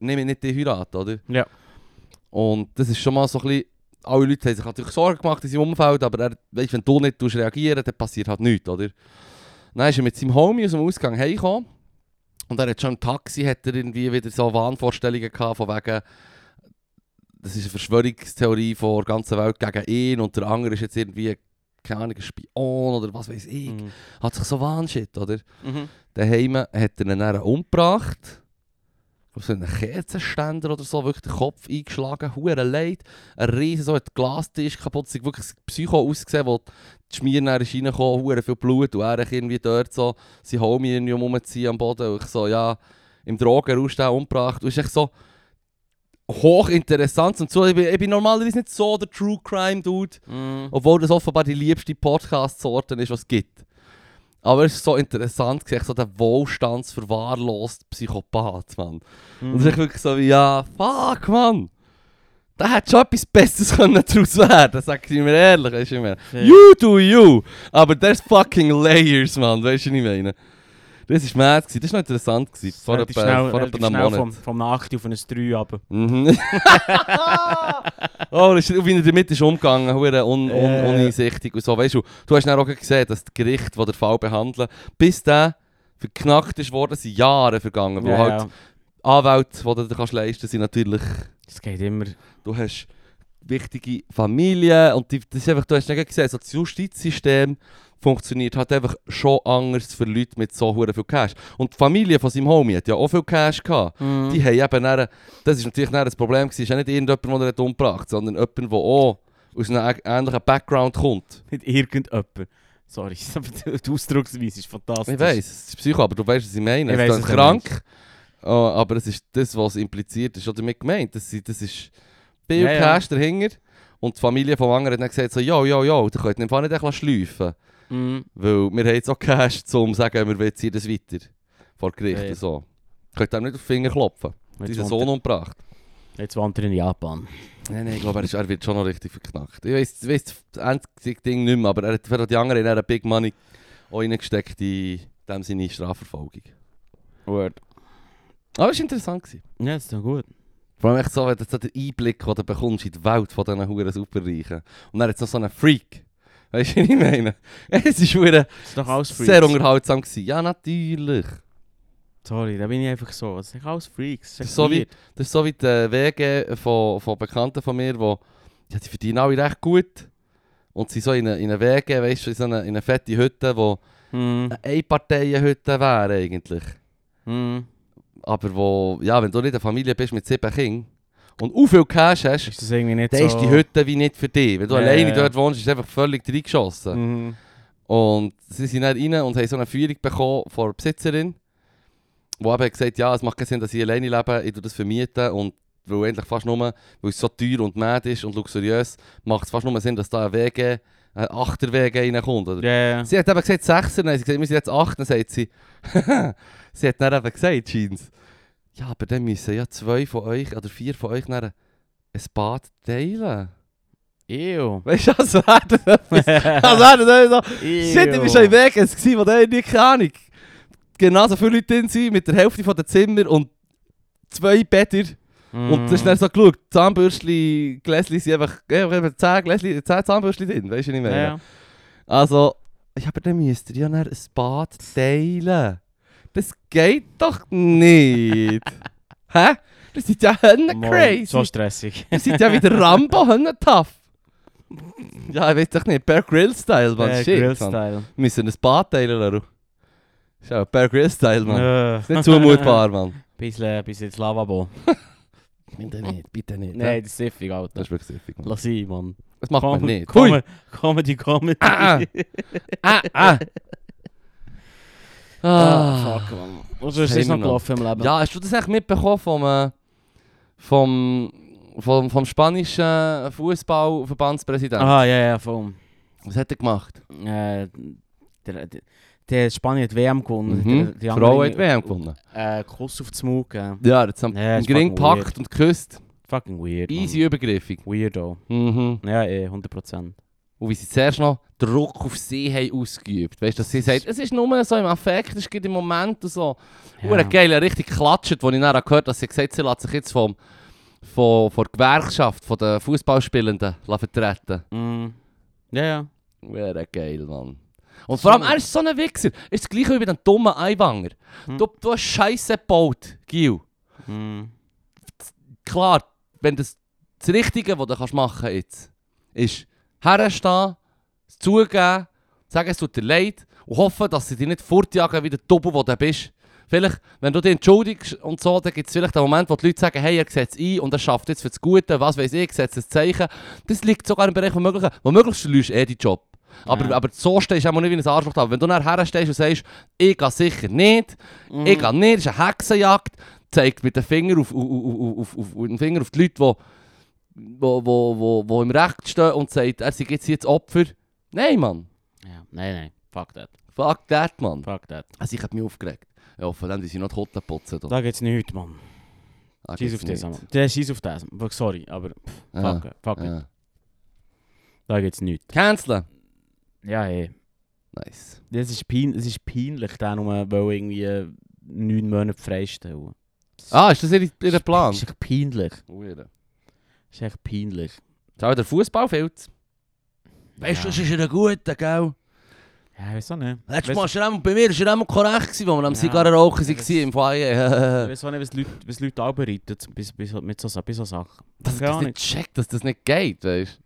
[SPEAKER 2] nehme nicht die heiraten, oder?
[SPEAKER 1] Ja.
[SPEAKER 2] Und das ist schon mal so ein bisschen, alle Leute haben sich natürlich Sorgen gemacht in seinem Umfeld, aber er, weißt, wenn du nicht tust reagieren dann passiert halt nichts, oder? Dann ist er mit seinem Homie aus dem Ausgang heimgekommen und er hat schon im Taxi hat er irgendwie wieder so Wahnvorstellungen gehabt, von wegen, das ist eine Verschwörungstheorie von der ganzen Welt gegen ihn und der andere ist jetzt irgendwie, keine Ahnung, ein Spion oder was weiß ich.
[SPEAKER 1] Mhm.
[SPEAKER 2] Hat sich so Wahnshit, oder?
[SPEAKER 1] Mhm.
[SPEAKER 2] daheim hat er ihn dann umgebracht. Auf so einen Kerzenständer oder so, wirklich den Kopf eingeschlagen, hure leid. Ein riesen so ein Glastisch kaputt, es hat wirklich ein Psycho ausgesehen, wo die Schmier dann ist reingekommen, hure viel Blut und er irgendwie dort so, sein Homie irgendwie um rumziehen am Boden und ich so, ja, im Drogenrausch den umgebracht. Und es ist echt so hochinteressant zum Zuhören. Ich bin, ich bin normalerweise nicht so der True Crime Dude,
[SPEAKER 1] Mhm.
[SPEAKER 2] obwohl das offenbar die liebste Podcast-Sorte ist, was es gibt. Aber es ist so interessant, gewesen, echt so der wohlstandsverwahrloste Psychopath, Mann.
[SPEAKER 1] Mhm.
[SPEAKER 2] Und ich wirklich so wie, ja, fuck, Mann. Da hätte schon etwas Besseres können daraus werden, sag ich mir ehrlich, weißt du, ich meine.
[SPEAKER 1] Ja.
[SPEAKER 2] You do you, aber there's fucking layers, Mann, weißt du, was ich meine. Das war mad, gewesen. das war noch interessant, gewesen, vor
[SPEAKER 1] Relativ
[SPEAKER 2] etwa-
[SPEAKER 1] schnell-
[SPEAKER 2] vor
[SPEAKER 1] relativ
[SPEAKER 2] etwa einem
[SPEAKER 1] schnell
[SPEAKER 2] Monat.
[SPEAKER 1] vom, vom 8 auf ein 3 runter.
[SPEAKER 2] Mhm. oh, das ist, wie er damit ist umgegangen, hure un, un,
[SPEAKER 1] Äh.
[SPEAKER 2] uneinsichtig und so. Weißt du, du hast dann auch gesehen, dass das Gericht, das den Fall behandelt, bis der verknackt ist worden, sind Jahre vergangen. Weil halt Anwälte, die du dir kannst leisten kannst, sind natürlich,
[SPEAKER 1] Das geht immer.
[SPEAKER 2] du hast wichtige Familien und die, das ist einfach, du hast nicht gesehen, so das Justizsystem funktioniert halt einfach schon anders für Leute mit so hure viel Cash. Und die Familie von seinem Homie hat ja auch viel Cash gehabt. Die haben eben dann, das ist natürlich dann das Problem gewesen, ist ja nicht irgendjemand, der ihn umgebracht hat, sondern jemand, der auch aus einem ä- ähnlichen Background kommt.
[SPEAKER 1] Nicht irgendjemand. Sorry, aber die Ausdrucksweise ist fantastisch.
[SPEAKER 2] Ich weiß, es ist Psycho, aber du weißt, was ich meine.
[SPEAKER 1] Ich
[SPEAKER 2] es
[SPEAKER 1] weiss,
[SPEAKER 2] ist
[SPEAKER 1] was du
[SPEAKER 2] krank, äh, aber es ist das, was impliziert ist, oder damit gemeint. Das, sind- das ist Bill
[SPEAKER 1] Ja, ja.
[SPEAKER 2] Cash dahinter und die Familie vom anderen hat dann gesagt so, «Jo, jo, jo, du könnt ihn einfach nicht ein bisschen schleifen,
[SPEAKER 1] Mhm.
[SPEAKER 2] weil wir haben jetzt auch Cash, um zu sagen, wir wollen hier das weiter.» Vor Gericht
[SPEAKER 1] Ja, ja.
[SPEAKER 2] und so. Könnt ihm nicht auf die Finger klopfen.
[SPEAKER 1] Jetzt
[SPEAKER 2] Diesen
[SPEAKER 1] wohnt
[SPEAKER 2] Sohn umgebracht.
[SPEAKER 1] er- Jetzt wandert er in Japan.
[SPEAKER 2] Nein, nein, ich glaube, er, ist, er wird schon noch richtig verknackt. Ich weiß das einzige Ding nicht mehr, aber er hat für die anderen in Big Money auch reingesteckt in dem seine Strafverfolgung.
[SPEAKER 1] Word.
[SPEAKER 2] Aber es war interessant. Gewesen.
[SPEAKER 1] Ja, das ist doch gut.
[SPEAKER 2] Vor allem echt so, wenn du so den Einblick, den du bekommst in die Welt von diesen huren Superreichen. Und er hat noch so einen Freak. Weißt du, was ich meine? Es ist hure
[SPEAKER 1] Das ist doch alles Freaks.
[SPEAKER 2] sehr unterhaltsam. Gewesen. Ja, natürlich.
[SPEAKER 1] Sorry, da bin ich einfach so. Das ist doch alles Freaks. Das ist
[SPEAKER 2] So wie-
[SPEAKER 1] weird.
[SPEAKER 2] Das ist so wie eh, die WG von, von Bekannten von mir, wo, ja, die verdienen nou alle recht gut. Und sie so in einer in eine WG, weißt du, in so einer in eine fette Hütte, wo
[SPEAKER 1] Mhm.
[SPEAKER 2] eine Parteienhütte wäre eigentlich.
[SPEAKER 1] Mhm.
[SPEAKER 2] Aber wo, ja, wenn du nicht eine Familie bist mit sieben Kindern und auch viel Cash hast,
[SPEAKER 1] Ist das irgendwie nicht
[SPEAKER 2] dann
[SPEAKER 1] so...
[SPEAKER 2] ist die Hütte wie nicht für dich. Wenn du
[SPEAKER 1] Ja,
[SPEAKER 2] alleine
[SPEAKER 1] ja, ja.
[SPEAKER 2] dort wohnst, ist es einfach völlig reingeschossen.
[SPEAKER 1] Mhm.
[SPEAKER 2] Und sie sind dann rein und haben so eine Führung bekommen von der Besitzerin, die eben gesagt hat, ja, es macht keinen Sinn, dass ich alleine lebe, ich tue das vermieten und weil endlich fast nur, weil es so teuer und mad ist und luxuriös, macht es fast nur Sinn, dass da ein WG, ein Achterwege reinkommt. Oder
[SPEAKER 1] Ja, ja.
[SPEAKER 2] Sie hat eben gesagt 16, dann hat sie gesagt, wir sind jetzt 8, dann sagt sie, sie hat dann eben gesagt, Jeans, ja, aber dann müssen ja zwei von euch oder vier von euch dann ein Bad teilen.
[SPEAKER 1] Ew.
[SPEAKER 2] Weißt du, was wäre das? etwas- Was wäre das? etwas so, Shit, ich war schon im Weg, es war, wo der irgendwie, keine Ahnung, genauso viele Leute drin sind, mit der Hälfte von der Zimmer und zwei Bäder.
[SPEAKER 1] Mm-hmm.
[SPEAKER 2] Und das ist
[SPEAKER 1] Mhm.
[SPEAKER 2] dann so geschaut, Zahnbürstchen, Gläschen sind einfach, einfach eben 10 Gläschen, 10 Zahnbürstchen drin, weißt du, was ich meine?
[SPEAKER 1] Ja, ja.
[SPEAKER 2] Also, ja, aber dann müsst ihr ja dann ein Bad teilen. Das geht doch nicht. Hä? Das sind ja Hönnen
[SPEAKER 1] Mann,
[SPEAKER 2] crazy.
[SPEAKER 1] So stressig.
[SPEAKER 2] Das sind ja wieder Rambo Hönnen tough. Ja, ich weiß doch nicht. Bear Grylls Style, man.
[SPEAKER 1] Äh,
[SPEAKER 2] Shit. Grill
[SPEAKER 1] Grill-Style.
[SPEAKER 2] wir müssen ein Bad teilen, Leru. Ist ja Bear Grylls Style, man.
[SPEAKER 1] Äh.
[SPEAKER 2] Ist nicht zumutbar, man.
[SPEAKER 1] Bisschen, bisschen ins Lavabo.
[SPEAKER 2] Bitte nicht, bitte nicht.
[SPEAKER 1] Nein, das ist siffig, Alter.
[SPEAKER 2] Das ist wirklich siffig, man.
[SPEAKER 1] Lass ihn, Mann.
[SPEAKER 2] Das macht man
[SPEAKER 1] Kom-
[SPEAKER 2] nicht.
[SPEAKER 1] Kom-
[SPEAKER 2] Hui.
[SPEAKER 1] Comedy, Comedy.
[SPEAKER 2] Ah, ah, ah.
[SPEAKER 1] Ah, fuck, Mann. Was ist
[SPEAKER 2] Hey,
[SPEAKER 1] das noch
[SPEAKER 2] Mann.
[SPEAKER 1] gelaufen im Leben?
[SPEAKER 2] Ja, hast du das echt mitbekommen vom, äh, vom, vom, vom spanischen Fußballverbandspräsidenten?
[SPEAKER 1] Ah, ja, ja, voll.
[SPEAKER 2] Was hat er gemacht?
[SPEAKER 1] Äh, der, der, die Spanien hat die WM gewonnen.
[SPEAKER 2] Mhm.
[SPEAKER 1] Die,
[SPEAKER 2] Die
[SPEAKER 1] die
[SPEAKER 2] Frau hat die WM gewonnen.
[SPEAKER 1] Äh, Kuss auf den Mund gegeben.
[SPEAKER 2] Ja, jetzt haben
[SPEAKER 1] Ja,
[SPEAKER 2] den
[SPEAKER 1] ist fucking
[SPEAKER 2] Gring gepackt und geküsst.
[SPEAKER 1] eh. Fucking weird. Mann.
[SPEAKER 2] Easy übergriffig.
[SPEAKER 1] Weirdo.
[SPEAKER 2] Mhm.
[SPEAKER 1] Ja, eh, 100%.
[SPEAKER 2] Und wie sie zuerst noch Druck auf sie haben ausgeübt. Weißt du, dass sie sagt, es ist nur so im Affekt, es geht im Moment und so.
[SPEAKER 1] Ja.
[SPEAKER 2] Ja. geil, richtig klatscht, als ich nachher gehört habe, dass sie gesagt hat, sie lässt sich jetzt vom, von, von der Gewerkschaft, von den Fußballspielenden vertreten.
[SPEAKER 1] Mm. Ja, ja.
[SPEAKER 2] Wäre geil, Mann. Und vor allem, er ist so ein Wichser. Ist das gleiche wie bei dem dummen Einwanger.
[SPEAKER 1] Hm.
[SPEAKER 2] Du, du hast Scheiße gebaut, Gil.
[SPEAKER 1] Mm.
[SPEAKER 2] Klar, wenn das, das Richtige, was du kannst machen jetzt, ist herstehen, es zugeben, sagen, es tut dir leid und hoffen, dass sie dich nicht fortjagen wie der Doppel, wo du bist. Vielleicht, wenn du dich entschuldigst und so, dann gibt es vielleicht den Moment, wo die Leute sagen, hey, er setzt es ein und er schafft jetzt für das Gute, was weiß ich, setzt ein Zeichen. Das liegt sogar im Bereich des Möglichen. Womöglich verlierst du eh deinen Job. Aber,
[SPEAKER 1] Ja.
[SPEAKER 2] aber so stehst du auch nicht wie ein Arschloch da. Wenn du nachher herstehst und sagst, ich gehe sicher nicht, ich gehe nicht, es ist eine Hexenjagd, zeigt mit dem Finger auf, auf, auf, auf, auf, auf, den Finger auf die Leute, die wo, wo, wo, wo im Recht stehen und sagt, er sei jetzt hier das Opfer. Nein, Mann.
[SPEAKER 1] ja. Nein, nein. Fuck that.
[SPEAKER 2] Fuck that, Mann.
[SPEAKER 1] Fuck that.
[SPEAKER 2] Also ich habe mich aufgeregt. Ja, von dem, die sind noch die Hotten putzen. da.
[SPEAKER 1] Da geht's nichts, Mann.
[SPEAKER 2] Ah,
[SPEAKER 1] Scheiß auf
[SPEAKER 2] gibt's
[SPEAKER 1] das.
[SPEAKER 2] nicht. Ah,
[SPEAKER 1] Mann. Der Scheiß auf das. Sorry, aber
[SPEAKER 2] Ja,
[SPEAKER 1] fuck, it, fuck it.
[SPEAKER 2] ja.
[SPEAKER 1] Da geht's nichts.
[SPEAKER 2] Canceln.
[SPEAKER 1] Ja, hey.
[SPEAKER 2] Nice.
[SPEAKER 1] Das ist, pein das ist peinlich, da nur weil irgendwie äh, neun Monate freistellen.
[SPEAKER 2] Ah, ist das ihr, ihr Plan?
[SPEAKER 1] Das ist echt peinlich.
[SPEAKER 2] Weird.
[SPEAKER 1] Das ist echt peinlich.
[SPEAKER 2] Schau, der Fußball fehlt. Weißt du,
[SPEAKER 1] ja.
[SPEAKER 2] das ist ein guter, gell?
[SPEAKER 1] Ja, ich weiß auch nicht.
[SPEAKER 2] Letztes
[SPEAKER 1] Weißt-
[SPEAKER 2] Mal ist er immer, bei mir ist er immer korrekt gewesen, als wir am
[SPEAKER 1] Ja.
[SPEAKER 2] Zigarren rauchen
[SPEAKER 1] Ja, das-
[SPEAKER 2] waren im
[SPEAKER 1] Ich
[SPEAKER 2] Feier.
[SPEAKER 1] weiß auch nicht, was die Leute, was die Leute anbereiten zum- bis, bis, mit so, bei so Sachen.
[SPEAKER 2] Dass ich
[SPEAKER 1] Keine
[SPEAKER 2] das
[SPEAKER 1] Ahnung.
[SPEAKER 2] nicht checkt, dass das nicht geht, weißt du?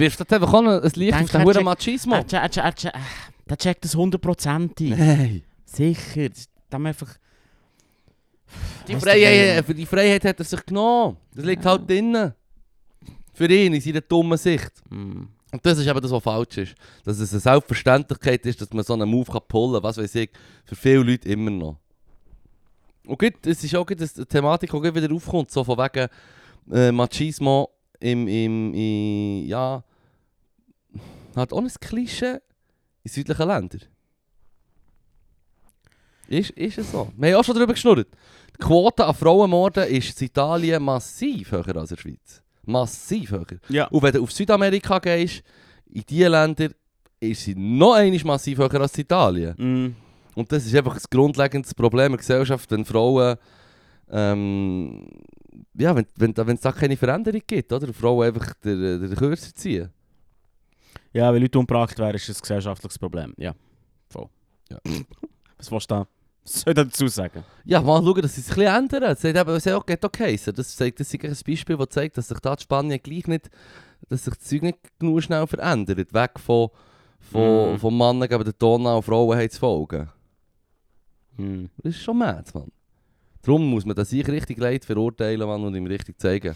[SPEAKER 2] Wirft das einfach auch noch ein Licht auf
[SPEAKER 1] Denk,
[SPEAKER 2] den
[SPEAKER 1] er
[SPEAKER 2] Huren
[SPEAKER 1] checkt-
[SPEAKER 2] Machismo.
[SPEAKER 1] Er, che- er, che- er, che- ah, der checkt das hundertprozentig.
[SPEAKER 2] Nein.
[SPEAKER 1] Sicher. Das- Dem einfach...
[SPEAKER 2] Die
[SPEAKER 1] Weiss
[SPEAKER 2] Freiheit,
[SPEAKER 1] doch
[SPEAKER 2] für die Freiheit hat er sich genommen. Das liegt
[SPEAKER 1] Ja.
[SPEAKER 2] halt drinnen. Für ihn, in seiner dummen Sicht.
[SPEAKER 1] jemand. Mm.
[SPEAKER 2] Und das ist eben das, was falsch ist. Dass es eine Selbstverständlichkeit ist, dass man so einen Move kann pullen kann, was weiß ich. Für viele Leute immer noch. Und gut, es ist auch gut, dass die Thematik auch gut wieder aufkommt, so von wegen äh, Machismo im, im, i- ja, hat auch ein Klischee in südlichen Ländern. Ist, ist es so. Wir haben auch schon darüber geschnurrt. Die Quote an Frauenmorden ist in Italien massiv höher als in der Schweiz. Massiv höher.
[SPEAKER 1] Ja.
[SPEAKER 2] Und wenn du auf Südamerika gehst, in diese Länder, ist sie noch einmal massiv höher als in Italien.
[SPEAKER 1] Mm.
[SPEAKER 2] Und das ist einfach ein grundlegendes Problem in der Gesellschaft, wenn Frauen. Ähm, ja, wenn es wenn, wenn, da keine Veränderung gibt, oder? Frauen einfach den, den Kürzer ziehen.
[SPEAKER 1] Ja, wenn Leute umgebracht werden, ist das ein gesellschaftliches Problem. Ja. Voll.
[SPEAKER 2] Ja.
[SPEAKER 1] Was willst du da? Was soll ich dazu sagen?
[SPEAKER 2] Ja, mal schauen, dass sie es ein bisschen ändern. Das sagt eben, es auch geht okay. Das, zeigt, das ist ein Beispiel, das zeigt, dass sich da die Spanien gleich nicht, dass sich das Zeug nicht genug schnell verändert. Weg von, von,
[SPEAKER 1] Mhm.
[SPEAKER 2] von Männern gegen den Donau und Frauen haben zu folgen.
[SPEAKER 1] Mm.
[SPEAKER 2] Das ist schon mad, Mann. Darum muss man das sich richtig leid verurteilen Mann, und ihm richtig zeigen.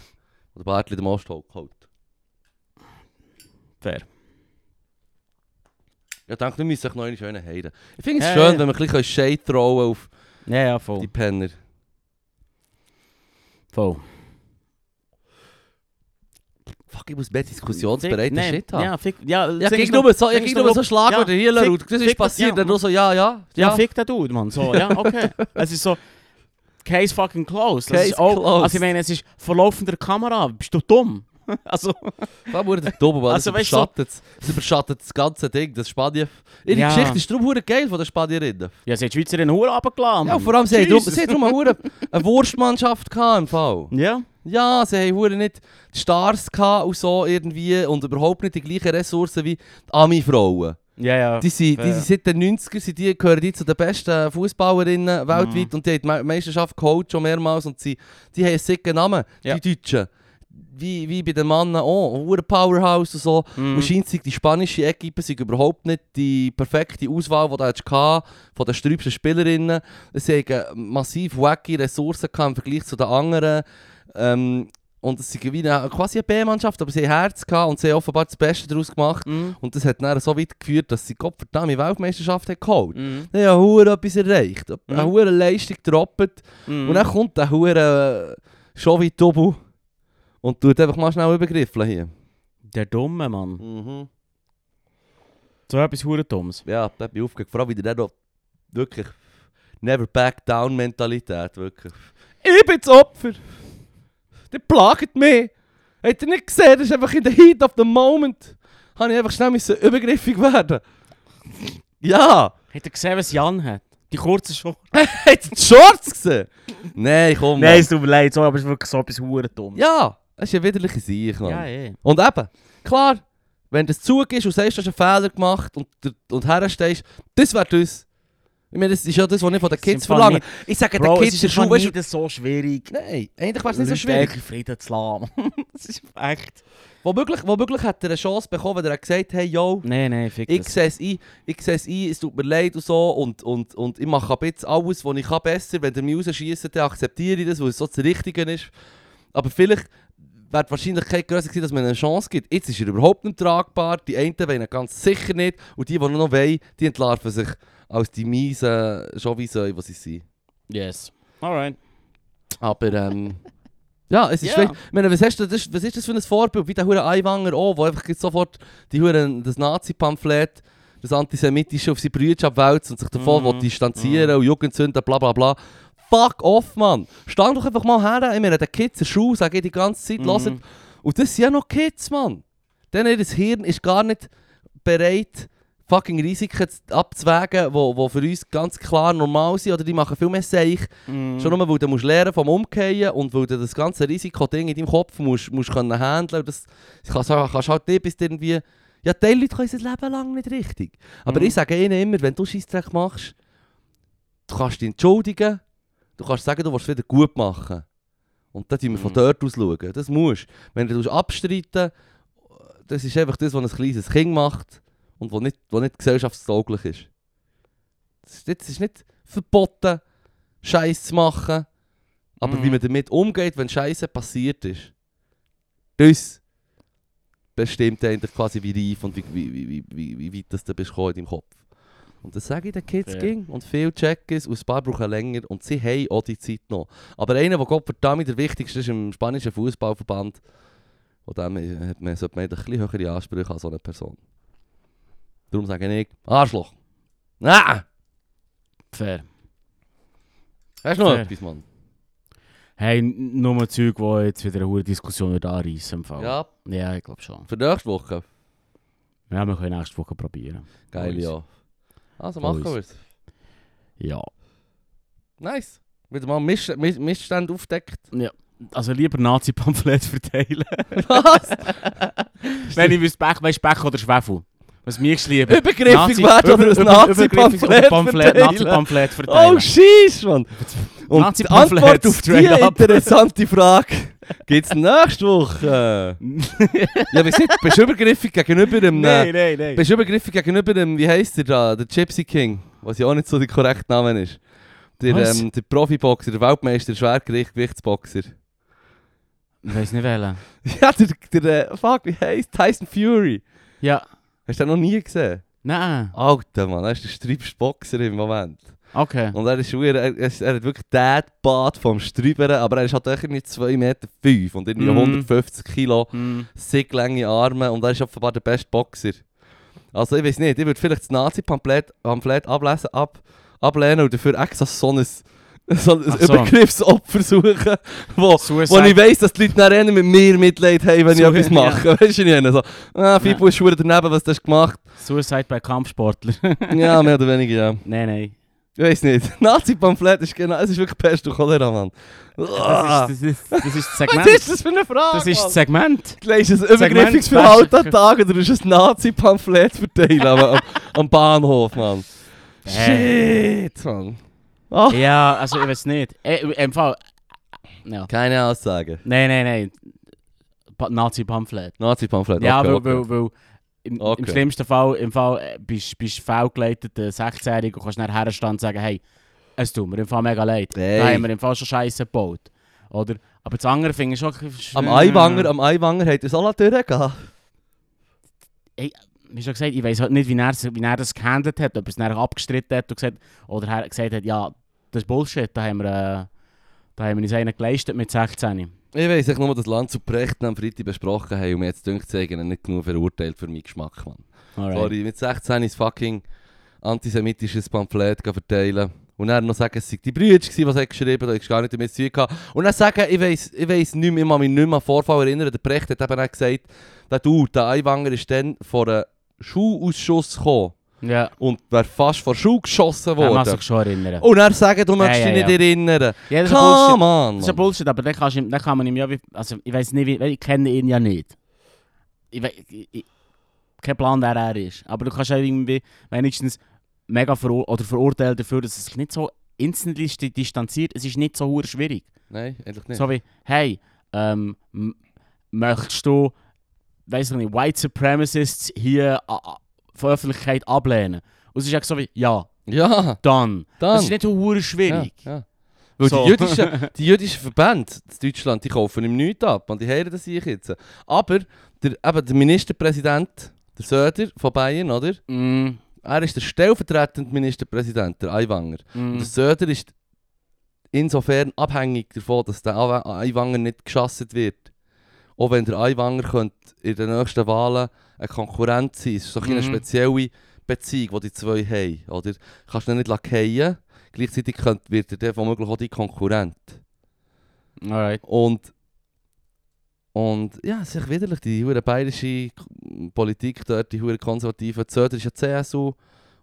[SPEAKER 2] Oder Bartli den Most holt.
[SPEAKER 1] Fair.
[SPEAKER 2] Ja, danke, wir müssen euch noch einen schönen heiden. Ich finde es
[SPEAKER 1] Ja,
[SPEAKER 2] schön,
[SPEAKER 1] ja. Oh.
[SPEAKER 2] wenn wir ein bisschen Shade throwen auf
[SPEAKER 1] Ja, ja, voll.
[SPEAKER 2] die Penner.
[SPEAKER 1] Voll.
[SPEAKER 2] Fuck, ich muss mehr diskussionsbereiten
[SPEAKER 1] Nein,
[SPEAKER 2] Shit haben.
[SPEAKER 1] Ja, fick, ja,
[SPEAKER 2] Ja,
[SPEAKER 1] sag
[SPEAKER 2] ging
[SPEAKER 1] es noch-
[SPEAKER 2] nur so, ja,
[SPEAKER 1] sag es
[SPEAKER 2] ging
[SPEAKER 1] noch
[SPEAKER 2] nur so
[SPEAKER 1] laut.
[SPEAKER 2] Schlagwörter
[SPEAKER 1] Ja,
[SPEAKER 2] hier,
[SPEAKER 1] fick-
[SPEAKER 2] Laut. Das ist
[SPEAKER 1] fick-
[SPEAKER 2] passiert,
[SPEAKER 1] ja.
[SPEAKER 2] dann nur so, ja, ja,
[SPEAKER 1] Ja,
[SPEAKER 2] ja.
[SPEAKER 1] fick den Dude, Mann. So, ja, okay. es ist so, case fucking closed. Das
[SPEAKER 2] Case
[SPEAKER 1] ist auch,
[SPEAKER 2] closed.
[SPEAKER 1] Also ich meine, es ist vor laufender Kamera. Bist du dumm? also,
[SPEAKER 2] Da wurde der dumm, weil
[SPEAKER 1] Also,
[SPEAKER 2] das
[SPEAKER 1] weißt du, so-
[SPEAKER 2] überschattet, das überschattet das ganze Ding, das Spanien. Ihre
[SPEAKER 1] Ja.
[SPEAKER 2] Geschichte ist darum hure geil von den Spanierinnen.
[SPEAKER 1] ja, sie hat die Schweizerin Hure runtergeladen.
[SPEAKER 2] Ja,
[SPEAKER 1] Mann.
[SPEAKER 2] und vor allem, sie haben drum-
[SPEAKER 1] Jesus.
[SPEAKER 2] sie haben darum eine, hure- eine Wurstmannschaft gehabt im Fall.
[SPEAKER 1] Ja,
[SPEAKER 2] Ja, sie haben hure nicht die Stars gehabt und so irgendwie und überhaupt nicht die gleichen Ressourcen wie die Ami-Frauen.
[SPEAKER 1] ja, ja.
[SPEAKER 2] Die, sind, die
[SPEAKER 1] Ja.
[SPEAKER 2] sind seit den 90ern, sind die, gehören die zu den besten Fußballerinnen
[SPEAKER 1] Mhm.
[SPEAKER 2] weltweit und die haben die Me- Meisterschaft geholt schon mehrmals und sie, die haben einen sicken Namen,
[SPEAKER 1] Ja.
[SPEAKER 2] die Deutschen. Wie, wie bei den Männern auch, ein hure Powerhouse und so.
[SPEAKER 1] Mhm.
[SPEAKER 2] Und scheint sich die spanische Equipe sei überhaupt nicht die perfekte Auswahl, die du hattest gehabt, von den strübsten Spielerinnen. Es haben äh, massiv wacky Ressourcen gehabt im Vergleich zu den anderen. Ähm, und es sind wie eine, quasi eine B-Mannschaft, aber sie haben Herz gehabt und sie haben offenbar das Beste daraus gemacht.
[SPEAKER 1] Mhm.
[SPEAKER 2] Und das hat dann so weit geführt, dass sie Gottverdammt die Weltmeisterschaft hat geholt haben.
[SPEAKER 1] Mhm.
[SPEAKER 2] Die haben hure etwas erreicht,
[SPEAKER 1] Mhm.
[SPEAKER 2] eine hure Leistung gedroppt.
[SPEAKER 1] Mhm.
[SPEAKER 2] Und dann kommt der hure äh, schon wie Tobu und tut einfach mal schnell übergriffen hier.
[SPEAKER 1] Mhm. Der Dumme, Mann.
[SPEAKER 2] Mhm.
[SPEAKER 1] So etwas Hurentums.
[SPEAKER 2] Ja, da bin ich aufgegangen. Vor allem wieder der noch wirklich never back down Mentalität, wirklich. Ich bin das Opfer. Der plagt mich. Habt ihr nicht gesehen? Das ist einfach in the heat of the moment. Habe ich einfach schnell müssen übergriffig werden. Ja.
[SPEAKER 1] Hat er gesehen, was Jan hat? Die kurze Schorte.
[SPEAKER 2] Habt ihr die Shorts gesehen? Nein, komm.
[SPEAKER 1] Nein, es tut mir leid, sorry, aber es ist wirklich so etwas Hurentums.
[SPEAKER 2] Ja, das ist eine widerliche Sache. Mann.
[SPEAKER 1] ja, eh.
[SPEAKER 2] Und eben, klar, wenn der Zug ist und sagst, du hast einen Fehler gemacht und, der- und herstehst, das wäre das. Ich meine, das ist ja das, was ich von den Kids
[SPEAKER 1] Sind voll
[SPEAKER 2] verlange. Ich sage den
[SPEAKER 1] Bro, es
[SPEAKER 2] Kids,
[SPEAKER 1] ist
[SPEAKER 2] der
[SPEAKER 1] schon
[SPEAKER 2] Schuh ist...
[SPEAKER 1] nicht so schwierig.
[SPEAKER 2] Nein, eigentlich wäre es
[SPEAKER 1] Leute
[SPEAKER 2] nicht so schwierig.
[SPEAKER 1] wirklich Frieden zu lassen. das ist echt...
[SPEAKER 2] Womöglich, womöglich hat er eine Chance bekommen, wenn er hat gesagt hey, yo,
[SPEAKER 1] Nein, nein, fick
[SPEAKER 2] ich
[SPEAKER 1] das.
[SPEAKER 2] sehe es ein, ich sehe es ein, es tut mir leid und so und, und, und ich mache ab jetzt alles, was ich kann, besser. Wenn ihr mich rausschießt, dann akzeptiere ich das, weil es so das Richtige ist. Aber vielleicht wäre die Wahrscheinlichkeit größer gewesen, dass man ihm eine Chance gibt. Jetzt ist er überhaupt nicht tragbar, die einen wollen ihn ganz sicher nicht und die, die ihn noch wollen, die entlarven sich als die miesen Chauviseu, die sie sind.
[SPEAKER 1] Yes. Alright.
[SPEAKER 2] Aber ähm, ja, es ist
[SPEAKER 1] Ja.
[SPEAKER 2] schlecht. Ich meine, was, hast du, das, was ist das für ein Vorbild? Wie der hure Einwanger auch, der einfach jetzt sofort die hure das Nazi-Pamphlet, das Antisemitische auf seine Brüder abwälzt und sich davon
[SPEAKER 1] Mhm.
[SPEAKER 2] will distanzieren und Jugendsünden, bla bla bla. Fuck off, Mann! Stand doch einfach mal her. Ich meine, den Kids in der Schule, sage ich die ganze Zeit,
[SPEAKER 1] Mhm.
[SPEAKER 2] hören. Und das sind ja noch Kids, Mann! Denn ihr Hirn ist gar nicht bereit, fucking Risiken zu- abzuwägen, die für uns ganz klar normal sind. Oder die machen viel mehr Seich
[SPEAKER 1] Mm.
[SPEAKER 2] Schon nur, weil du musst lernen vom Umkehren und weil du das ganze Risiko-Ding in deinem Kopf musst, musst können handeln musst. Das kannst, du- kannst halt nicht bis du irgendwie... Ja, die Leute können ihr Leben lang nicht richtig. Aber
[SPEAKER 1] Mhm.
[SPEAKER 2] ich sage ihnen immer, wenn du Scheissdreck machst, du kannst dich entschuldigen, du kannst sagen, du willst es wieder gut machen. Und dann schauen wir von
[SPEAKER 1] Mhm.
[SPEAKER 2] dort aus. Schauen. Das musst du. Wenn du dich abstreiten das ist einfach das, was ein kleines Kind macht und was nicht, was nicht gesellschaftstauglich ist. Das ist, nicht- das ist nicht verboten, Scheiß zu machen, aber
[SPEAKER 1] Mhm.
[SPEAKER 2] wie man damit umgeht, wenn Scheiße passiert ist. Das bestimmt eigentlich quasi wie reif und wie, wie, wie, wie, wie, wie weit das du bist gekommen in deinem Kopf. Und das sage ich den Kids
[SPEAKER 1] Fair.
[SPEAKER 2] ging. Und viele checken es, und ein paar brauchen länger. Und sie haben auch die Zeit noch. Aber einer, der Gottverdammt der wichtigste ist im spanischen Fußballverband, und dem äh, hat man, sollte man eigentlich ein bisschen höhere Ansprüche an so eine Person. Darum sage ich, Arschloch. Ah!
[SPEAKER 1] Fair.
[SPEAKER 2] Hast du noch
[SPEAKER 1] Fair.
[SPEAKER 2] etwas, Mann?
[SPEAKER 1] Hey, n- nur ein Zeug, wo jetzt wieder eine hohe Diskussion wird anreissen im Fall.
[SPEAKER 2] Ja,
[SPEAKER 1] Ja, ich glaube schon.
[SPEAKER 2] für nächste Woche.
[SPEAKER 1] Ja, wir können nächste Woche probieren.
[SPEAKER 2] Geil,
[SPEAKER 1] Nice.
[SPEAKER 2] ja. Also machen
[SPEAKER 1] Nice.
[SPEAKER 2] wir es.
[SPEAKER 1] Ja.
[SPEAKER 2] Nice. Wieder mal Miss Miss Missstände aufdeckt.
[SPEAKER 1] Also lieber Nazi-Pamphlet verteilen.
[SPEAKER 2] Was?
[SPEAKER 1] Wenn ich Speck, weißt Speck oder Schwefel? Was mich lieber?
[SPEAKER 2] Übergriffig werden oder ein Nazi-Pamphlet verteilen.
[SPEAKER 1] Nazi-Pamphlet
[SPEAKER 2] Oh,
[SPEAKER 1] verteilen.
[SPEAKER 2] scheiße, Mann. Und die
[SPEAKER 1] Nazi-Pamphlet,
[SPEAKER 2] Antwort auf die
[SPEAKER 1] straight up.
[SPEAKER 2] interessante Frage gibt's nächste Woche. ja, wie gesagt, bist du übergriffig gegenüber dem...
[SPEAKER 1] nein,
[SPEAKER 2] äh,
[SPEAKER 1] nein, nein.
[SPEAKER 2] Bist du übergriffig gegenüber dem, wie heisst der da, der Gypsy King, was ja auch nicht so der korrekte Name ist. Der,
[SPEAKER 1] Was?
[SPEAKER 2] ähm, der Profiboxer, der Weltmeister, Schwergewicht, Gewichtsboxer.
[SPEAKER 1] Ich weiß nicht wählen.
[SPEAKER 2] Ja, der, der äh, fuck, wie heisst Tyson Fury.
[SPEAKER 1] Ja.
[SPEAKER 2] Hast du den noch nie gesehen?
[SPEAKER 1] Nein.
[SPEAKER 2] Alter Mann, er ist der streibste Boxer im Moment.
[SPEAKER 1] Okay.
[SPEAKER 2] Und er ist schwer, er, er, er hat wirklich den Bad vom Streibern, aber er ist halt echt nicht 2,5 Meter fünf und irgendwie
[SPEAKER 1] Mhm.
[SPEAKER 2] 150 Kilo,
[SPEAKER 1] Hm.
[SPEAKER 2] sick lange Arme und er ist offenbar der beste Boxer. Also ich weiß nicht, ich würde vielleicht das Nazi-Pamphlet Pamphlet ablesen, ab, ablehnen und dafür extra so ein, so ein
[SPEAKER 1] Ach so.
[SPEAKER 2] Übergriffsopfer suchen, wo,
[SPEAKER 1] Suicide.
[SPEAKER 2] wo ich weiss, dass die Leute nachher mit mir Mitleid haben, wenn ich
[SPEAKER 1] Suicide,
[SPEAKER 2] etwas mache. Weißt du nicht? So, ah, Fibu ist schwer daneben, was du hast gemacht.
[SPEAKER 1] Suicide bei Kampfsportler.
[SPEAKER 2] ja, mehr oder weniger, ja.
[SPEAKER 1] nein, nein.
[SPEAKER 2] Ich weiß nicht. Nazi-Pamphlet ist genau, es ist wirklich Pest und Cholera, Mann. Ah.
[SPEAKER 1] Das ist das, ist, das ist das
[SPEAKER 2] Was
[SPEAKER 1] Segment.
[SPEAKER 2] ist das für eine Frage?
[SPEAKER 1] Das ist das
[SPEAKER 2] Mann?
[SPEAKER 1] Segment.
[SPEAKER 2] Du legst ein Übergriffungsverhalten an den Tag oder du hast ein Nazi-Pamphlet verteilen am, am, am Bahnhof, Mann.
[SPEAKER 1] Eh.
[SPEAKER 2] Shit, Mann. Ach,
[SPEAKER 1] Ja, also ich weiß nicht. Äh, Im Fall. Ja.
[SPEAKER 2] Keine Aussage.
[SPEAKER 1] Nein, nein, nein. Pa- Nazi-Pamphlet.
[SPEAKER 2] Nazi-Pamphlet,
[SPEAKER 1] ja,
[SPEAKER 2] okay,
[SPEAKER 1] weil, weil,
[SPEAKER 2] okay.
[SPEAKER 1] weil im,
[SPEAKER 2] Okay.
[SPEAKER 1] im schlimmsten Fall, im Fall äh, bist du fehlgeleiteter 16-Jähriger und kannst nachher herstehen und sagen, hey, es tut mir im Fall mega leid.
[SPEAKER 2] Nein.
[SPEAKER 1] Da haben wir im Fall schon Scheiße gebaut. Oder? Aber das andere finde ich schon... ein bisschen
[SPEAKER 2] Am
[SPEAKER 1] schwierig.
[SPEAKER 2] Eiwanger, am Eiwanger hat es alle durchgegeben.
[SPEAKER 1] Wie schon gesagt, ich weiß halt nicht, wie er, wie er das gehandelt hat, ob er es nachher abgestritten hat und gesagt, oder eh, er gesagt hat, ja, das ist Bullshit, da haben wir, äh, da haben wir uns einen geleistet mit 16.
[SPEAKER 2] Ich weiss echt nur, dass Land zu Prechten am Freitag besprochen haben und mir jetzt dünkt, sie haben ihn nicht genug verurteilt für meinen Geschmack, Mann.
[SPEAKER 1] Alright.
[SPEAKER 2] Sorry, mit 16 ist fucking antisemitisches Pamphlet gehen verteilen. Und dann noch sagen, es sei die Brüder, die es geschrieben hat, ich gar nicht damit zu tun gehabt. Und dann sagen, ich weiss, ich weiss nicht mehr, ich kann mich nicht mehr an den Vorfall erinnern. Der Precht hat eben auch gesagt, der Dude, der Einwanger, ist dann vor einem Schulausschuss gekommen
[SPEAKER 1] Ja.
[SPEAKER 2] und wäre fast vor Schule geschossen
[SPEAKER 1] Kann man
[SPEAKER 2] worden.
[SPEAKER 1] sich schon erinnern.
[SPEAKER 2] Und er sagt, du möchtest
[SPEAKER 1] ja,
[SPEAKER 2] dich nicht
[SPEAKER 1] ja.
[SPEAKER 2] erinnern.
[SPEAKER 1] Ja, das ist Bullshit.
[SPEAKER 2] Come on!
[SPEAKER 1] Das ist ja
[SPEAKER 2] Mann.
[SPEAKER 1] Bullshit, aber dann, kannst du ihm, dann kann man ihm ja... wie- Also ich weiß nicht, wie- weil ich kenne ihn ja nicht. Ich, wei- ich, ich kein Plan, wer er ist. Aber du kannst ja irgendwie wenigstens mega verur oder verurteilen dafür, dass es sich nicht so instantly sti- distanziert. Es ist nicht so hure schwierig.
[SPEAKER 2] Nein, endlich nicht.
[SPEAKER 1] So wie, hey, ähm, m- möchtest du, weiß ich nicht, White Supremacists hier a- a- von Öffentlichkeit ablehnen? Und es ist ja so wie, ja,
[SPEAKER 2] Ja,
[SPEAKER 1] dann. Das
[SPEAKER 2] dann.
[SPEAKER 1] ist nicht so hure schwierig.
[SPEAKER 2] Ja, ja. Weil
[SPEAKER 1] So.
[SPEAKER 2] die, jüdischen, die jüdischen Verbände in Deutschland, die kaufen ihm nichts ab und die heiraten sich jetzt. Aber der, eben der Ministerpräsident, der Söder von Bayern, oder?
[SPEAKER 1] Mm,
[SPEAKER 2] Er ist der stellvertretende Ministerpräsident, der Aiwanger. Und
[SPEAKER 1] mm.
[SPEAKER 2] der Söder ist insofern abhängig davon, dass der Awe- Aiwanger nicht geschasst wird. Auch wenn der Aiwanger könnte in den nächsten Wahlen eine Konkurrent sein. Es ist so ein bisschen eine
[SPEAKER 1] Mhm.
[SPEAKER 2] spezielle Beziehung, die die zwei haben. Oder? Du kannst ihn nicht lassen, gleichzeitig könnte, wird er dann womöglich auch die Konkurrent.
[SPEAKER 1] Alright.
[SPEAKER 2] Und, und ja, es ist echt widerlich, die hure bayerische K- Politik dort, die hure konservative. Die Söder ist ja CSU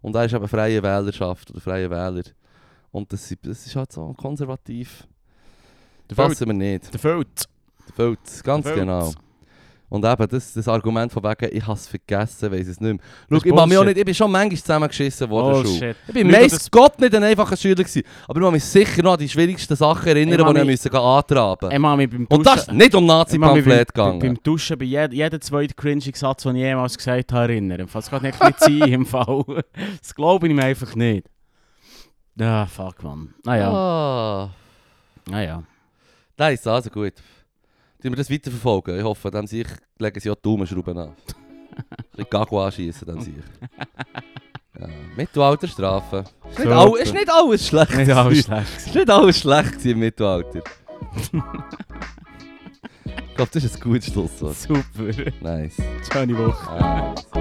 [SPEAKER 2] und er ist eben freie Wählerschaft oder freie Wähler. Und das, sind- das ist halt so konservativ.
[SPEAKER 1] Der Feld.
[SPEAKER 2] Fassen wir nicht.
[SPEAKER 1] Der Feld.
[SPEAKER 2] Der Feld, ganz
[SPEAKER 1] Der Feld.
[SPEAKER 2] genau. Und eben, das, das Argument von wegen, ich habe es vergessen, weiss es nicht mehr. Schau,
[SPEAKER 1] Das
[SPEAKER 2] ich, mag mich
[SPEAKER 1] Bullshit.
[SPEAKER 2] auch
[SPEAKER 1] Oh,
[SPEAKER 2] nicht, ich bin schon manchmal zusammengeschissen worden. Schuh.
[SPEAKER 1] Bullshit.
[SPEAKER 2] Ich bin
[SPEAKER 1] Leute,
[SPEAKER 2] meist
[SPEAKER 1] das-
[SPEAKER 2] Gott nicht ein einfacher Schüler gewesen, aber ich muss mich sicher noch an die schwierigsten Sachen
[SPEAKER 1] Ich mag
[SPEAKER 2] erinnern, die ich
[SPEAKER 1] mich-
[SPEAKER 2] musste antraben
[SPEAKER 1] Ich mache mich beim
[SPEAKER 2] und das ist nicht um
[SPEAKER 1] ich mag mich
[SPEAKER 2] Nazi-Pamphlet
[SPEAKER 1] beim,
[SPEAKER 2] gegangen.
[SPEAKER 1] beim Duschen bei jed jedem zweiten cringy Satz, den ich jemals gesagt habe, erinnern. Im Fall, Es geht nicht nicht sein, im Fall. Das glaube ich mir einfach nicht. Ah, fuck, man. Nou Naja,
[SPEAKER 2] Ah,
[SPEAKER 1] naja.
[SPEAKER 2] nice, also gut. Tun wir das weiterverfolgen? Ich hoffe, dem sich legen sie auch die Daumenschrauben an. Ein bisschen Gago anschiessen, dem sich. Ja. Mittelalterstrafe. Ist nicht,
[SPEAKER 1] Super.
[SPEAKER 2] all, ist nicht alles schlecht.
[SPEAKER 1] Nicht alles
[SPEAKER 2] gewesen.
[SPEAKER 1] schlecht.
[SPEAKER 2] Ist nicht alles schlecht gewesen im Mittelalter. dus ich glaube, das ist ein gutes Schlusswort.
[SPEAKER 1] Super.
[SPEAKER 2] Nice.
[SPEAKER 1] Schöne Woche.
[SPEAKER 2] Ah, nice.